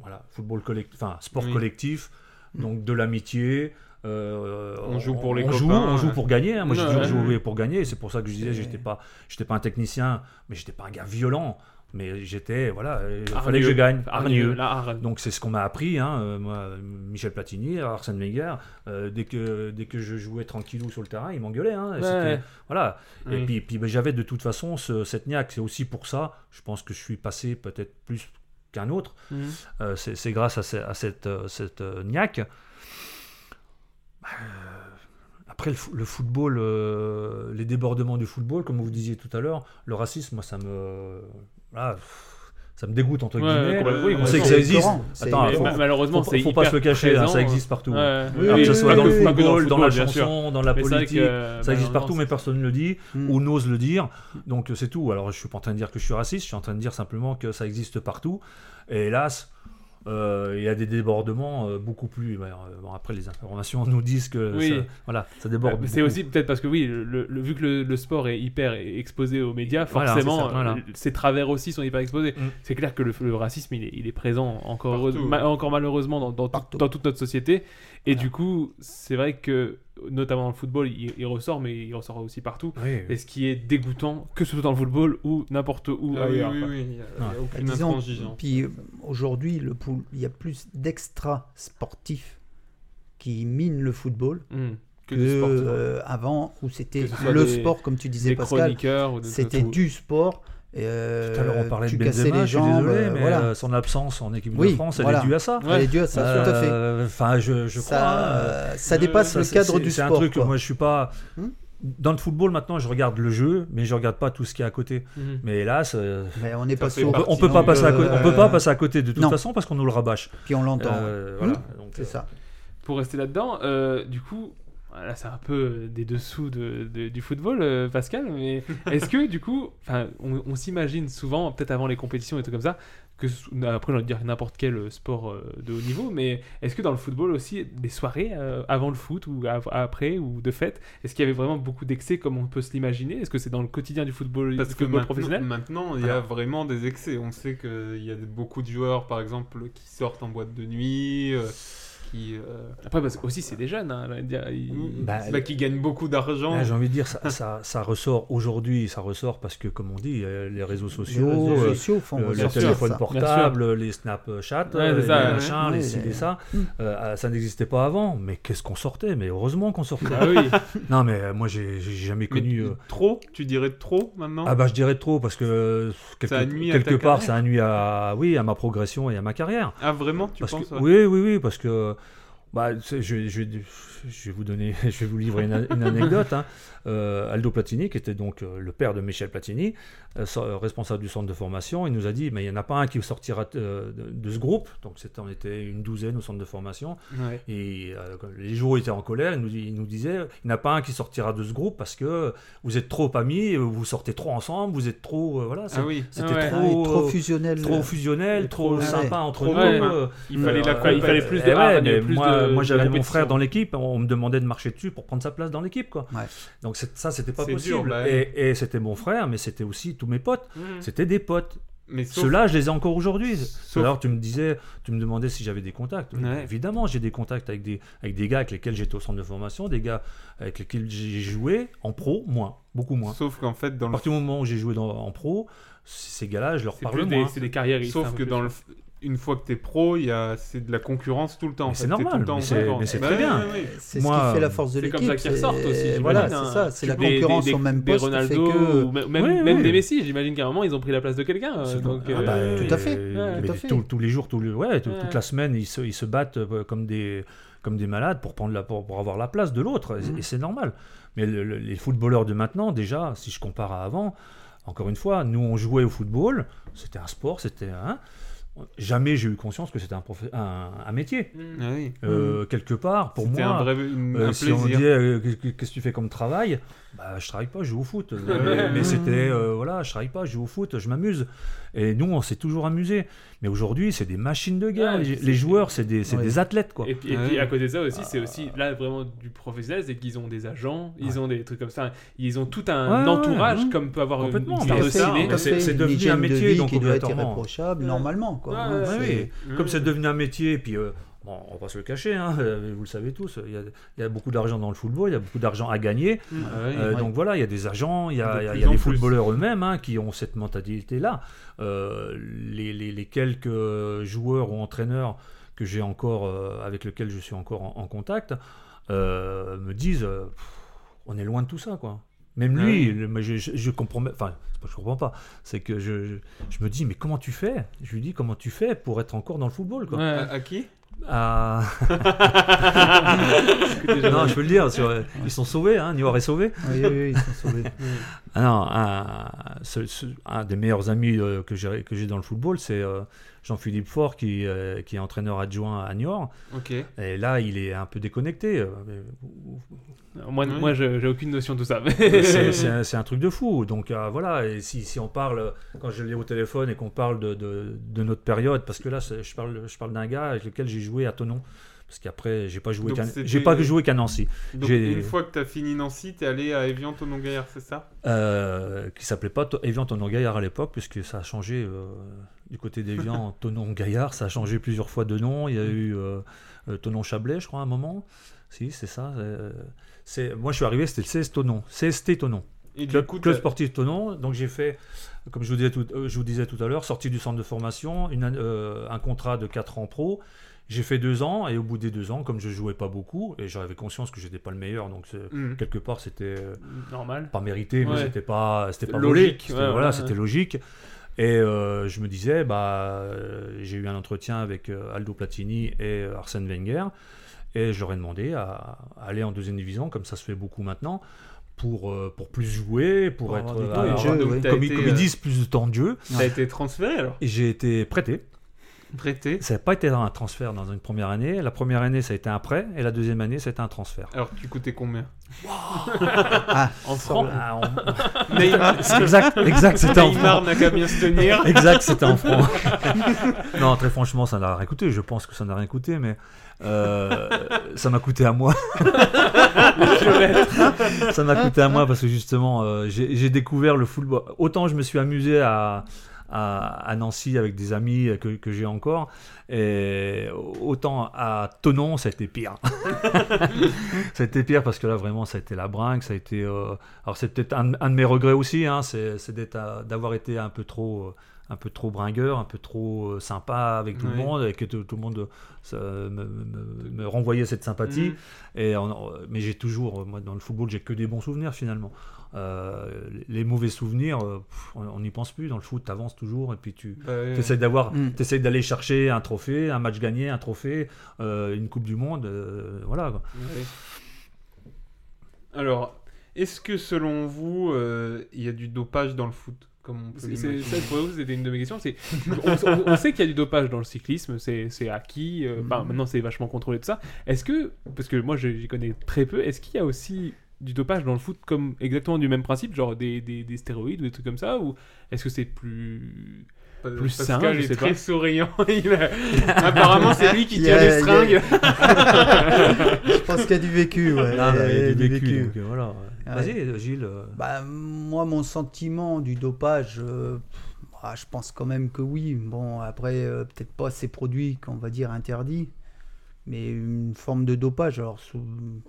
I: voilà, football collectif, enfin sport
G: Oui.
I: collectif, donc de l'amitié. euh,
G: On joue pour les
I: on joue,
G: copains,
I: on joue
G: ouais.
I: pour gagner. hein. Moi, j'ai
G: Ouais,
I: toujours
G: ouais.
I: joué pour gagner. C'est pour ça que je disais,
G: Et-
I: j'étais pas, j'étais pas un technicien, mais j'étais pas un gars violent. Mais j'étais, voilà, euh, il fallait
H: Hargneux.
I: que je gagne.
H: Hargneux,
I: Hargneux.
H: la hargne.
I: Donc c'est ce qu'on m'a appris, hein, euh, moi, Michel Platini, Arsène Wenger. euh, dès que dès que je jouais tranquillou sur le terrain, ils m'engueulaient. hein.
H: Ouais,
I: C'était-
H: ouais.
I: Voilà.
H: Oui.
I: Et puis, puis, ben, j'avais de toute façon ce- cette niaque. C'est aussi pour ça, je pense que je suis passé peut-être plus qu'un autre.
H: Mhm.
I: Euh, c'est c'est grâce à, ce- à cette, euh, cette euh, niaque. Euh, Après, le, fo- le football, euh, les débordements du football, comme vous disiez tout à l'heure, le racisme, moi, ça me. voilà, pff, ça me dégoûte, entre
H: Ouais,
I: guillemets.
H: complètement. Oui,
I: on sait que
H: complètement.
I: ça existe.
H: C'est
I: Attends,
H: écœurant.
I: faut-
H: Mais malheureusement,
I: faut,
H: c'est
I: faut pas
H: hyper
I: se le cacher, hein,
H: présent,
I: ça
H: euh.
I: existe partout.
H: Ouais.
I: hein.
H: Oui,
I: Alors que
H: oui,
I: ce soit
H: oui,
I: dans, le
H: oui, oui.
I: football,
H: Pas que dans le
I: dans la
H: football, bien sûr.
I: chanson, dans la
H: Mais c'est vrai
I: politique,
H: que, euh,
I: ça existe
H: malheureusement,
I: partout, mais personne ne le dit,
B: Mm.
I: ou n'ose le dire. Donc euh, c'est tout. Alors je suis pas en train de dire que je suis raciste, je suis en train de dire simplement que ça existe partout. Et hélas, euh, il y a des débordements euh, beaucoup plus. bah, euh, bon, après, les informations nous disent que
H: Oui.
I: ça, voilà, ça déborde.
H: Euh, mais C'est
I: beaucoup.
H: aussi peut-être parce que oui, le, le- vu que le, le sport est hyper exposé aux médias,
I: Voilà, c'est
H: forcément,
I: ça, voilà. Mm.
H: euh, ses travers aussi sont hyper exposés. C'est clair que le, le racisme, il est, il est présent encore, heureuse- ma- encore malheureusement dans, dans, tout- dans toute notre société. Et du coup, c'est vrai que notamment dans le football, il, il ressort, mais il ressort aussi partout.
I: Oui.
H: Et ce qui est dégoûtant, que ce soit dans le football ou n'importe où
G: Ah oui,
H: ailleurs.
G: oui,
H: quoi.
G: oui, il y a- il y a
H: Ouais.
G: aucune
B: Bah, disons, puis euh, aujourd'hui, le pool- il y a plus d'extra sportifs qui minent le football
G: Hmm.
H: Mm.
B: que,
H: Que des sportifs.
B: euh, avant où c'était
H: Que ce soit
B: le
H: des-
B: sport, comme tu disais
H: des
B: Pascal.
H: chroniqueurs ou des-
B: C'était
H: tout.
B: du sport. et, euh,
I: Tout à l'heure, on parlait
B: tu
I: de
B: cassais
I: Benzema,
B: les
I: je suis
B: jambes,
I: désolé,
B: euh,
I: mais
B: voilà.
I: euh, son absence en équipe
B: Oui,
I: de France,
B: voilà.
I: elle est due à ça.
B: Elle est due à ça, tout à fait.
I: Euh, Enfin, je, je crois.
B: Ça,
I: euh,
B: ça dépasse le
I: c'est-
B: cadre
I: c'est-
B: du
I: C'est un
B: sport,
I: truc,
B: quoi. Hmm
I: moi, je suis pas. Dans le football, maintenant, je regarde le jeu, mais je regarde pas tout ce qui est à côté.
G: Hmm.
B: Mhm.
I: Mais hélas, euh,
B: Mais on n'est
I: ça
B: pas
I: fait
B: sourd.
I: partie. On peut pas
B: Donc,
I: passer à côté.
B: euh,
I: On peut pas passer à côté de toute
B: non.
I: façon parce qu'on nous le rabâche.
B: Puis on l'entend.
I: Euh,
B: ouais.
I: voilà.
B: Hmm,
I: Donc,
B: C'est ça.
H: pour rester là-dedans, euh, du coup, là c'est un peu euh, des dessous de- de- du football, euh, Pascal,
G: <laughs>
H: mais est-ce que du coup, enfin, on, on s'imagine souvent, peut-être avant les compétitions et tout comme ça, que ce- après j'ai envie de dire n'importe quel sport euh, de haut niveau, mais est-ce que dans le football aussi, des soirées euh, avant le foot ou av- après ou de fête, est-ce qu'il y avait vraiment beaucoup d'excès comme on peut se l'imaginer Est-ce que c'est dans le quotidien du football, du
G: Parce que
H: football
G: maintenant, hmm.
H: professionnel
G: maintenant, il y a
H: Alors.
G: vraiment des excès. On sait qu'il y a beaucoup de joueurs, par exemple, qui sortent en boîte de nuit, euh, qui... euh,
H: Après, parce que aussi c'est des jeunes, hein, je veux dire,
G: Hmm.
H: ils-
I: Bah,
G: c'est pas qu'ils gagnent beaucoup d'argent.
I: Ouais, Ah, J'ai envie de dire, ça, ça, ça ressort aujourd'hui, ça ressort parce que, comme on dit, euh, les réseaux sociaux,
B: réseaux
I: euh,
B: sociaux font
I: le- le
B: ressortir
I: téléphone
B: ça.
I: portable, les Snapchat,
H: Ouais,
I: euh,
H: c'est
I: les
H: ça, ouais.
I: machins,
H: Ouais,
I: les ci,
H: les-
I: les ça.
B: Hmm.
I: Euh, ça n'existait pas avant, mais qu'est-ce qu'on sortait Mais heureusement qu'on sortait.
G: Ah oui.
I: non, mais euh, moi, j'ai j'ai jamais connu. euh,
G: Trop Tu dirais trop, maintenant
I: ah bah je dirais trop parce que euh, quelque,
G: Ça a nuit à
I: quelque
G: ta
I: part
G: carrière
I: ça nuit à oui à ma progression et à ma carrière.
G: Ah, vraiment Tu
I: Parce
G: penses,
I: que-
G: ouais.
I: Oui oui oui parce que bah, tu sais, je, je- je vais vous donner <laughs> je vais vous livrer une, une anecdote. hein. Euh, Aldo Platini qui était donc euh, le père de Michel Platini, euh, so- euh, responsable du centre de formation, il nous a dit mais il n'y en a pas un qui sortira euh, de, de ce groupe donc c'était on était une douzaine au centre de formation
G: Ouais.
I: et euh, les jours étaient en colère, il nous, il nous disait il n'y en a pas un qui sortira de ce groupe parce que vous êtes trop amis, vous sortez trop ensemble, vous êtes trop. euh, voilà, c'est-
G: Ah oui.
I: c'était
G: Ah ouais.
I: trop,
G: Ah oui,
B: trop
I: euh,
B: fusionnel.
I: Trop fusionnel, trop
B: Ah ouais.
I: sympa entre
B: Trop
I: nous.
B: commun.
I: euh,
B: Il fallait
I: euh,
B: la com- il fallait plus de
I: eh ouais,
B: hargne,
I: mais
B: plus
I: moi,
B: de-
I: moi,
B: de
I: j'avais mon
B: compétition.
I: frère dans l'équipe, on on me demandait de marcher dessus pour prendre sa place dans l'équipe. quoi. Donc c'est- ça, c'était pas
G: C'est
I: possible.
G: dur, bah ouais.
I: et et c'était mon frère, mais c'était aussi tous mes potes.
G: Mhm.
I: C'était des potes.
G: Mais sauf-
I: Ceux-là, je les ai encore aujourd'hui. Alors, tu me disais, tu me demandais si j'avais des contacts. Oui, Évidemment, j'ai des contacts avec des, avec des gars avec lesquels j'étais au centre de formation, des gars avec lesquels j'ai joué en pro, moins, beaucoup moins.
G: Sauf qu'en fait, dans
I: à partir du moment où j'ai joué dans- en pro, c- ces gars-là, je leur
G: C'est
I: parle
G: plus des-
I: moins.
G: c'est des carriéristes, Sauf hein, que plus. dans le f- une fois que t'es pro, il y a- c'est de la concurrence tout le temps. en
I: Mais c'est
G: fait. T'es tout
I: normal,
G: le temps en
I: mais c'est-
G: concurrence.
I: mais c'est
G: Bah
I: très
G: oui,
I: bien.
G: oui, oui.
B: C'est ce qui fait la force de
H: C'est
B: l'équipe.
H: comme ça qu'ils ressortent aussi.
B: c'est-
H: j'imagine,
B: Voilà,
H: hein.
B: c'est ça, c'est la
H: Des- des-
B: concurrence
H: des-
B: au même
H: des
B: poste qui fait
H: Ronaldo
B: que
H: ou même, même,
I: Oui,
H: même
I: oui.
H: des Messi, j'imagine qu'à un moment ils ont pris la place de quelqu'un. euh, donc,
I: Ah
H: euh,
I: bah,
H: euh,
I: oui,
H: ouais.
I: oui,
H: Ouais.
I: mais tous- tous les jours, tous les- ouais, tout- toute la semaine, ils se, ils se battent euh, comme des, comme des malades pour, prendre la, pour, pour avoir la place de l'autre. Et-
H: Mm.
I: Et c'est normal. Mais le- le- les footballeurs de maintenant, déjà, si je compare à avant, encore une fois, nous, on jouait au football. C'était un sport, c'était un. Jamais j'ai eu conscience que c'était un, prof- un, un métier.
G: Ah oui.
H: Mm.
I: Euh, Quelque part, pour
G: C'était
I: moi,
G: un vrai- une- un
I: si on
G: plaisir.
I: disait euh, qu'est- qu'est-ce que tu fais comme travail, bah, je travaille pas, je joue au foot.
H: <laughs>
I: Euh, mais c'était euh, voilà, je travaille pas, je joue au foot, je m'amuse. Et nous, on s'est toujours amusé. Mais aujourd'hui, c'est des machines de guerre.
H: Ouais,
I: les,
H: c'est-
I: les joueurs, c'est des, c'est
H: Ouais.
I: des athlètes, quoi.
H: Et puis, et puis, à côté de ça
I: Ah.
H: aussi, c'est aussi là vraiment du professionnel, c'est qu'ils ont des agents, ils ont des trucs comme ça, ils ont tout un
I: Ouais,
H: entourage
I: ouais.
H: comme peut avoir une-
I: Complètement,
H: une
I: mais
H: star de
I: c'est-
H: ciné.
I: c'est- c'est devenu
B: hygiène
I: un
B: de
I: métier,
B: vie
I: donc
B: qui doit être
I: obligatoirement.
B: irréprochable normalement. Quoi.
I: Ouais,
B: Hein,
I: ouais,
B: c'est-
I: oui. Comme c'est devenu un métier, et puis euh, bon, on va pas se le cacher, hein, <laughs> euh, vous le savez tous, il y a, il y a beaucoup d'argent dans le football, il y a beaucoup d'argent à gagner.
H: Mm. Ah oui.
I: Euh,
H: Ouais.
I: Donc voilà, il y a des agents, il y
H: De
I: a, il y a-
H: plus
I: il y a
H: en
I: des
H: plus.
I: footballeurs eux-mêmes hein, qui ont cette mentalité-là. Euh, les, les- les quelques joueurs ou entraîneurs que j'ai encore, euh, avec lesquels je suis encore en, en contact, euh, me disent, euh, Pff, on est loin de tout ça, quoi. Même
H: Ah oui.
I: lui, le- mais je, je, je comprends même- enfin c'est pas que je comprends pas c'est que je, je, je me dis mais comment tu fais je lui dis comment tu fais pour être encore dans le football quoi
G: Ouais. À- à qui
H: <laughs>
I: À-
G: Écoutez, j'en
I: non
G: ai-
I: je peux le dire sur- ils sont sauvés hein Niort est sauvé
B: Oui, oui, oui, ils sont sauvés.
I: ah non, un, ce- ce- un des meilleurs amis euh, que j'ai que j'ai dans le football, c'est euh, Jean-Philippe Faure, qui, euh, qui est entraîneur adjoint à Niort.
G: Ok.
I: Et là, il est un peu déconnecté. euh, mais-
G: <laughs>
H: Moi,
I: Oui.
H: moi je- j'ai aucune notion de tout ça.
I: c'est c'est un, c'est un truc de fou. Donc euh, voilà, et si, si on parle, quand je l'ai au téléphone et qu'on parle de, de- de notre période, parce que là, c'est- je parle, je parle d'un gars avec lequel j'ai joué à Tonon. Parce qu'après, j'ai pas joué
G: Donc
I: qu'à
G: c'était-
I: j'ai pas que joué qu'à Nancy.
G: Donc,
I: J'ai-
G: une fois que t'as fini Nancy, t'es allé à Evian Tonon Gaillard, c'est ça
I: euh, qui s'appelait pas To- Evian Tonon Gaillard à l'époque, puisque ça a changé euh, du côté d'Evian
G: <laughs>
I: Tonon Gaillard, ça a changé plusieurs fois de nom. Il
G: Mm.
I: y a eu euh, euh, Tonon Chablais, je crois, à un moment. Si, c'est ça. euh, c'est- moi, je suis arrivé, c'était le CS Tonon, CST Tonon.
G: Et du
I: club,
G: coup,
I: club
G: t'as-
I: sportif Tonon. Donc, j'ai fait, comme je vous disais tout, euh, je vous disais tout à l'heure, sorti du centre de formation, une an- euh, un contrat de 4 ans pro. J'ai fait deux ans et au bout des deux ans, comme je jouais pas beaucoup et j'avais conscience que j'étais pas le meilleur, donc c'est-
G: Hmm.
H: Mhm.
I: quelque part c'était euh,
H: <laughs> Normal.
I: pas mérité, mais
H: Ouais.
I: c'était pas, c'était pas
H: Logique,
I: volé. C'était-
H: ouais,
I: voilà,
H: ouais,
I: c'était
H: ouais.
I: logique. Et euh, je me disais, bah, euh, j'ai eu un entretien avec euh, Aldo Platini et euh, Arsène Wenger, et je leur ai demandé à, à aller en deuxième division, comme ça se fait beaucoup maintenant, pour, euh, pour plus jouer, pour,
G: Pour
I: être,
G: avoir du
I: euh,
G: temps de
I: avoir-
G: jeu,
I: comme,
G: oui.
I: ils-
G: T'as
I: comme
G: été,
I: ils
G: euh,
I: disent, plus de temps de jeu.
G: T'as été transféré alors
I: Et J'ai été prêté.
G: Prêté
I: Ça n'a pas été un transfert dans une première année. La première année, ça a été un prêt, et la deuxième année, ça a été un transfert.
G: Alors, tu coûtais combien
I: en
G: francs
I: Ah, <laughs> en-
G: <laughs> Neymar-
I: C'est exact, exact, c'était en
G: Neymar
I: francs.
G: n'a qu'à bien se
I: <laughs>
G: tenir.
I: exact, c'était en francs. <laughs> non, très franchement, ça n'a rien coûté. Je pense que ça n'a rien coûté, mais euh, ça m'a coûté à moi. ça m'a coûté à moi parce que justement, euh, j'ai j'ai découvert le football. Autant je me suis amusé à, à, à Nancy avec des amis que, que j'ai encore, et autant à Tonon, c'était pire. c'était pire parce que là, vraiment, ça a été la brinque. Ça a été, euh, Alors, c'est peut-être un, de- un de mes regrets aussi, hein, c'est c'est d'être à- d'avoir été un peu trop. euh, un peu trop bringueur, un peu trop euh, sympa avec tout le
G: Oui.
I: monde, et que tout, tout le monde euh, ça, me, me- me renvoyait cette sympathie.
B: Mm.
G: Mhm.
I: Et en- mais j'ai toujours, euh, moi, dans le football, j'ai que des bons souvenirs finalement. Euh, les mauvais souvenirs, euh, pff, on- on n'y pense plus. Dans le foot, t'avances toujours et puis tu
G: Bah
B: Euh,
G: oui.
I: essaies d'avoir,
G: Mm.
I: t'essaies d'aller chercher un trophée, un match gagné, un trophée, euh, une Coupe du Monde, euh, voilà. quoi.
G: Ouais. Alors, est-ce que selon vous, euh, il y a du dopage dans le foot comme on peut
H: C'est- c'est-
G: l'imaginer
H: Ça, pour vous, c'était une de mes questions. C'est, on, on- on sait qu'il y a du dopage dans le cyclisme, c'est, c'est acquis.
G: Mm-hmm.
H: euh, bah, maintenant, c'est vachement contrôlé tout ça. Est-ce que, parce que moi, je- j'y connais très peu, est-ce qu'il y a aussi du dopage dans le foot comme exactement du même principe, genre des, des, des stéroïdes ou des trucs comme ça, ou est-ce que c'est plus
G: Pa-
H: plus
G: Euh, Pascal
H: sain je
G: est
H: sais
G: très
H: pas.
G: souriant. <laughs> Il a- Apparemment, c'est lui
H: <laughs>
G: qui
B: Il y a-
G: tient les
B: il y
G: stringues.
B: a- Je pense qu'il y a du vécu, ouais. Ah
I: Ah, bah, il y a du vécu,
B: vécu.
I: donc, euh, voilà, ouais. Vas-y, euh, Gilles, euh.
B: Bah, moi, mon sentiment du dopage, euh, pff, bah, je pense quand même que oui. Bon, après, euh, peut-être pas ces produits qu'on va dire interdits, mais une forme de dopage. Alors, sous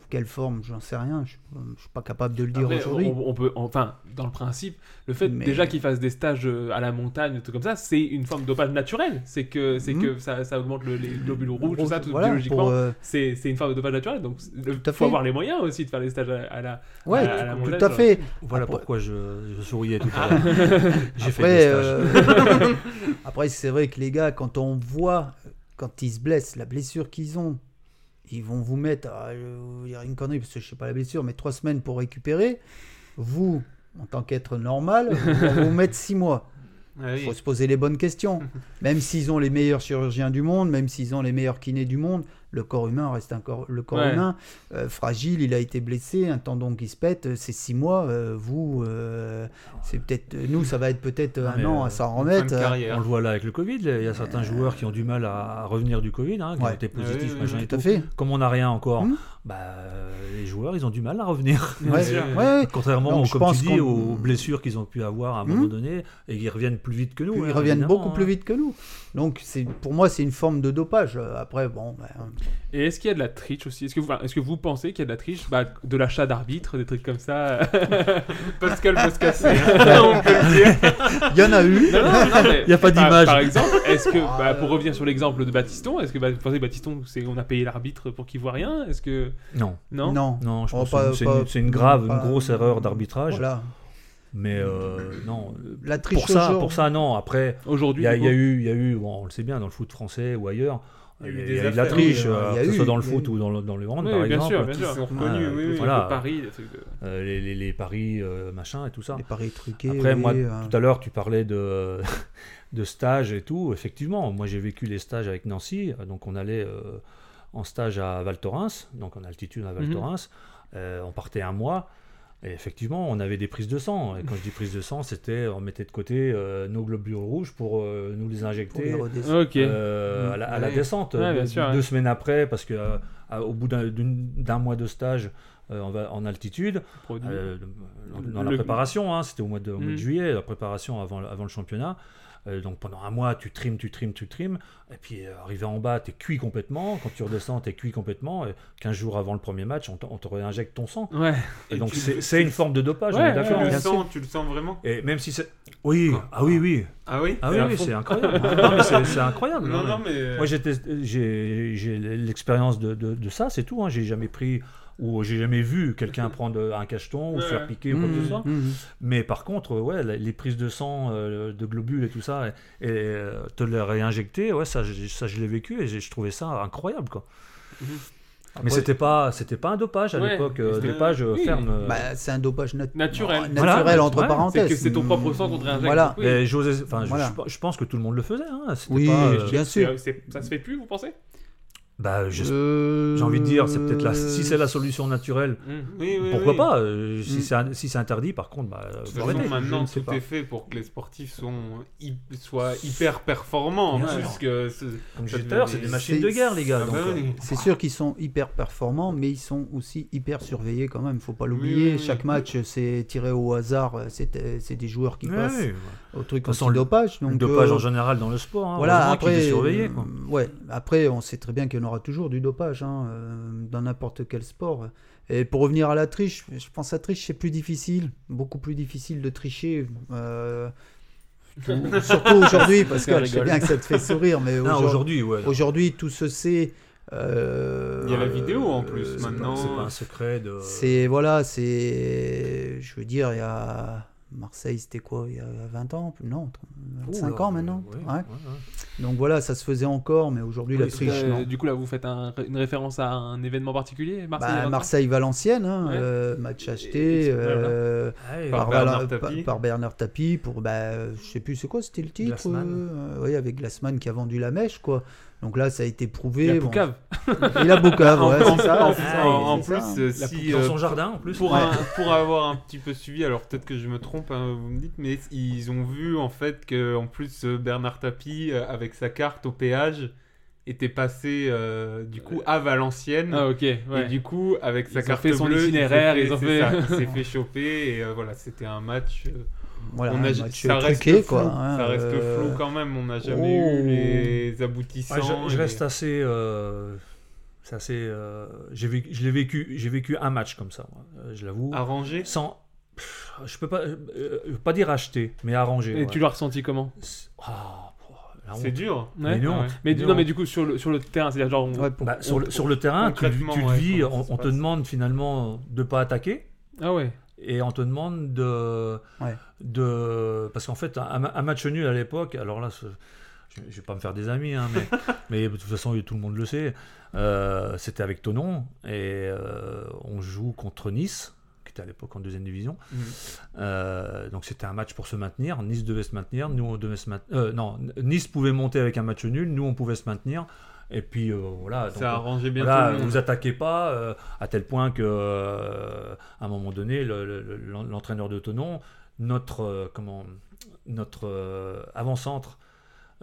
B: quelle forme, j'en sais rien, je je suis pas capable de le dire
H: Après,
B: aujourd'hui.
H: Ah, on, on peut, enfin, dans le principe, le fait
B: Mais-
H: déjà qu'ils fassent des stages euh, à la montagne, des trucs comme ça, c'est une forme de dopage naturel. C'est que, c'est
B: Mhm.
H: que ça, ça augmente le- les globules rouges, tout ça, tout
B: Voilà,
H: biologiquement.
B: pour, euh,
H: C'est c'est une forme de dopage naturel. Donc, il
B: à
H: faut
B: fait.
H: avoir les moyens aussi de faire les stages à, à la,
B: Ouais,
H: à, à Ah, la
B: tout-
H: montagne,
B: tout à
H: genre.
B: fait.
I: Voilà pourquoi je, je souriais tout
H: Ah.
I: à
B: <laughs>
I: l'heure. J'ai fait
B: Ah,
I: des stages.
B: Après, euh, <laughs> Après, c'est vrai que les gars, quand on voit, quand ils se blessent, la blessure qu'ils ont, ils vont vous mettre, à, euh, il y a une connerie parce que je sais pas la blessure, mais trois semaines pour récupérer. Vous, en tant qu'être normal, on va vous mettre six mois. Il
G: Ah oui.
B: faut se poser les bonnes questions. Même s'ils ont les meilleurs chirurgiens du monde, même s'ils ont les meilleurs kinés du monde, le corps humain reste un corps, le corps
H: Ouais.
B: humain euh, fragile. Il a été blessé, un tendon qui se pète, euh, c'est six mois. euh, vous, euh, c'est peut-être nous, ça va être peut-être un
I: Mais,
B: an
I: euh,
B: à s'en remettre.
I: On le voit là avec le Covid. là, Il y a certains joueurs qui ont du mal à, à revenir du Covid, hein, qui
B: Euh, Ouais.
I: ont été
B: Ouais,
I: positifs,
B: ouais,
I: machin
B: ouais,
I: et
B: tout à
I: tout.
B: fait.
I: Comme on n'a rien encore,
B: Hmm.
I: bah, les joueurs, ils ont du mal à revenir.
B: <laughs> Ouais, Bien sûr.
I: Ah,
B: ouais.
I: Contrairement,
B: Donc,
I: aux-
B: je
I: comme
B: pense
I: tu dis,
B: qu'on-
I: aux blessures qu'ils ont pu avoir à un
B: Hmm.
I: moment donné, et ils reviennent plus vite que nous.
B: Ils
I: hein,
B: reviennent
I: évidemment,
B: beaucoup
I: hein.
B: plus vite que nous. Donc, c'est pour moi, c'est une forme de dopage. Euh, Après, bon, ben,
H: Et est-ce qu'il y a de la triche aussi Est-ce que, vous- est-ce que vous pensez qu'il y a de la triche Bah, De l'achat d'arbitres, des trucs comme ça <laughs> Pascal peut se casser, hein, on peut le dire.
B: Il y en a eu.
H: Non, non, non, mais
B: Il <laughs> y a pas
H: par-
B: d'image.
H: Par exemple, est-ce que, bah, pour revenir sur l'exemple de Batiston, est-ce que bah, vous pensez que Batiston, c'est, on a payé l'arbitre pour qu'il voit rien Est-ce que...
I: Non.
H: <laughs> Non
I: Non, je
B: Oh,
I: pense
B: pas-
I: que c'est
B: pas-
I: une, c'est une grave,
B: pas-
I: une grosse erreur d'arbitrage.
B: Voilà.
I: Mais euh, non. euh,
B: La triche
I: pour ça,
B: toujours.
I: pour ça, non. Après,
H: Aujourd'hui,
I: il y, a-
H: du
I: il y a
H: coup.
I: eu, il y a eu, bon, on le sait bien, dans le foot français ou ailleurs. Il y a eu,
H: des
I: il y a eu de la
H: affaires.
I: triche,
H: Oui,
I: euh,
H: il y a
I: que ce
H: eu,
I: soit dans le
H: il y a
I: foot
H: eu.
I: ou dans le, dans le hand,
H: Oui,
I: par
H: bien
I: exemple.
H: sûr, bien sûr. Qui sont reconnus, oui, oui,
I: voilà.
H: les paris, des trucs de-
I: Euh, les, les- les paris, euh, machin et tout ça. Les
B: paris truqués.
I: Après,
B: oui,
I: moi,
B: euh.
I: tout à l'heure, tu parlais de, <laughs> de stages et tout. Effectivement, moi, j'ai vécu les stages avec Nancy. Donc, on allait euh, en stage à Val Thorens, donc en altitude à Val
H: Mhm.
I: Thorens. Euh, on partait un mois. Et effectivement, on avait des prises de sang. Et quand je dis prises de sang, c'était on mettait de côté euh, nos globules rouges pour euh, nous les injecter
H: Pour les redescendre. Ok.
I: euh, à la, à la
H: Ouais.
I: descente.
H: Ouais, bien
I: Deux-
H: sûr, ouais.
I: deux semaines après, parce que euh, à- au bout d'un- d'une- d'un mois de stage euh, en, va- en altitude,
H: Produit.
I: euh, dans, dans la
H: Le-
I: préparation, hein, c'était au mois de, au mois de
H: Mm.
I: juillet, la préparation avant, le- avant le championnat. Euh, donc pendant un mois, tu trimes, tu trimes, tu trimes, et puis euh, arrivé en bas, t'es cuit complètement. Quand tu redescends, t'es cuit complètement. Et 15 jours avant le premier match, on, te- on te réinjecte ton sang.
H: Ouais.
I: Et,
G: Et
I: donc
G: tu-
I: c'est c'est une forme de dopage.
G: Ouais,
I: on est d'accord.
G: tu le
I: Bien
G: sens-
I: sûr.
G: tu le sens vraiment
I: Et même si c'est. Oui, ah oui, oui.
G: Ah oui
I: Ah oui,
G: C'est à
I: oui,
G: fond.
I: c'est incroyable. Non, mais c'est c'est incroyable. hein.
G: Non, non, mais-
I: Moi, j'étais- j'ai j'ai l'expérience de, de- de ça, c'est tout. Hein. J'ai jamais pris ou j'ai jamais vu quelqu'un prendre un cacheton ou se faire
H: Ouais.
I: piquer ou quoi que
G: Mm.
H: Mhm,
I: ce soit.
H: mhm.
I: Mais par contre, euh, ouais, la- les prises de sang, euh, de globules et tout ça, et, et, euh, te les réinjecter, ouais, ça, j'ai- ça je l'ai vécu et j'ai- je trouvais ça incroyable, quoi. Mais
B: Après-
I: c'était pas, c'était pas un dopage à
B: Ouais,
I: l'époque, euh,
B: c'était-
I: dopage euh,
B: oui.
I: ferme. euh,
B: Bah, c'est un dopage nat-
H: Naturel.
B: naturel,
I: Voilà.
B: entre
I: Ouais.
B: parenthèses. Voilà.
I: Mais j'osais- enfin, je-
B: Voilà.
I: je, je pense que tout le monde le faisait. hein. C'était
B: Oui,
I: pas,
B: je- bien
H: C'est- c'est- ça se fait plus, vous pensez
I: Bah, je- j'ai
H: Euh,
I: envie de dire, c'est peut-être la, si c'est la solution naturelle,
B: Hmm.
H: Hmm.
G: Oui, oui,
I: pourquoi
G: oui.
I: pas euh, Si
G: Mm.
I: c'est si c'est interdit, par contre, bah,
G: De toute
I: faut
G: façon,
I: arrêter.
G: maintenant,
I: Je ne sais
G: tout
I: pas.
G: est fait pour que les sportifs sont, hy- soient hyper performants.
I: Bien
G: hein,
I: sûr.
G: parce que ce-
I: Comme
G: ça
I: je disais
G: devient
I: tout à l'heure, c'est des machines de guerre, les gars,
G: Ah
I: donc,
G: bah oui.
I: euh,
B: C'est sûr qu'ils sont hyper performants, mais ils sont aussi hyper surveillés quand même. Faut pas l'oublier. Chaque match, c'est tiré au hasard. C'est euh, c'est des joueurs qui
I: Oui,
B: passent
I: oui.
B: au truc
I: De toute façon,
B: anti-dopage.
I: le-
B: donc, euh,
I: le dopage en général dans le sport, hein,
B: voilà,
I: heureusement qu'il est
B: après,
I: surveillé, quoi.
B: euh, ouais, après, on sait très bien qu'il y en aura toujours du dopage hein, euh, dans n'importe quel sport. Et pour revenir à la triche, je pense à la triche, c'est plus difficile, beaucoup plus difficile de tricher. euh,
G: <laughs>
B: tout- surtout aujourd'hui, parce
I: Ça
B: que je sais
I: rigole.
B: bien que ça te fait sourire, mais
I: Non, aujourd'hui, euh, ouais.
B: aujourd'hui, tout se sait. euh,
G: Il y a la vidéo, en plus,
I: C'est pas-
G: maintenant.
I: C'est pas un secret de.
B: c'est voilà, c'est je veux dire il y a Marseille, c'était quoi il y a 20 ans Non, 25
H: Oula,
B: ans maintenant.
I: euh,
B: hein.
H: ouais,
B: Ouais. Donc voilà, ça se faisait encore mais aujourd'hui la
H: Oui,
B: triche
H: parce que,
B: non.
H: euh, Du coup, là, vous faites un- une référence à un événement particulier Marseille
B: Bah,
H: Valenciennes
B: Marseille-Valenciennes, hein,
H: Ouais.
B: euh, match
H: Et- et-
B: acheté euh,
H: Ah oui.
B: par,
H: Par Bernard
B: Valen-
H: Tapie.
B: par- par Bernard Tapie pour, bah, euh, je sais plus c'est quoi, c'était le titre
H: Glassman.
B: euh, Oui, avec Glassman qui a vendu la mèche, quoi. Donc là, ça a été prouvé.
H: Il a
B: bon.
H: Poucave.
B: Il a
G: <laughs>
B: Boucave,
G: En-
B: <laughs> ouais,
G: en-
B: c'est ça.
G: en-
B: Ah,
G: en- en
B: c'est
G: plus,
B: ça.
G: euh, si, euh, Pour,
B: Ouais.
G: un- pour avoir un petit peu suivi, alors peut-être que je me trompe, hein, vous me dites, mais ils ont vu en fait que en plus euh, Bernard Tapie, euh, avec sa carte au péage, était passé euh, du coup à Valenciennes.
H: Ah, ok, ouais.
G: Hmm. Et du coup, avec sa
H: Ils ont
G: carte
H: fait son
G: bleue, il s'est
H: itinéraire, ils ont
G: c'est
H: fait-
G: ça, il s'est fait choper et euh, voilà, c'était un match. euh,
B: Voilà,
G: on a-
B: un match
G: ça reste
B: truqué,
G: flou,
B: quoi, hein,
G: ça reste
B: euh, oh.
H: Ah,
G: flou quand même. On n'a jamais eu les aboutissants.
I: Ouais, je, je
G: et-
I: reste assez euh, C'est assez. euh, j'ai vécu, je l'ai vécu, j'ai vécu un match comme ça, moi, euh, je l'avoue.
H: Arrangé
I: Sans. Pff, Je peux pas, euh, je peux pas dire acheter, mais arrangé.
H: Et tu l'as ressenti comment
I: ah,
B: Ah,
I: la
H: C'est
I: honte.
H: dur.
I: Mais
H: Ouais.
I: une honte,
H: Mais,
I: une
H: du- non, mais
I: honte.
H: du coup, sur le, sur le terrain, c'est-à-dire genre. on-
I: Bah,
H: on-
I: sur, le,
H: on-
I: sur le terrain, tu, tu
H: concrètement,
I: le
H: ouais,
I: vis,
H: comment
I: on,
H: ça se
I: on te
H: passe
I: demande finalement de pas attaquer.
H: Ah ouais.
I: Et on te demande de.
B: Ouais.
I: de parce qu'en fait, un, un match nul à l'époque, alors là, ce- je, je vais pas me faire des amis, hein, mais, mais de toute façon, tout le monde le sait, euh, c'était avec Tonon, et euh, on joue contre Nice, qui était à l'époque en deuxième division.
H: Mhm.
I: Euh, donc c'était un match pour se maintenir. Nice devait se maintenir. Nous, on devait se maintenir. non, Nice pouvait monter avec un match nul. Nous, on pouvait se maintenir. Et puis euh, voilà.
H: Ça arrangeait bien
I: voilà,
H: tout le monde.
I: Vous attaquez pas euh, à tel point que, euh, à un moment donné, le- le- le- l'en- l'entraîneur de Tonon, notre euh, comment, notre euh, avant-centre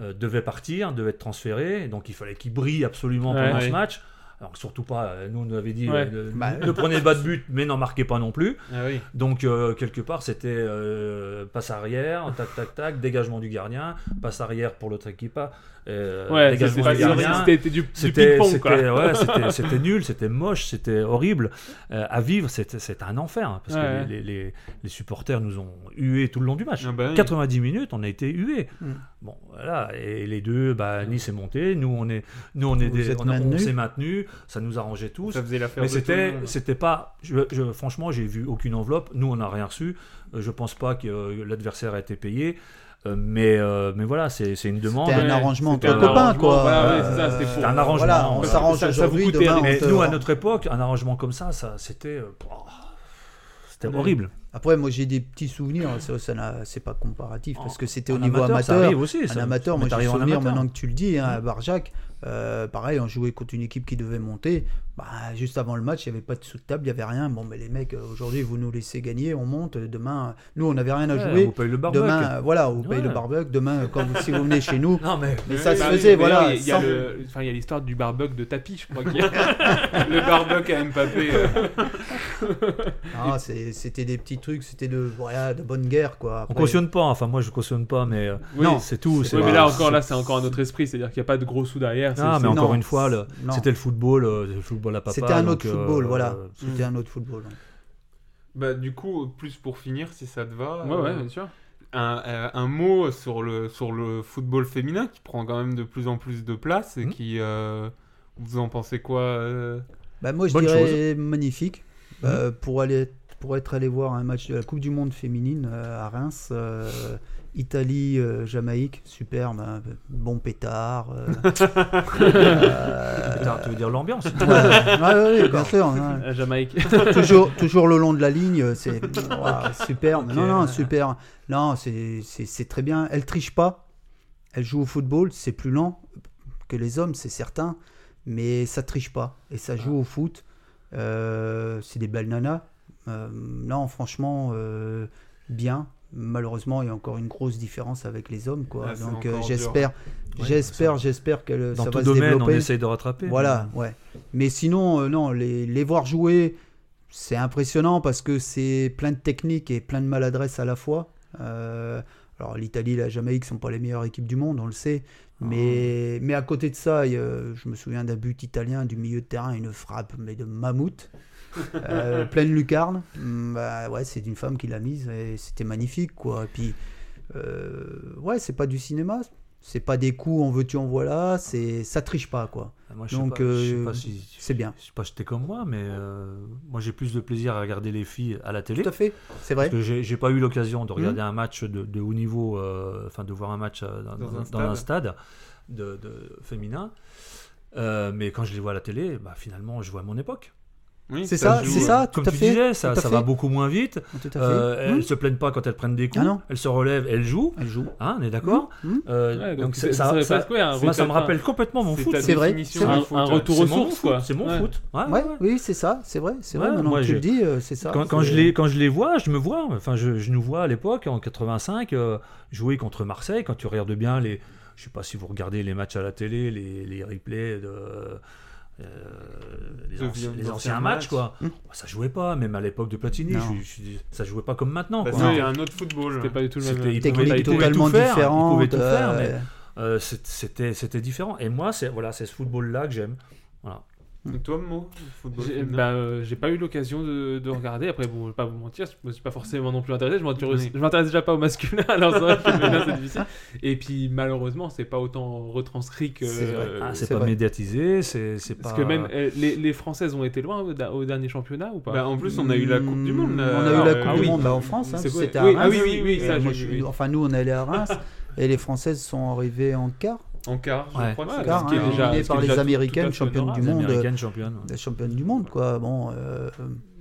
I: euh, devait partir, devait être transféré. Donc il fallait qu'il brille absolument
H: Ouais,
I: pendant
H: ouais.
I: ce match. Alors que surtout pas. euh, Nous, on nous avait dit
H: Ouais.
I: euh, ne-
H: Bah,
I: ne prenez pas de but, mais n'en marquez pas non plus.
H: Ah oui.
I: Donc, euh, quelque part, c'était euh, passe arrière, tac, tac, tac, dégagement du gardien, passe arrière pour l'autre équipe. euh,
H: Ouais,
I: dégagement
H: c'était-
I: du gardien.
H: c'était du- du
I: C'était-
H: ping-pong,
I: c'était-
H: quoi. <laughs>
I: ouais, c'était- C'était nul, c'était moche, c'était horrible. Euh, à vivre, c'était c'était un enfer. hein, parce
H: Ouais.
I: que les, les- les supporters nous ont hués tout le long du match.
H: Ah bah oui.
I: 90 minutes, on a été hués.
H: Mm.
I: Bon, voilà. Et les deux, bah, Nice est monté, nous, on est, nous, on est
H: Vous
I: des-
H: êtes
I: on a- on
H: maintenus.
I: s'est maintenus, ça nous arrangeait tous.
H: Ça faisait l'affaire
I: Mais
H: de tout le
I: c'était
H: monde.
I: c'était pas. Je, je- franchement, j'ai vu aucune enveloppe. Nous, on n'a rien reçu. Euh, Je pense pas que euh, l'adversaire a été payé. Euh, Mais, euh, mais voilà, c'est c'est une demande.
B: un Ouais, arrangement c'était entre un copains, arrangement, quoi. voilà, ouais, c'est ça, c'était pour-
I: un arrangement.
B: Voilà, on
I: Parce que
B: s'arrange
I: ça- ça
B: aujourd'hui,
I: vous coûtait
B: demain,
I: rien.
B: on
I: Mais
B: te-
I: nous, à notre époque, un arrangement comme ça, ça c'était. euh, oh, c'était horrible.
B: Après, moi, j'ai des petits souvenirs. Ça, ça n'a- c'est pas comparatif parce que c'était au
I: En
B: niveau
I: amateur, ça
B: amateur.
I: arrive aussi,
B: un
I: ça-
B: amateur,
I: ça m'est
B: moi, j'ai des
I: arrivé en
B: souvenirs
I: amateur. Mm.
B: maintenant que tu le dis hein, à Barjac. euh, pareil, on jouait contre une équipe qui devait monter. Bah, juste avant le match, il n'y avait pas de sous-table, il n'y avait rien. Bon, mais les mecs, euh, aujourd'hui, vous nous laissez gagner, on monte. euh, Demain, euh, nous, on n'avait rien à
I: Ouais,
B: jouer.
I: on vous paye le barbecue.
B: Demain, euh, voilà, on vous paye
I: Ouais.
B: le barbecue. Demain, euh, quand vous, si vous venez
I: <laughs>
B: chez nous.
I: Non, mais-
B: ça
H: Oui,
B: se
H: bah oui,
B: faisait,
H: mais
B: voilà.
H: Il y a
B: sans-
H: le- enfin, il y a l'histoire du barbuck de tapis, je crois qu'il y a.
B: <laughs>
H: le barbuck à Mbappé. euh.
B: Non, ah, c'est- c'était des petits trucs, c'était de, voilà, de bonne guerre, quoi.
I: On
B: Après-
I: cautionne pas, enfin moi je cautionne pas, mais euh,
H: Oui.
I: non, c'est tout.
H: Oui, mais là encore, là, c'est encore un autre esprit, c'est-à-dire qu'il n'y a pas de gros sous derrière. c'est-
I: Ah,
H: c'est-
I: mais encore
H: non.
I: une fois, le-
H: Non.
I: c'était le football, euh, le football à papa.
B: C'était un
I: donc,
B: autre
I: euh,
B: football, voilà.
I: euh,
B: C'était un autre football.
G: Bah, du coup, plus pour finir, si ça te va.
H: Ouais, ouais, bien sûr.
G: Un, euh, un mot sur le, sur le football féminin qui prend quand même de plus en plus de place et qui. euh, vous en pensez quoi euh
B: Bah, moi, je
G: Bonne
B: dirais magnifique. Euh, pour, aller, pour être allé voir un match de la Coupe du Monde féminine euh, à Reims, euh, Italie, euh, Jamaïque, superbe, hein, bon pétard. euh, euh,
I: Pétard, tu veux dire l'ambiance
B: <laughs> Ouais, ouais, ouais, bien
I: D'accord.
B: sûr. hein.
H: La Jamaïque.
I: <laughs>
B: toujours, toujours le long de la ligne, c'est Ouah, superbe.
H: Ok.
B: Non, non, super. Non, c'est- c'est c'est très bien. Elle triche pas. Elle joue au football, c'est plus lent que les hommes, c'est certain, mais ça triche pas et ça joue au foot. Euh, c'est des belles nanas. Euh, non, franchement, euh, bien. Malheureusement, il y a encore une grosse différence avec les hommes, quoi.
I: Ah, c'est
B: Donc euh,
I: encore dur.
B: j'espère,
I: Ouais,
B: j'espère, j'espère que
I: Dans
B: ça
I: tout
B: va se
I: domaine,
B: développer.
I: on essaye de rattraper.
B: Voilà, ouais. Mais sinon, euh, non, les, les voir jouer, c'est impressionnant parce que c'est plein de technique et plein de maladresse à la fois. Euh, alors l'Italie, la Jamaïque sont pas les meilleures équipes du monde, on le sait. Mais, mais à côté de ça, il y a- je me souviens d'un but italien du milieu de terrain, une frappe mais de mammouth, euh, pleine lucarne. Mm, Bah, ouais, c'est une femme qui l'a mise et c'était magnifique quoi. Et puis euh, ouais, c'est pas du cinéma, c'est pas des coups en veux-tu en voilà, c'est ça triche pas quoi.
I: Moi, je sais
B: Donc
I: pas- je sais
B: euh,
I: pas si-
B: c'est bien.
I: Je sais pas si t'es comme moi, mais euh, moi j'ai plus de plaisir à regarder les filles à la télé.
B: Tout à fait, c'est vrai.
I: Parce que j'ai- j'ai pas eu l'occasion de regarder
B: Mhm.
I: un match de, de haut niveau, euh, enfin de voir un match euh, dans,
G: Dans
I: dans-
G: un
I: dans un,
G: stade.
I: stade de, de féminin. Euh, mais quand je les vois à la télé, bah, finalement je vois à mon époque.
G: Oui,
B: C'est ça,
I: joue,
B: Ah, c'est ça,
I: euh, Comme
B: tout à
I: tu
B: fait,
I: disais, ça,
B: tout à
I: ça
B: fait.
I: va beaucoup moins vite.
B: Tout à fait.
I: Euh,
B: Mhm.
I: Elles se plaignent pas quand elles prennent des coups.
B: Ah non.
I: elles se relèvent, elles jouent.
B: Elles jouent.
I: Hein, on est d'accord
B: Mhm. Mhm.
I: Euh,
H: Ouais, donc
I: <laughs> Donc
H: c'est-
I: c'est-
H: ça
I: ça
H: serait
I: ça-
H: presque, ouais, un hein.
I: moi, ça
H: retour-
I: me rappelle complètement mon
H: c'est
I: foot.
H: ta C'est vrai. définition C'est du vrai. foot, Un ouais. retour
I: C'est
H: aux
I: mon
H: sources,
I: foot,
H: quoi.
I: C'est mon
H: Ouais.
I: foot. Ouais,
B: Ah, Ouais, oui, c'est ça, c'est vrai, c'est vrai.
I: Ouais,
B: maintenant
I: moi,
B: que tu
I: je-
B: le dis, euh, c'est ça.
I: Quand, quand
B: c'est-
I: je les, quand je les vois, je me vois. Enfin, je, je nous vois à l'époque, en 85, euh, jouer contre Marseille. Quand tu regardes bien les. Je sais pas si vous regardez les matchs à la télé, les, les replays de. euh, les,
G: De
I: anci-
G: vieux-
I: les
G: d'anciens
I: anciens matchs,
G: matchs.
I: quoi. Bah, ça jouait pas, même à l'époque de Platini,
G: Non.
I: je- je- ça jouait pas comme maintenant.
G: Parce
I: quoi.
G: qu'il y a Bah, un autre football. C'était pas du tout le même.
I: C'était- ils
B: Technique
I: pouvaient- ils pouvaient
B: totalement
I: tout faire,
B: différente,
I: Ils pouvaient tout faire,
B: euh,
I: mais euh, c'est- c'était c'était différent. Et moi, c'est voilà, c'est ce football-là que j'aime. Voilà.
G: Et toi, Mo le football
H: J'ai
G: féminin
H: bah, euh, j'ai pas eu l'occasion de, de regarder. Après, bon, je vais pas vous mentir, je me suis pas forcément non plus intéressé. Je m'intéresse
G: Oui.
H: je m'intéresse déjà pas au masculin, <laughs> alors c'est vrai que le féminin, c'est difficile. Et puis, malheureusement, c'est pas autant retranscrit que.
I: C'est vrai.
H: euh,
I: Ah, c'est pas médiatisé, c'est c'est pas.
H: Parce que même euh, les, les Françaises ont été loin au, da- au dernier championnat ou pas
G: Bah, en plus, on a eu la Coupe du Monde, là.
B: Mmh, On a eu la
G: euh,
B: Coupe
G: ah
B: du
G: oui.
B: Monde bah, en France, hein,
G: C'est quoi
B: c'était à
G: Oui,
B: Reims.
G: ah oui, oui, oui,
B: Et
G: ça,
B: moi,
G: j'ai-
B: je-
G: oui.
B: Enfin, nous, on est allé à
G: <laughs>
B: Reims et les Françaises sont arrivées en quart.
G: En quart, je
B: Ouais.
G: crois,
B: En
G: c'est
B: quart,
G: ce qui est
B: hein,
G: déjà- ce
B: éliminées
G: qui est
B: par
G: déjà
B: les
G: tout-
B: Américaines,
G: tout à fait
B: championnes
G: honorable.
B: du
I: Les
B: monde.
I: Américaines championnes, ouais.
B: Les championnes du monde, quoi. Bon. euh,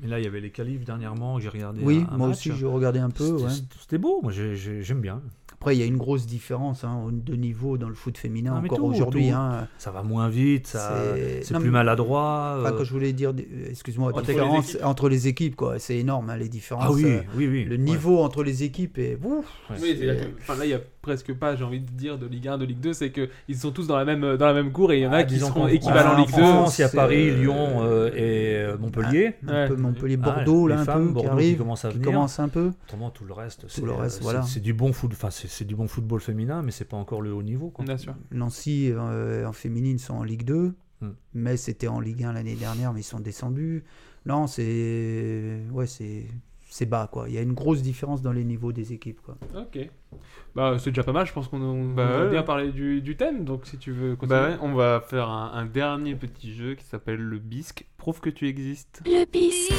I: Et là, il y avait les qualifs dernièrement que j'ai regardé.
B: Oui,
I: un- un
B: moi
I: match.
B: aussi, j'ai regardé un peu.
I: C'était-
B: ouais.
I: C'était beau, moi j'ai- j'ai- j'aime bien.
B: Après, il y a une grosse différence hein, au- de niveau dans le foot féminin
I: Non, mais
B: encore
I: tout,
B: aujourd'hui.
I: tout.
B: hein.
I: Ça va moins vite, ça- c'est
B: Non,
I: plus
B: mais-
I: maladroit,
B: Enfin,
I: euh.
B: quand je voulais dire, des- euh, excuse-moi,
I: Entre les
B: différence
I: équipes.
B: entre les équipes, quoi, c'est énorme hein, les différences.
I: Ah oui,
B: euh,
I: oui, oui,
B: Le
I: ouais.
B: niveau entre les équipes est. Ouf,
H: Oui, c'est-
B: c'est-
H: enfin, là, il y a presque pas, j'ai envie de dire, de Ligue 1, de Ligue 2, c'est que ils sont tous dans la même, dans la même cour et il y en a
B: Ah,
H: qui
I: disons
H: seront
I: qu'en-
H: équivalents
I: en
H: Ligue 2.
I: France, il y a
H: C'est-
I: Paris, Lyon euh, et euh, Montpellier.
B: un peu Montpellier,
I: Ah,
B: Bordeaux,
I: les
B: là, un
I: femmes,
B: peu,
I: Bordeaux
B: qui arrive,
I: commence à
B: qui
I: venir.
B: commence un peu.
I: Autrement, tout le reste, c'est,
B: le
I: euh,
B: reste,
I: c'est-
B: voilà.
I: c'est du bon foot, enfin, c'est, c'est du bon football féminin, mais c'est pas encore le haut niveau. Quoi.
H: Bien sûr.
B: Nancy euh, en féminine sont en Ligue 2.
I: Hmm.
B: mais c'était en Ligue 1 l'année dernière, mais ils sont descendus. Non, c'est. euh, Ouais, c'est. C'est bas, quoi. Il y a une grosse différence dans les niveaux des équipes, quoi.
H: Ok. Bah, c'est déjà pas mal, je pense qu'on on-
G: Bah,
H: on a
G: ouais.
H: bien parlé du, du thème, donc si tu veux continuer.
G: Bah ouais, on va faire un, un dernier petit jeu qui s'appelle le bisque. Prouve que tu existes.
F: Le bis.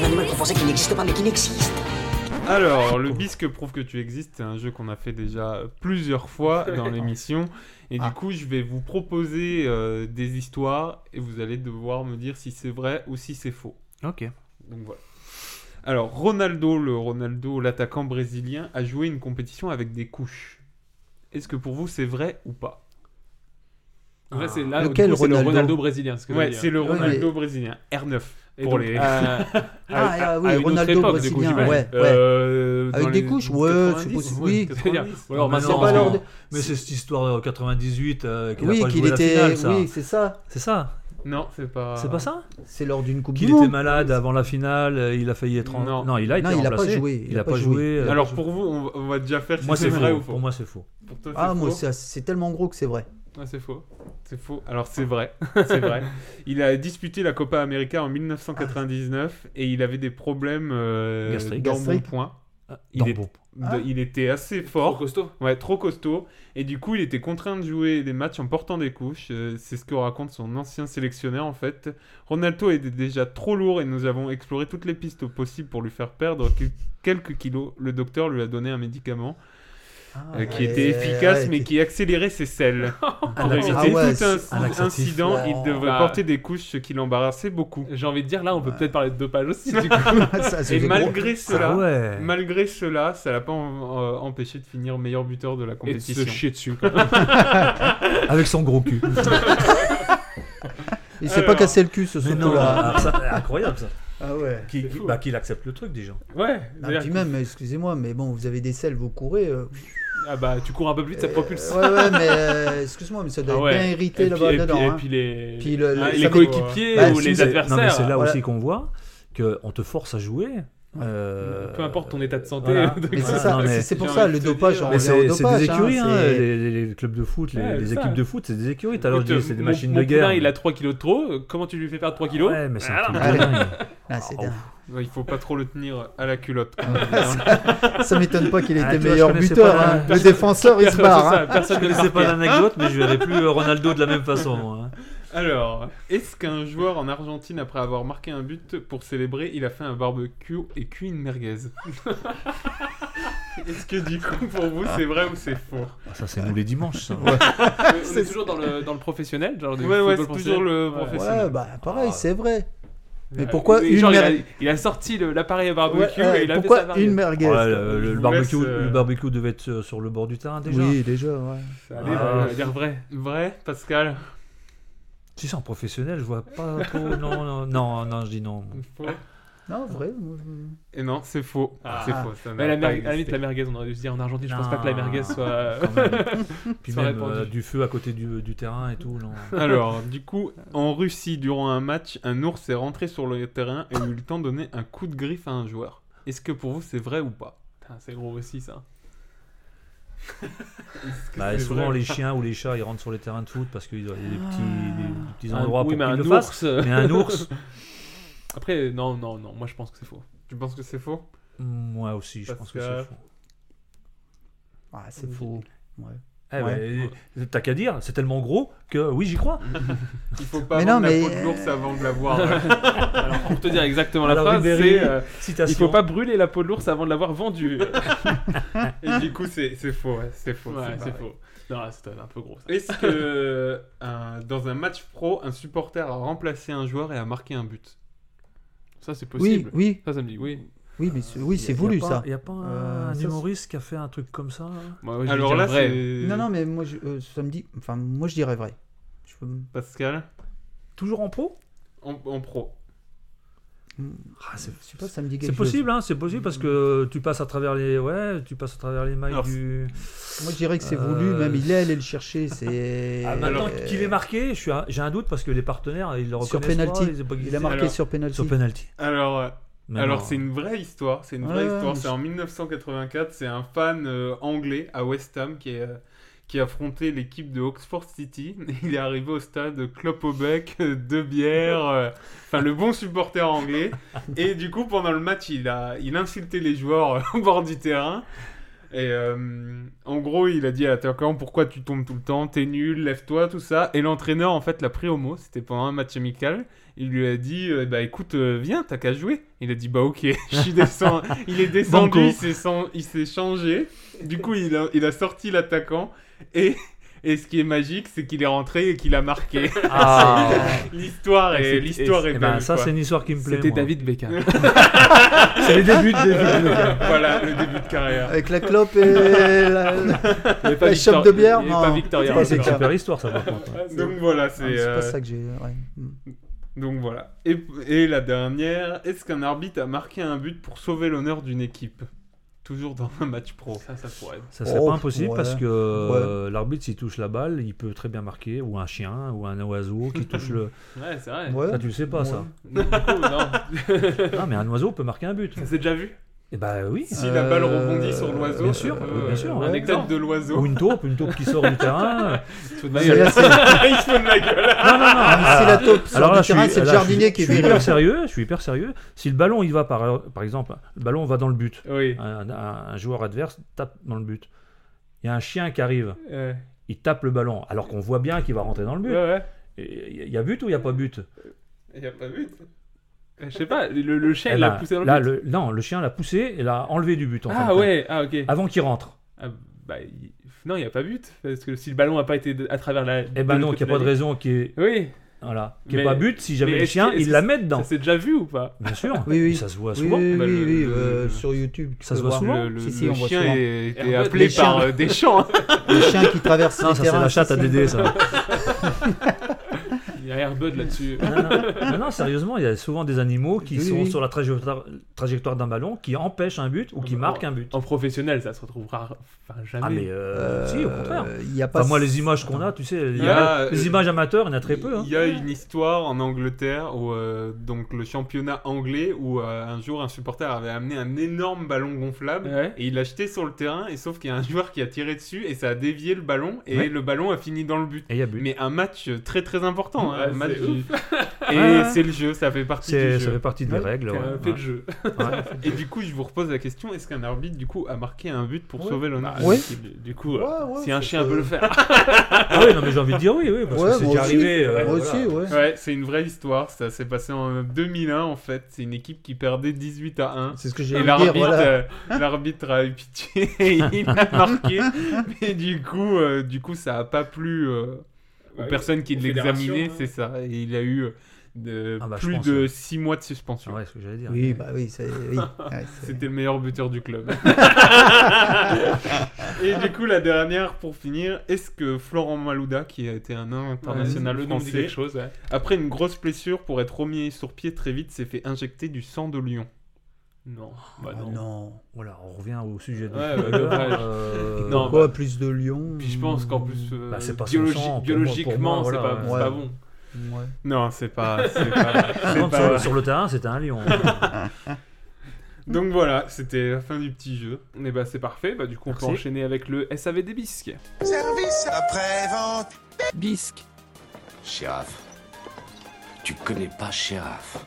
M: Un animal qu'on pensait qu'il n'existe pas, mais qu'il existe.
G: Alors, le bisque prouve que tu existes, c'est un jeu qu'on a fait déjà plusieurs fois dans l'émission. Et du coup, je vais vous proposer euh, des histoires et vous allez devoir me dire si c'est vrai ou si c'est faux.
I: Ok.
G: Donc voilà. Alors, Ronaldo, le Ronaldo, l'attaquant brésilien, a joué une compétition avec des couches. Est-ce que pour vous c'est vrai ou pas
H: Ouais, c'est là, Lequel Ah, du coup, c'est le Ronaldo Ronaldo brésilien, ce que je veux
G: Ouais,
H: dire.
G: c'est le
H: Ouais,
G: Ronaldo
H: mais-
G: brésilien, R9.
H: Et
G: Pour
H: donc,
G: les. <laughs>
H: euh, Ah, ah, oui,
G: à une autre
H: Ronaldo
G: époque, du coup,
H: brésilien,
G: j'imagine.
H: ouais, ouais.
G: Euh,
B: Avec
G: dans
B: des
G: les
B: couches, ouais,
G: 90,
B: c'est possible.
G: ouais,
B: Oui.
G: 90.
B: Ou alors
I: mais
B: maintenant,
I: non,
B: c'est pas
I: non.
B: leur-
I: mais c'est cette histoire euh, 98 euh, qu'il a
B: Oui,
I: pas
B: qu'il
I: joué la
B: était-
I: finale, ça.
B: oui, c'est ça.
I: C'est ça.
G: Non, c'est pas.
I: C'est pas ça
B: C'est lors d'une Coupe
I: Qu'il
B: du
I: était
B: Monde.
I: malade avant la finale, euh, il a failli être en...
G: Non.
I: il a été
B: Non, il a pas
I: remplacé.
B: joué,
I: Il a pas joué. euh,
G: Alors pour vous, on va, on va déjà faire
I: Moi,
G: si
I: c'est
G: c'est vrai
I: faux.
G: ou faux.
I: Pour moi, c'est faux.
G: Pour toi, c'est
B: Ah, moi,
G: faux.
B: c'est c'est tellement gros que c'est vrai.
G: Ah, c'est faux. C'est faux. Alors c'est vrai. <laughs> c'est vrai. Il a disputé la Copa América en 1999 et il avait des problèmes euh,
I: Gastrique.
G: d'embonpoint.
I: Ah,
G: Il, est-
I: d'embonpoint.
G: de-
I: Ah.
G: il était assez fort. Trop
H: costaud.
G: Ouais, trop costaud. Et du coup, il était contraint de jouer des matchs en portant des couches. Euh, C'est ce que raconte son ancien sélectionneur en fait. Ronaldo était déjà trop lourd et nous avons exploré toutes les pistes possibles pour lui faire perdre quel- quelques kilos. Le docteur lui a donné un médicament. euh, qui
H: ouais.
G: était efficace
H: Ouais,
G: mais qui accélérait ses <laughs> selles.
H: Ah,
G: Pour
H: la-
G: éviter
H: ah ouais,
G: tout un-
H: c'est- un laxatif.
G: incident,
H: Ouais.
G: il devrait
H: Bah.
G: porter des couches, ce qui l'embarrassait beaucoup.
H: J'ai envie de dire, là, on peut peut-être parler de dopage aussi. Du coup.
G: Ça,
H: c'est
G: Et
H: des gros-
G: malgré cela,
H: Ah ouais.
G: malgré cela, ça l'a pas en- euh, empêché de finir meilleur buteur de la compétition.
H: chier dessus,
B: <laughs>
H: quand
I: même. Avec son gros cul.
B: Il s'est pas cassé le cul, ce
I: Mais
B: Soto,
I: non,
B: là.
I: alors ça, incroyable ça.
B: Ah ouais.
I: Qui- qui- bah, qu'il accepte le truc déjà.
H: Ouais.
B: Ah, puis même, excusez-moi, mais bon, vous avez des selles, vous courez. euh,
H: Ah bah, tu cours un peu plus vite, ça propulse.
B: ouais, ouais, mais euh, excuse-moi, mais ça doit
H: Ah
B: être
H: ouais.
B: bien hérité
H: Et puis-
B: là-bas
H: et puis-
B: dedans.
H: et
B: hein.
H: puis les-
B: Puis le- le-
H: Ah,
B: ça
H: les
B: fait-
H: coéquipiers
B: Bah,
H: ou
B: si,
H: les
B: c'est-
H: adversaires.
I: Non, mais c'est là
B: Voilà.
I: aussi qu'on voit qu'on te force à jouer. euh,
H: Peu importe ton état de santé. <laughs>
I: voilà.
H: donc-
I: Voilà. Non, mais- Mais
H: Mais
I: c'est
H: c'est-
I: c'est des écuries, hein, les, les- les clubs de foot, les,
H: Ouais,
I: les
H: c'est ça.
I: équipes de foot, c'est des écuries. Tout à l'heure, je
H: Écoute,
I: disais, c'est des
H: mon-
I: machines
H: mon
I: de guerre.
H: poulain, il a 3 kilos de trop. euh, Comment tu lui fais perdre 3 kilos
I: Ouais, mais c'est un
H: Voilà.
I: truc de dingue.
B: Ah,
H: Oh,
B: c'est dingue.
G: Ouais, Il faut pas trop le tenir à la culotte.
B: Ça- ça m'étonne pas qu'il ait
G: était
B: été meilleur buteur, hein. Le défenseur, il se barre, hein.
I: Je connaissais pas l'anecdote, mais je verrai
H: <laughs>
I: plus, euh, Ronaldo de la même façon, moi, hein.
G: Alors, est-ce qu'un joueur en Argentine, après avoir marqué un but pour célébrer, il a fait un barbecue et cuit une merguez Est-ce que du coup, pour vous, c'est vrai ou c'est faux
I: Ah, ça, c'est nous les dimanches, ça.
G: <laughs>
H: On est toujours dans le, dans le professionnel, genre du
G: Ouais, ouais,
H: football
G: c'est
H: professionnel.
G: toujours le
H: Ouais.
G: professionnel.
B: Ouais, bah pareil, c'est vrai. Mais
H: Euh,
B: pourquoi
H: oui,
B: une
H: genre, il, a,
B: mer-
H: il a sorti le- l'appareil à barbecue
B: Ouais, ouais,
H: et il a
B: pourquoi
H: fait sa variété.
B: une merguez
I: Ouais, le, le
H: Je vous
I: barbecue,
H: laisse, euh,
I: le barbecue devait être euh, sur le bord du terrain déjà.
B: Oui, déjà, ouais.
G: Allez,
I: Ah.
G: bah, on va dire vrai. Vrai, Pascal
I: Si c'est en professionnel, je vois pas trop. Non, non, non, non, je dis non.
B: Non, vrai.
G: Et Eh non, c'est faux.
H: Ah.
G: C'est faux. ça
H: Mais
G: n'a
H: la mer-
G: pas
H: à la limite,
G: existé.
H: la merguez, on aurait dû se dire en Argentine, je pense
I: Non,
H: pas que la merguez soit,
I: <laughs> quand même. Puis
H: soit
I: même
H: répandue.
I: euh, du feu à côté du, du terrain et tout.
H: <laughs>
I: Non.
G: Alors, du coup, en Russie, durant un match, un ours est rentré sur le terrain et a eu le temps de donner un coup de griffe à un joueur. Est-ce que pour vous, c'est vrai ou pas
H: Putain, C'est gros aussi ça.
I: Bah,
H: c'est
I: souvent
H: vrai Ah.
I: les chiens ou les chats ils rentrent sur les terrains de foot parce qu'ils ont des petits, des- des petits
H: <laughs> Un-
I: endroits
H: oui,
I: pour
H: mais
I: qu'ils
H: un
I: le
H: ours.
I: fassent. Mais un ours,
H: <laughs> Après, non, non, non, moi je pense que c'est faux.
G: Tu penses que c'est faux
I: moi aussi, je
H: Parce
I: pense que,
H: que-
I: c'est faux.
B: Ah, c'est faux. Ouais.
I: Eh
B: Ouais.
I: ben, euh, T'as qu'à dire, c'est tellement gros que oui, j'y crois.
G: Il faut pas vendre la peau de l'ours avant de
B: <laughs>
G: l'avoir.
H: Alors, pour te dire exactement la
I: Alors,
H: phrase,
I: Ribéry,
H: c'est euh,
I: citation.
H: il faut pas brûler la peau de l'ours avant de l'avoir
I: <laughs>
H: vendue.
G: Et du coup, c'est c'est faux, ouais, c'est faux.
H: Ouais,
G: pas
H: c'est
G: vrai.
H: faux. Non, c'est un peu gros. Ça.
G: Est-ce que un- dans un match pro, un supporter a remplacé un joueur et a marqué un but
H: Ça, c'est
B: Oui,
H: possible.
B: oui.
H: Ça, ça me dit oui.
B: Oui, mais c'est- oui, c'est
I: Y a
B: voulu
I: pas-
B: ça.
I: Y a pas un,
B: Euh, ça,
I: humoriste qui a fait un truc comme ça là
H: Moi, je vais
G: Alors
H: dire
G: là,
H: vrai.
G: c'est-
B: Non, non, mais moi, je, euh, ça me dit. Enfin, moi, je dirais vrai. Je peux me-
G: Pascal
I: Toujours en pro
G: en, en pro.
I: Ah, c'est-
B: Je sais pas, ça me dit quelque
I: C'est
B: chose.
I: possible, hein, c'est possible parce que tu passes à travers les, ouais, tu passes à travers les mailles
B: Alors,
I: du.
B: Moi, je dirais que c'est voulu,
I: Euh,
B: même il est allé le chercher. C'est.
I: <laughs> Ah, maintenant
B: Euh,
I: qu'il est marqué, je suis un- j'ai un doute parce que les partenaires ils le
B: Sur
I: reconnaissent
B: penalty.
I: pas, ils-
B: Il a marqué
G: Alors-
B: sur penalty.
I: Sur penalty.
G: Alors, euh,
I: Mais
G: alors
I: non.
G: c'est une vraie histoire. C'est une
B: Ouais,
G: vraie
B: ouais,
G: histoire.
B: mais
G: C'est en 1984. C'est un fan euh, anglais à West Ham qui est euh, qui a affronté l'équipe de Oxford City. <laughs> Il est arrivé au stade clope au bec, <laughs> euh, deux bières, euh, enfin le bon supporter anglais. Et du coup, pendant le match, il a, il insultait les joueurs euh, <laughs> au bord du terrain. Et euh, en gros, il a dit à l'attaquant pourquoi tu tombes tout le temps, t'es nul, lève-toi, tout ça. Et l'entraîneur, en fait, l'a pris au mot. C'était pendant un match amical. Il lui a dit euh, bah écoute, euh, viens, t'as qu'à jouer. Il a dit bah ok, <laughs> je suis descendu. Il est descendu,
I: Banco.
G: il s'est sen- il s'est changé. Du coup, il a, il a sorti l'attaquant et. Et ce qui est magique, c'est qu'il est rentré et qu'il a marqué. <laughs>
I: Ah.
G: l'histoire
I: Et c'est-
G: est, l'histoire
I: et-
G: est
I: eh ben,
G: belle,
I: ça,
G: quoi. <laughs>
I: c'est une histoire qui me plaît,
H: C'était
I: moi.
H: David Beckham.
I: <laughs>
H: <laughs>
I: C'est les débuts de David Beckham.
G: Voilà, le début de carrière.
B: Avec la clope et
I: <laughs>
B: la,
H: Mais pas
B: la
H: Victor-
B: chope de bière.
H: mais
B: non.
H: pas
I: Ah,
H: Victoria.
B: pas
H: C'est
B: ça.
H: une super
I: histoire, ça, par contre.
G: Donc voilà,
B: Ah,
G: c'est.
B: C'est
G: euh,
B: pas ça que j'ai. ouais. Mm.
G: Donc voilà. Et, et la dernière, est-ce qu'un arbitre a marqué un but pour sauver l'honneur d'une équipe Toujours dans un match pro.
H: Ça, ça pourrait être.
I: Ça serait
B: Oh,
I: pas impossible
B: ouais.
I: parce que euh, l'arbitre s'il touche la balle, il peut très bien marquer ou un chien ou un oiseau
B: <laughs>
I: qui touche le.
H: Ouais, c'est vrai.
B: Ouais.
I: Ça tu le sais pas ça.
H: Du coup, non.
I: Non mais un oiseau peut marquer un but.
H: Ça s'est déjà
I: <laughs>
H: vu
I: Et bah oui.
G: <laughs> Si la balle rebondit sur l'oiseau,
I: bien sûr,
H: Euh,
I: bien sûr,
G: un
I: ouais.
G: exemple de l'oiseau.
I: Ou une taupe, une taupe qui sort du terrain.
H: Tu te de ma
I: Bah,
B: C'est
H: gueule.
B: assez-
G: Il se fout de la gueule.
I: Non, non, non.
B: <laughs> Ah, si la taupe sort
I: Alors
B: du
I: là, je
B: terrain,
I: suis-
B: c'est le
I: là, je
B: jardinier
I: suis-
B: qui est
I: Je suis
B: viré.
I: hyper sérieux. Je suis hyper sérieux. Si le ballon il va par, euh, par exemple, le ballon va dans le but.
G: Oui.
I: Un, un- un joueur adverse tape dans le but. Il y a un chien qui arrive.
G: Ouais.
I: Il tape le ballon alors qu'on voit bien qu'il va rentrer dans le but.
G: Ouais, ouais.
I: Et Il y a but ou il n'y a pas but
G: Il n'y a pas but.
H: Je sais pas, le, le chien,
I: Eh
H: il l'a
I: ben,
H: poussé dans le
I: là,
H: but.
I: le- Non, le chien l'a poussé et l'a enlevé du but. en fin de
H: Ah
I: compte,
H: ouais, ah ok.
I: Avant qu'il rentre.
H: Ah, bah, il- non, il n'y a pas but. Parce que si le ballon n'a pas été de- à travers la.
I: Eh ben non, il n'y a pas de raison qu'il y ait,
H: Oui.
I: voilà, qu'il y
H: Mais-
I: ait pas but. Si jamais
H: mais
I: le
H: est-ce
I: chien,
H: que- est-ce
I: il
H: que
I: la
H: ça-
I: met dedans.
H: Ça s'est déjà vu ou pas
I: Bien sûr.
B: <laughs> Oui, oui.
I: Ça se voit
B: Oui,
I: souvent.
B: oui,
G: Bah, le-
B: oui, oui,
G: le-
B: euh, sur YouTube. tu
I: Ça
B: peux
I: se voit
B: voir.
I: souvent.
G: Le, le-
B: Si, si,
G: le
B: on voit
G: chien
B: souvent.
G: est, était
H: Herbert,
G: appelé
B: les
G: par
B: chiens.
G: euh, des
H: hein.
G: champs.
B: Les chiens qui traversent
I: Non,
B: les
I: ça c'est
B: terrains.
I: la chatte à
B: si, si.
I: Dédé, ça.
H: <laughs> Il y a Airbud là-dessus.
I: non, non, non, non, sérieusement, il y a souvent des animaux qui
B: Oui,
I: sont
B: oui.
I: sur la trajectoire, trajectoire d'un ballon qui empêchent un but ou qui
H: En-
I: marquent un but.
H: En professionnel, ça se retrouve rare. Enfin, jamais.
I: Ah mais euh,
B: Euh,
I: si, au contraire.
B: Il y a pas.
I: Enfin, moi, les images qu'on a, tu sais, il y
G: Ah,
I: a- les
G: euh,
I: images amateurs, il y en a très peu. hein.
G: Il y a une histoire en Angleterre où euh, donc le championnat anglais où euh, un jour un supporter avait amené un énorme ballon gonflable
H: Ouais.
G: et il l'a jeté sur le terrain et sauf qu'il y a un joueur qui a tiré dessus et ça a dévié le ballon et
I: Ouais.
G: le ballon a fini dans le but.
I: Et il y a but.
G: Mais un match euh, très très important, hein,
H: Ouais,
G: un match
H: c'est
G: du- <laughs> et
I: Ouais.
G: c'est le jeu, ça fait partie
I: C'est-
G: du
I: Ça fait
G: jeu.
I: partie des
H: Ouais,
I: règles.
H: t'as
I: ouais.
H: un peu de jeu.
I: Ouais.
G: Et du coup, je vous repose la question est-ce qu'un arbitre du coup a marqué un but pour
B: Ouais.
G: sauver l'honneur
B: Ouais.
H: Du, du coup,
B: Ouais,
H: euh,
B: ouais,
H: si un
B: c'est
H: chien
B: pas-
H: peut le
I: <laughs>
H: faire.
I: Ah oui, non, mais j'ai envie de dire oui, oui, parce
B: Ouais,
I: que c'est
B: moi
I: déjà
B: aussi.
I: arrivé.
B: Moi
I: euh, voilà.
B: aussi, ouais.
G: Ouais, c'est une vraie histoire. Ça s'est passé en 2001 en fait. C'est une équipe qui perdait 18 à 1.
B: C'est ce que j'ai
G: Et
B: envie de dire.
G: l'arbitre
B: Voilà.
G: euh, l'arbitre a eu pitié <laughs> et il a marqué. Mais du coup, euh, du coup ça a pas plu euh, aux
H: Ouais,
G: personnes qui
H: aux
G: l'examinaient,
H: fédérations, hein.
G: c'est ça. Et il a eu euh, de,
I: Ah bah, je
G: plus
I: pense,
G: de
I: ouais.
G: 6 mois de suspension.
I: Ah ouais, ce que j'allais dire.
B: Oui, bah oui, c'est. oui.
H: euh, <laughs>
B: Ouais, c'est-
G: C'était le meilleur buteur du club. et du coup, la dernière pour finir, est-ce que Florent Malouda, qui a été un nain international
H: le nom dit
G: français,
H: quelque chose. ouais.
G: après une grosse blessure pour être remis sur pied très vite, s'est fait injecter du sang de lion
H: Non, bah
B: Ah
H: non.
B: non.
I: Voilà, on revient au sujet Euh, de.
H: Ouais, ouais, ouais. Non,
B: Pourquoi
H: bah-
B: plus de lions
H: Puis je pense qu'en plus, euh,
I: Bah, c'est pas son
H: biologi-
I: sang, pour moi- pour
H: biologiquement,
I: moi,
H: c'est
I: voilà,
H: pas,
B: ouais.
H: c'est pas bon.
B: euh, Ouais.
H: <laughs>
I: Ah,
G: Non, c'est pas. c'est pas- c'est
I: Par contre,
G: pas- <laughs>
I: sur, sur le terrain, c'était un lion.
H: Donc voilà, c'était la fin du petit jeu. Et bah c'est parfait, bah du coup on
G: Merci.
H: peut enchaîner avec le SAV des bisques.
N: Service après-vente.
F: Bisque.
O: Shérif. Tu connais pas Shérif.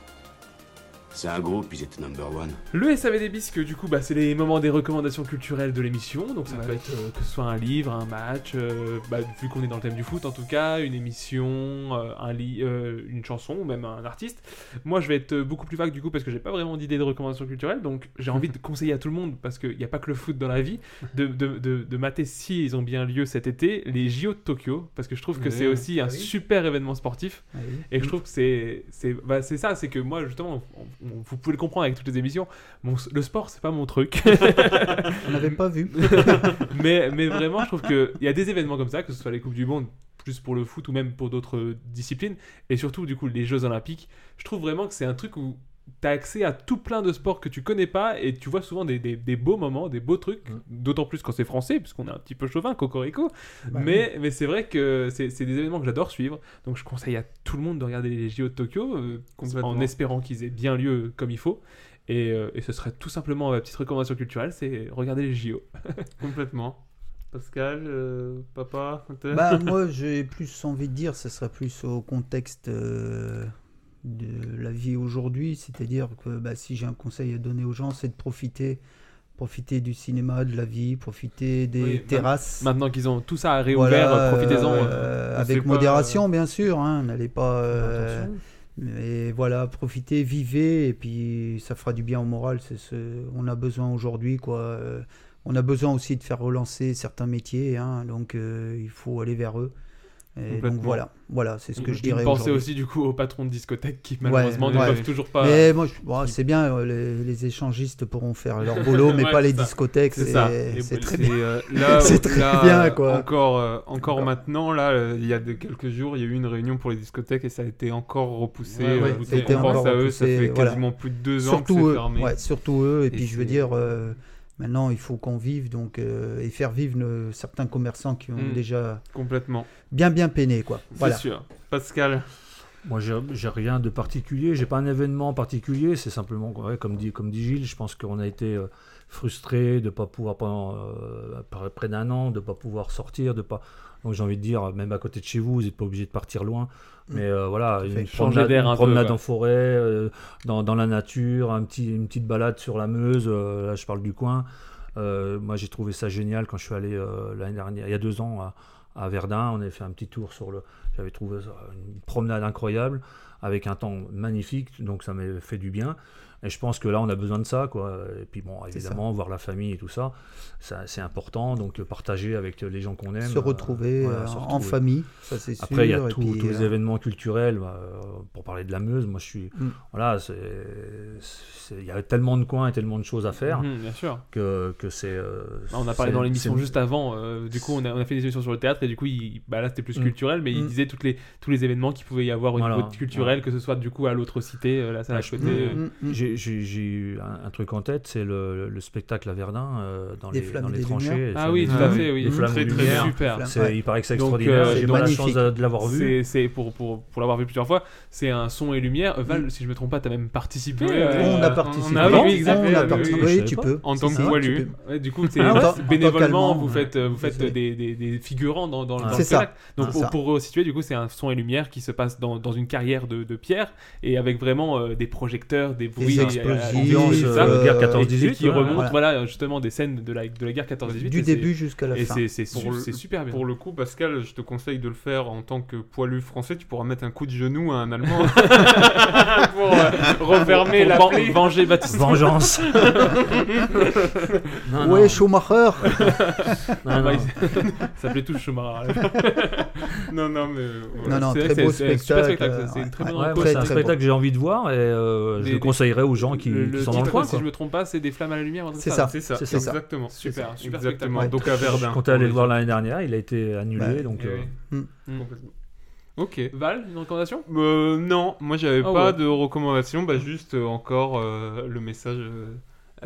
O: C'est un groupe, ils étaient number one.
H: Le SAV des bisques, du coup, bah, c'est les moments des recommandations culturelles de l'émission. Donc ça peut être euh, que ce soit un livre, un match, euh, bah, vu qu'on est dans le thème du foot en tout cas, une émission, euh, un li- euh, une chanson ou même un artiste. Moi je vais être euh, beaucoup plus vague du coup parce que j'ai pas vraiment d'idée de recommandations culturelles. Donc j'ai envie de conseiller à tout le monde, parce qu'il n'y a pas que le foot dans la vie, de, de, de, de mater si ils ont bien lieu cet été, les JO de Tokyo. Parce que je trouve que
G: Ouais.
H: c'est aussi un
G: Ah oui.
H: super événement sportif.
B: bah
G: Ah oui.
H: Et que je trouve que c'est c'est bah, c'est ça, c'est que moi justement, on- on- vous pouvez le comprendre avec toutes les émissions, mon, le sport c'est pas mon truc. <laughs>
B: On l'avait pas vu.
H: mais, mais vraiment, je trouve qu'il y a des événements comme ça, que ce soit les Coupes du Monde, plus pour le foot ou même pour d'autres euh, disciplines, et surtout du coup les Jeux Olympiques, je trouve vraiment que c'est un truc où tu as accès à tout plein de sports que tu connais pas et tu vois souvent des, des- des beaux moments, des beaux trucs, d'autant plus quand c'est français, puisqu'on est un petit peu chauvin, cocorico.
G: Bah
H: mais mais c'est vrai que c'est c'est des événements que j'adore suivre, donc je conseille à tout le monde de regarder les JO de Tokyo, euh, qu'on- en
G: Complètement.
H: espérant qu'ils aient bien lieu comme il faut. Et, euh, et ce serait tout simplement ma petite recommandation culturelle, c'est regarder les JO.
G: Complètement. Pascal, euh, papa. t'es-
B: Bah, moi, j'ai plus envie de dire, ce serait plus au contexte euh, de la vie aujourd'hui. C'est-à-dire que bah, si j'ai un conseil à donner aux gens, c'est de profiter. Profiter du cinéma, de la vie, profiter des
H: Oui, ma-
B: terrasses.
H: maintenant qu'ils ont tout ça réouvert,
B: Voilà,
H: profitez-en,
B: euh,
H: euh, c'est
B: avec
H: pas-
B: modération, bien sûr. hein, N'allez pas. euh, mais voilà, profitez, vivez, et puis ça fera du bien au moral. C'est ce on a besoin aujourd'hui, quoi. Euh, On a besoin aussi de faire relancer certains métiers, hein, donc euh, il faut aller vers eux. Et donc
H: Complètement.
B: voilà, voilà, c'est ce que
H: Une
B: je dirais.
H: pensée
B: aujourd'hui.
H: aussi du coup aux patrons de discothèques qui malheureusement
B: Ouais,
H: ne
B: ouais.
H: peuvent toujours pas.
B: Mais moi, je- bon, c'est bien, euh, les, les échangistes pourront faire
H: <laughs>
B: leur boulot, mais
H: Ouais,
B: pas
H: c'est
B: les
H: ça.
B: discothèques.
H: C'est
B: C'est
H: ça.
G: Et
B: c'est
G: bon,
B: très
G: c'est,
B: bien.
G: euh,
B: <laughs>
G: là,
B: c'est très
G: là,
B: bien, quoi.
G: Encore, euh, encore maintenant, là, euh, il y a de- quelques jours, il y a eu une réunion pour les discothèques et ça a été encore repoussé.
B: Ouais,
G: euh,
B: ouais,
G: vous-
B: ça a été
G: on pense
B: encore
G: à eux, ça
B: repoussé,
G: fait
B: voilà.
G: quasiment plus de deux ans
B: surtout
G: que c'est
B: eux,
G: fermé.
B: ouais, surtout eux. Et,
G: Et
B: puis je
G: c'est-
B: veux dire, euh, maintenant il faut qu'on vive donc euh, et faire vivre nos- certains commerçants qui ont
H: Hmm.
G: Mm.
B: déjà
G: Complètement.
B: bien bien peiné quoi. Voilà.
G: Pascal.
I: Moi, j'ai j'ai rien de particulier. J'ai pas un événement particulier. C'est simplement, ouais, comme dit, comme dit Gilles, je pense qu'on a été euh, frustrés de pas pouvoir pendant euh, pr- près d'un an, de pas pouvoir sortir, de pas. Donc j'ai envie de dire, même à côté de chez vous, vous n'êtes pas obligé de partir loin. Mais euh,
H: Mm.
I: voilà,
H: Tout à fait.
I: une
H: Changer
I: promenade,
H: d'air
I: une
H: un peu,
I: promenade
H: ouais.
I: en forêt, euh, dans, dans la nature, un petit, une petite balade sur la Meuse. euh, là, je parle du coin. Euh, moi, j'ai trouvé ça génial quand je suis allé euh, l'année dernière, il y a deux ans, à, à Verdun. On avait fait un petit tour sur le. J'avais trouvé ça une promenade incroyable avec un temps magnifique, donc ça m'a fait du bien. Et je pense que là, on a besoin de ça, quoi. Et puis bon,
B: C'est ça.
I: évidemment, voir la famille et tout ça, ça c'est important. Donc euh, partager avec les gens qu'on aime,
B: Se retrouver, euh, en famille, ça, c'est
I: Après, il y a
B: sûr, et
I: tout-
B: puis,
I: tous les
B: euh,
I: événements culturels. bah, euh, pour parler de la Meuse, moi, je suis
B: Mm.
I: voilà, c'est- c'est- il y a tellement de coins et tellement de choses à faire
B: Mm-hmm.
H: Mhm, bien sûr.
I: que que c'est. euh,
H: Bah, on a parlé
I: c'est-
H: dans l'émission
I: c'est-
H: juste avant, euh, du coup on a, on a fait des émissions sur le théâtre et du coup il- bah là c'était plus
B: Hum.
I: Mm.
H: culturel mais il
I: Mm.
H: disait toutes les, tous les événements qu'il pouvait y avoir au
I: Voilà. Ah,
H: niveau culturel, que ce soit du coup à l'autre cité, euh, la salle à
I: Je-
H: côté.
B: Hmm,
H: euh,
B: Mm.
I: J'ai j'ai- j'ai eu un, un truc en tête, c'est le, le spectacle à Verdun euh, dans
H: Des
I: les,
H: flammes
I: dans
H: et
I: les
H: des
I: tranchées.
H: lumières.
I: les
H: Ah
I: flammes
H: oui,
I: et
H: tout
I: des
H: à
I: lumières.
H: fait, oui.
I: Les flammes
H: Très,
I: et des
H: très
I: lumières.
H: super.
I: C'est- Il paraît que c'est
H: Donc,
I: extraordinaire.
H: euh,
I: J'ai pas la chance
H: magnifique.
I: de, de l'avoir vu.
H: C'est- C'est pour, pour, pour l'avoir vu plusieurs fois, c'est un son et lumière. Euh,
I: Hum.
H: Val, si je me trompe pas, t'as même participé. euh,
B: Oui, on a participé.
H: on a- Ah oui,
B: Non,
H: oui, exactement.
B: on a
H: Oui, oui,
B: participé.
H: oui.
B: Oui, tu peux.
H: En
B: C'est
H: tant que
B: ça, tu
H: poilu.
B: peux.
H: du coup, c'est
B: Ah ouais.
H: c'est
B: En tant
H: bénévolement,
B: qu'Allemand,
H: vous
B: ouais.
H: faites, euh, vous faites
B: Désolé.
H: des,
B: Ah.
H: des, des figurants dans, dans, dans
B: C'est
H: le
B: ça.
H: spectacle. Donc,
B: C'est
H: pour,
B: ça.
H: pour euh, situer, du coup, c'est un son et lumière qui se passe dans, dans une carrière de, de pierre et avec vraiment euh, des projecteurs, des bruits, euh,
B: explosifs,
H: ambiance, tout ça.
I: euh, guerre 14-18,
H: Et qui
I: voilà.
H: remontent, voilà, justement, des scènes de la, de la guerre 14-18. et c'est- Et c'est- c'est
G: Pour
H: su-
G: le-
H: c'est super bien.
G: Pour le coup, Pascal, je te conseille de le faire en tant que poilu français. Tu pourras mettre un coup de genou à un Allemand pour
B: <laughs>
G: euh, refermer
H: <laughs> Pour
G: la
H: ven-
G: plaie.
H: venger
I: <laughs>
H: Baptiste. <laughs> Vengeance.
I: Non,
B: ouais,
I: non.
B: Schumacher.
I: Non, non.
H: Ça plaît tout Schumacher.
G: non, non, mais. euh,
B: Non, non,
H: C'est vrai
B: très
H: que
B: beau
H: c'est- c'est un super spectacle,
B: spectacle, euh,
H: C'est une très
B: ouais,
H: bonne
B: ouais,
H: rencontre.
B: très,
I: c'est un
B: très
I: spectacle
B: bon.
I: que j'ai envie de voir et euh, je
H: Des-
I: le
H: des-
I: conseillerais aux gens qui,
H: le-
I: qui
H: le
I: sont dans le
H: titre,
I: coin.
H: Si
I: quoi.
H: je me trompe pas, c'est des flammes à la lumière. un truc
I: C'est
H: comme
I: ça, c'est ça.
H: Exactement.
G: C'est ça.
H: Super, super
G: Exactement.
H: spectacle.
G: Donc à Verdun.
I: Quand allé le voir l'année dernière, il a été annulé.
G: Ouais.
I: donc,
G: Eh
I: euh,
G: oui.
H: Mm.
G: Ok.
H: Val, une recommandation
G: Euh, non, moi j'avais
H: Ah
G: pas
H: ouais.
G: de recommandation, bah, juste euh, encore euh, le message euh,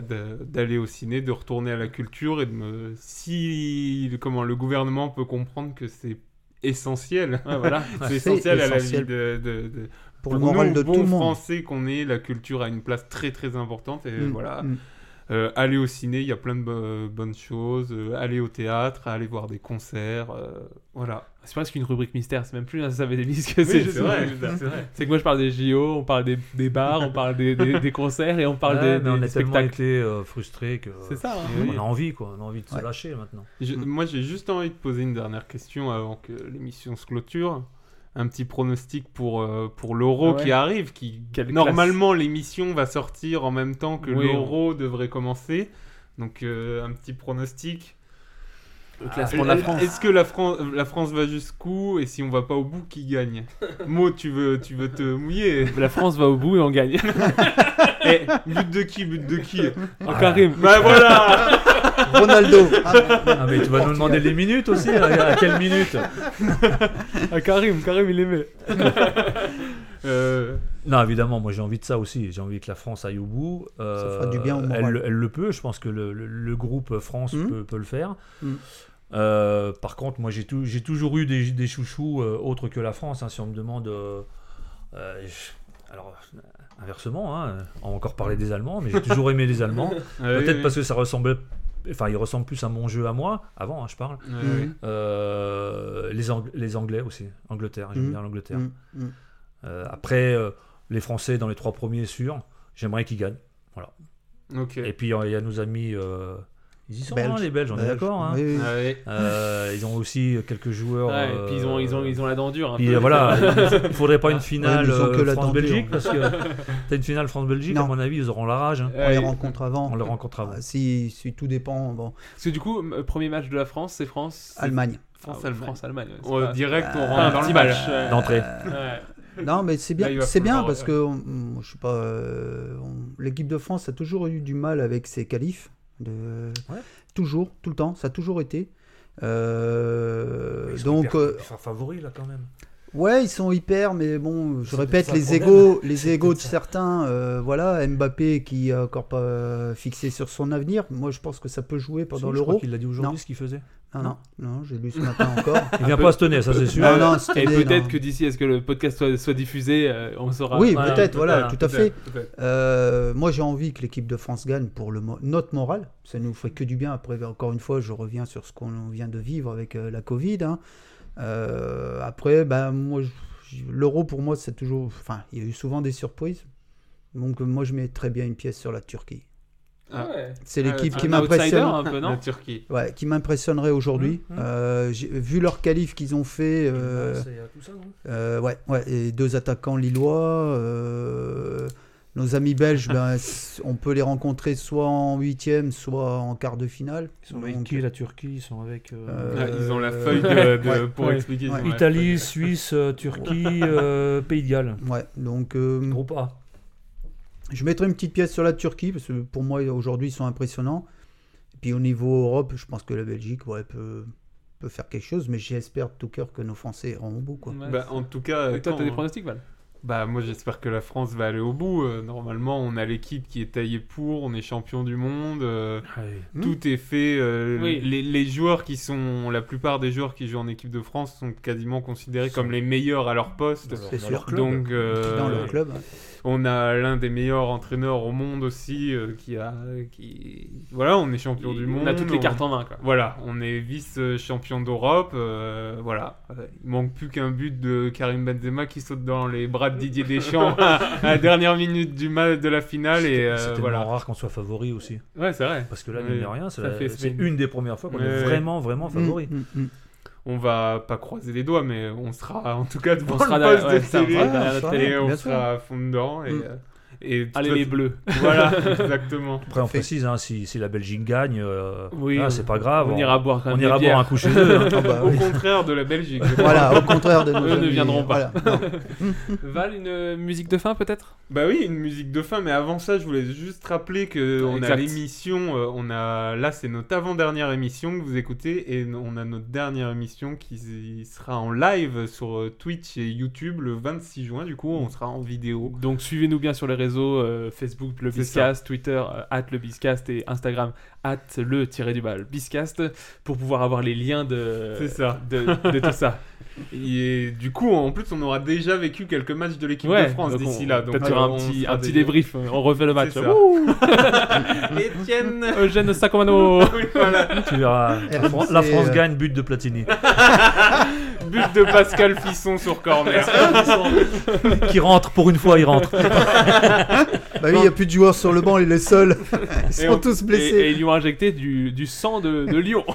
G: d'a- d'aller au ciné, de retourner à la culture et de me... si comment le gouvernement peut comprendre que c'est essentiel,
H: Ouais, voilà.
G: <laughs> c'est
H: Ouais.
G: essentiel
H: C'est
G: à la vie
H: essentiel.
G: de, de- de-
B: pour le moral
G: nous,
B: de
G: bons
B: tout le monde.
G: Français qu'on est, la culture a une place très très importante et
B: Mm,
G: voilà.
B: mm.
G: Euh, aller au ciné, il y a plein de bo- bonnes choses. Euh, aller au théâtre, aller voir des concerts, euh, voilà.
H: C'est presque une rubrique mystère, c'est même plus un savait des disques,
G: Oui,
H: c'est
G: c'est
H: juste
G: vrai,
H: une rubrique
G: c'est
H: mystère.
G: vrai.
H: C'est que moi je parle des JO, on parle des, des bars, on parle des, des- des concerts et on parle
I: Ouais,
H: des,
I: mais on
H: des
I: a tellement
H: spectacles.
I: été euh, frustrés que
H: C'est ça, hein.
I: on a envie quoi, on a envie de se
G: Ouais.
I: lâcher maintenant.
G: <laughs> Je- moi, j'ai juste envie de poser une dernière question avant que l'émission se clôture. Un petit pronostic pour, euh, pour l'euro
H: Ah ouais.
G: qui arrive. Qui,
H: Quelle
G: normalement, l'émission va sortir en même temps que
H: Oui,
G: l'euro devrait commencer. Donc, euh, un petit pronostic.
H: Le classement de la
G: Ah,
H: France.
G: Est-ce que la France, la France va jusqu'où Et si on va pas au bout, qui
H: <laughs>
G: gagne Mo, tu veux, tu veux te mouiller
H: La France va au bout et on gagne.
G: Eh, but de qui But de qui
H: Oh, Karim.
G: Bah voilà
H: <laughs>
B: Ronaldo.
I: Ah, mais tu vas nous demander les minutes aussi, à, à quelle minute
H: Ah, Karim, Karim il aimait.
G: Euh,
I: Non, évidemment, moi j'ai envie de ça aussi. J'ai envie que la France aille au bout. Euh,
B: fera du bien au moral.
I: Elle, le- elle le peut. Je pense que le, le- le groupe France
B: Mhm.
I: peut, peut le faire.
B: Mhm.
I: Euh, par contre, moi j'ai tou- j'ai toujours eu des, des chouchous euh, autres que la France. hein. si on me demande. euh, euh, je- alors, inversement, hein, on va encore parler des Allemands, mais j'ai toujours aimé les Allemands.
G: Ah <laughs> oui,
I: Peut-être
G: oui.
I: parce que ça ressemblait. Enfin, ils ressemblent plus à mon jeu à moi, avant, hein, je parle.
G: Ouais, Mhm. ouais.
I: Euh, les, Ang- les Anglais aussi. Angleterre, j'aime
B: Mhm.
I: bien l'Angleterre.
B: Mhm. Mhm.
I: Euh, après, euh, les Français dans les trois premiers, sûr. J'aimerais qu'ils gagnent. Voilà.
G: Ok.
I: Et puis, euh, il y a nos amis. euh, ils y sont,
H: Belges.
I: hein, les Belges, on est
H: Belges,
I: d'accord. hein.
H: oui, oui. Ah oui.
I: Euh, ils ont aussi quelques joueurs. euh,
H: Ouais, et puis ils ont- ils ont- ils ont la dent dure, un
I: Puis,
H: peu. <laughs>
I: euh, voilà, il faudrait pas
H: Ouais,
I: une finale euh,
H: ils ont que la dent dure.
B: hein.
I: France-Belgique, parce que <laughs> t'as une finale France-Belgique, à mon avis, ils auront la rage. hein.
B: On les rencontre avant.
I: On les rencontre avant.
B: Ah, si, si tout dépend. Bon.
H: Parce que du coup, m- premier match de la France, c'est France. c'est-
B: Allemagne.
H: France, Allemagne. France, Allemagne. ouais, c'est
G: On-
H: pas-
G: direct, on
H: pas
G: rentre
H: un
G: dans
H: petit
G: le match, Ah.
H: ouais.
I: d'entrée.
B: euh,
H: Ouais.
B: Non, mais c'est bien,
H: Là, il va
B: c'est bien
H: falloir-
B: parce que on- on- je sais pas, euh, on- l'équipe de France a toujours eu du mal avec ses qualifs. De, Toujours, tout le temps, ça a toujours été. Euh,
I: Ils sont
B: donc,
I: hyper-
B: euh,
I: hyper favoris, là, quand même.
B: ouais, ils sont hyper, mais bon, je
I: C'est
B: répète,
I: peut-être ça
B: les
I: le problème. <laughs>
B: égaux, les égaux de certains, euh, voilà, Mbappé qui est encore pas euh, fixé sur son avenir. Moi, je pense que ça peut jouer
I: Je
B: pendant
I: crois
B: l'Euro.
I: qu'il a dit aujourd'hui
B: Non.
I: ce qu'il faisait.
B: Non, non, non, j'ai lu ce matin
I: <laughs>
B: encore.
I: Il vient pas à Stenay, ça, c'est sûr.
B: Non, non, Stenay,
H: Et peut-être
B: non.
H: que d'ici à ce que le podcast soit, soit diffusé, euh, on saura.
B: Oui, peut-être, voilà, tout à fait.
H: peut-être.
B: Euh, moi, j'ai envie que l'équipe de France gagne pour le mo- notre morale. Ça nous ferait que du bien. Après, encore une fois, je reviens sur ce qu'on vient de vivre avec euh, la Covid. hein. Euh, après, ben, moi, je- je- l'euro, pour moi, c'est toujours... Enfin, il y a eu souvent des surprises. Donc, euh, moi, je mets très bien une pièce sur la Turquie.
G: Ah ouais.
B: C'est
G: Ah,
B: l'équipe
G: un outsider
B: qui m'impressionne.
G: un peu, non La Turquie.
B: Ouais, qui m'impressionnerait aujourd'hui.
G: Mmh,
B: Euh, j'ai- vu leur qualif qu'ils ont fait. euh,
I: Bah, c'est à tout ça, non
B: euh, ouais, ouais, et deux attaquants lillois. euh, nos amis belges, ben, s- on peut les rencontrer soit en huitième, soit en quart de finale.
I: Ils sont avec qui la Turquie Ils sont avec. euh,
B: Euh,
G: Ah, ils ont la feuille de- de- pour expliquer, ils ont la
I: Italie, Suisse, euh, Turquie, <laughs> euh, Pays de Galles.
B: Ouais, donc. euh, Je mettrai une petite pièce sur la Turquie, parce que pour moi, aujourd'hui, ils sont impressionnants. Et puis au niveau Europe, je pense que la Belgique ouais, peut, peut faire quelque chose, mais j'espère de tout cœur que nos Français iront au bout. Quoi.
G: Bah, en tout cas,
H: Et toi,
G: quand-
H: t'as des pronostics, Val
G: Bah moi j'espère que la France va aller au bout. Euh, normalement on a l'équipe qui est taillée pour, on est champion du monde, euh,
B: Mmh.
I: Ouais.
G: tout est fait. euh,
H: Oui.
G: les, les joueurs qui sont, la plupart des joueurs qui jouent en équipe de France sont quasiment considérés comme les meilleurs à leur poste.
I: Dans leur- C'est dans sûr. leur club.
G: Donc euh,
I: Dans leur club.
G: On a l'un des meilleurs entraîneurs au monde aussi euh, qui a, qui voilà on est champion
H: Il-
G: du
H: on
G: monde.
H: a toutes les cartes en main, quoi.
G: Voilà, on est vice champion d'Europe. euh, voilà, il manque plus qu'un but de Karim Benzema qui saute dans les bras de Didier Deschamps
H: <laughs>
G: à la dernière minute du match de la finale et euh,
I: C'est tellement
G: voilà.
I: rare qu'on soit favori aussi.
G: Ouais, c'est vrai.
I: Parce que là,
G: Ouais.
I: mine de rien, c'est
G: Ça
I: la-
G: fait-
I: c'est
G: mais-
I: une des premières fois qu'on
G: Ouais.
I: est vraiment, vraiment
B: Mm,
I: favori.
G: On va pas croiser les doigts, mais on sera en tout cas devant
H: On sera
G: le
H: derrière-
G: poste
H: ouais,
G: de
H: ça, on
G: télé,
H: sera derrière notre télé,
G: et on
H: bien
G: sera
H: sûr.
G: à fond dedans. Et,
H: Mm.
G: euh, et de toute
H: Allez, les
G: façon-
H: Bleus. <laughs>
G: Voilà, exactement.
I: Après, on précise, hein, si, si la Belgique gagne, euh,
G: Oui,
I: là,
G: on-
I: c'est pas grave.
G: on ira boire quand même
I: On
G: des
I: ira
G: bières.
I: boire un coup chez eux. <laughs> hein.
G: <laughs> Ah bah, Au oui. contraire de la Belgique, je
B: Voilà,
G: crois.
B: au contraire de nos
G: Eux ne
B: amis,
G: viendront pas.
B: voilà, non.
H: <laughs> Val, une euh, musique de fin peut-être
G: Bah oui, une musique de fin, mais avant ça, je voulais juste rappeler que on a
H: Exact.
G: l'émission, euh, on a là c'est notre avant-dernière émission que vous écoutez et on a notre dernière émission qui sera en live sur euh, Twitch et YouTube le 26 juin. Du coup, on sera en vidéo.
H: Donc suivez-nous bien sur les réseaux réseaux euh, Facebook, le
G: C'est
H: Biscast, Twitter, euh, at le Biscast et Instagram, at le tiré du bal Biscast, pour pouvoir avoir les liens de,
G: C'est ça.
H: de, de tout ça.
G: Et du coup, en plus, on aura déjà vécu quelques matchs de l'équipe
H: Ouais,
G: de France
H: donc on-
G: d'ici là. Donc
H: peut-être il y aura un
G: on
H: petit-
G: fera
H: un petit
G: des-
H: débrief, on refait le match.
G: C'est ça.
H: Wouh
G: <laughs> Étienne
H: <laughs>
G: <laughs>
H: Eugène Sacomano
G: Oui, voilà.
I: Tu <laughs> verras. La, Fran- la France gagne, but de Platini.
G: But de Pascal Fisson sur corner.
I: qui rentre, pour une fois, il rentre.
B: Bah oui, il n'y a plus de joueurs sur le banc, il est seul. Ils
H: Et
B: <laughs> sont
H: on-
B: tous
H: Et,
B: blessés.
H: et ils lui ont injecté du, du sang de, de lion.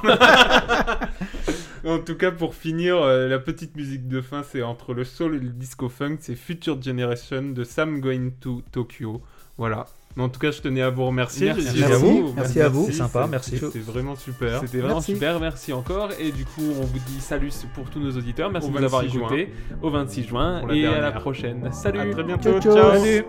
G: En tout cas, pour finir, euh, la petite musique de fin, c'est entre le soul et le disco funk, c'est Future Generation de Sam Going to Tokyo. Voilà. Mais en tout cas, je tenais à vous remercier.
H: Merci.
G: J'ai dit
H: Merci.
G: bravo.
H: Merci à vous.
I: C'est sympa,
G: c'est-
I: merci.
G: C'était vraiment super.
H: C'était vraiment
G: Merci.
H: super, merci encore. Et du coup, on vous dit salut pour tous nos auditeurs. Merci
G: Au
H: de nous avoir
G: 26
H: écoutés au 26 juin
G: Pour la
H: et à la
G: dernière.
H: prochaine. Salut.
G: À très bientôt. Ciao, ciao. Ciao.
H: Salut.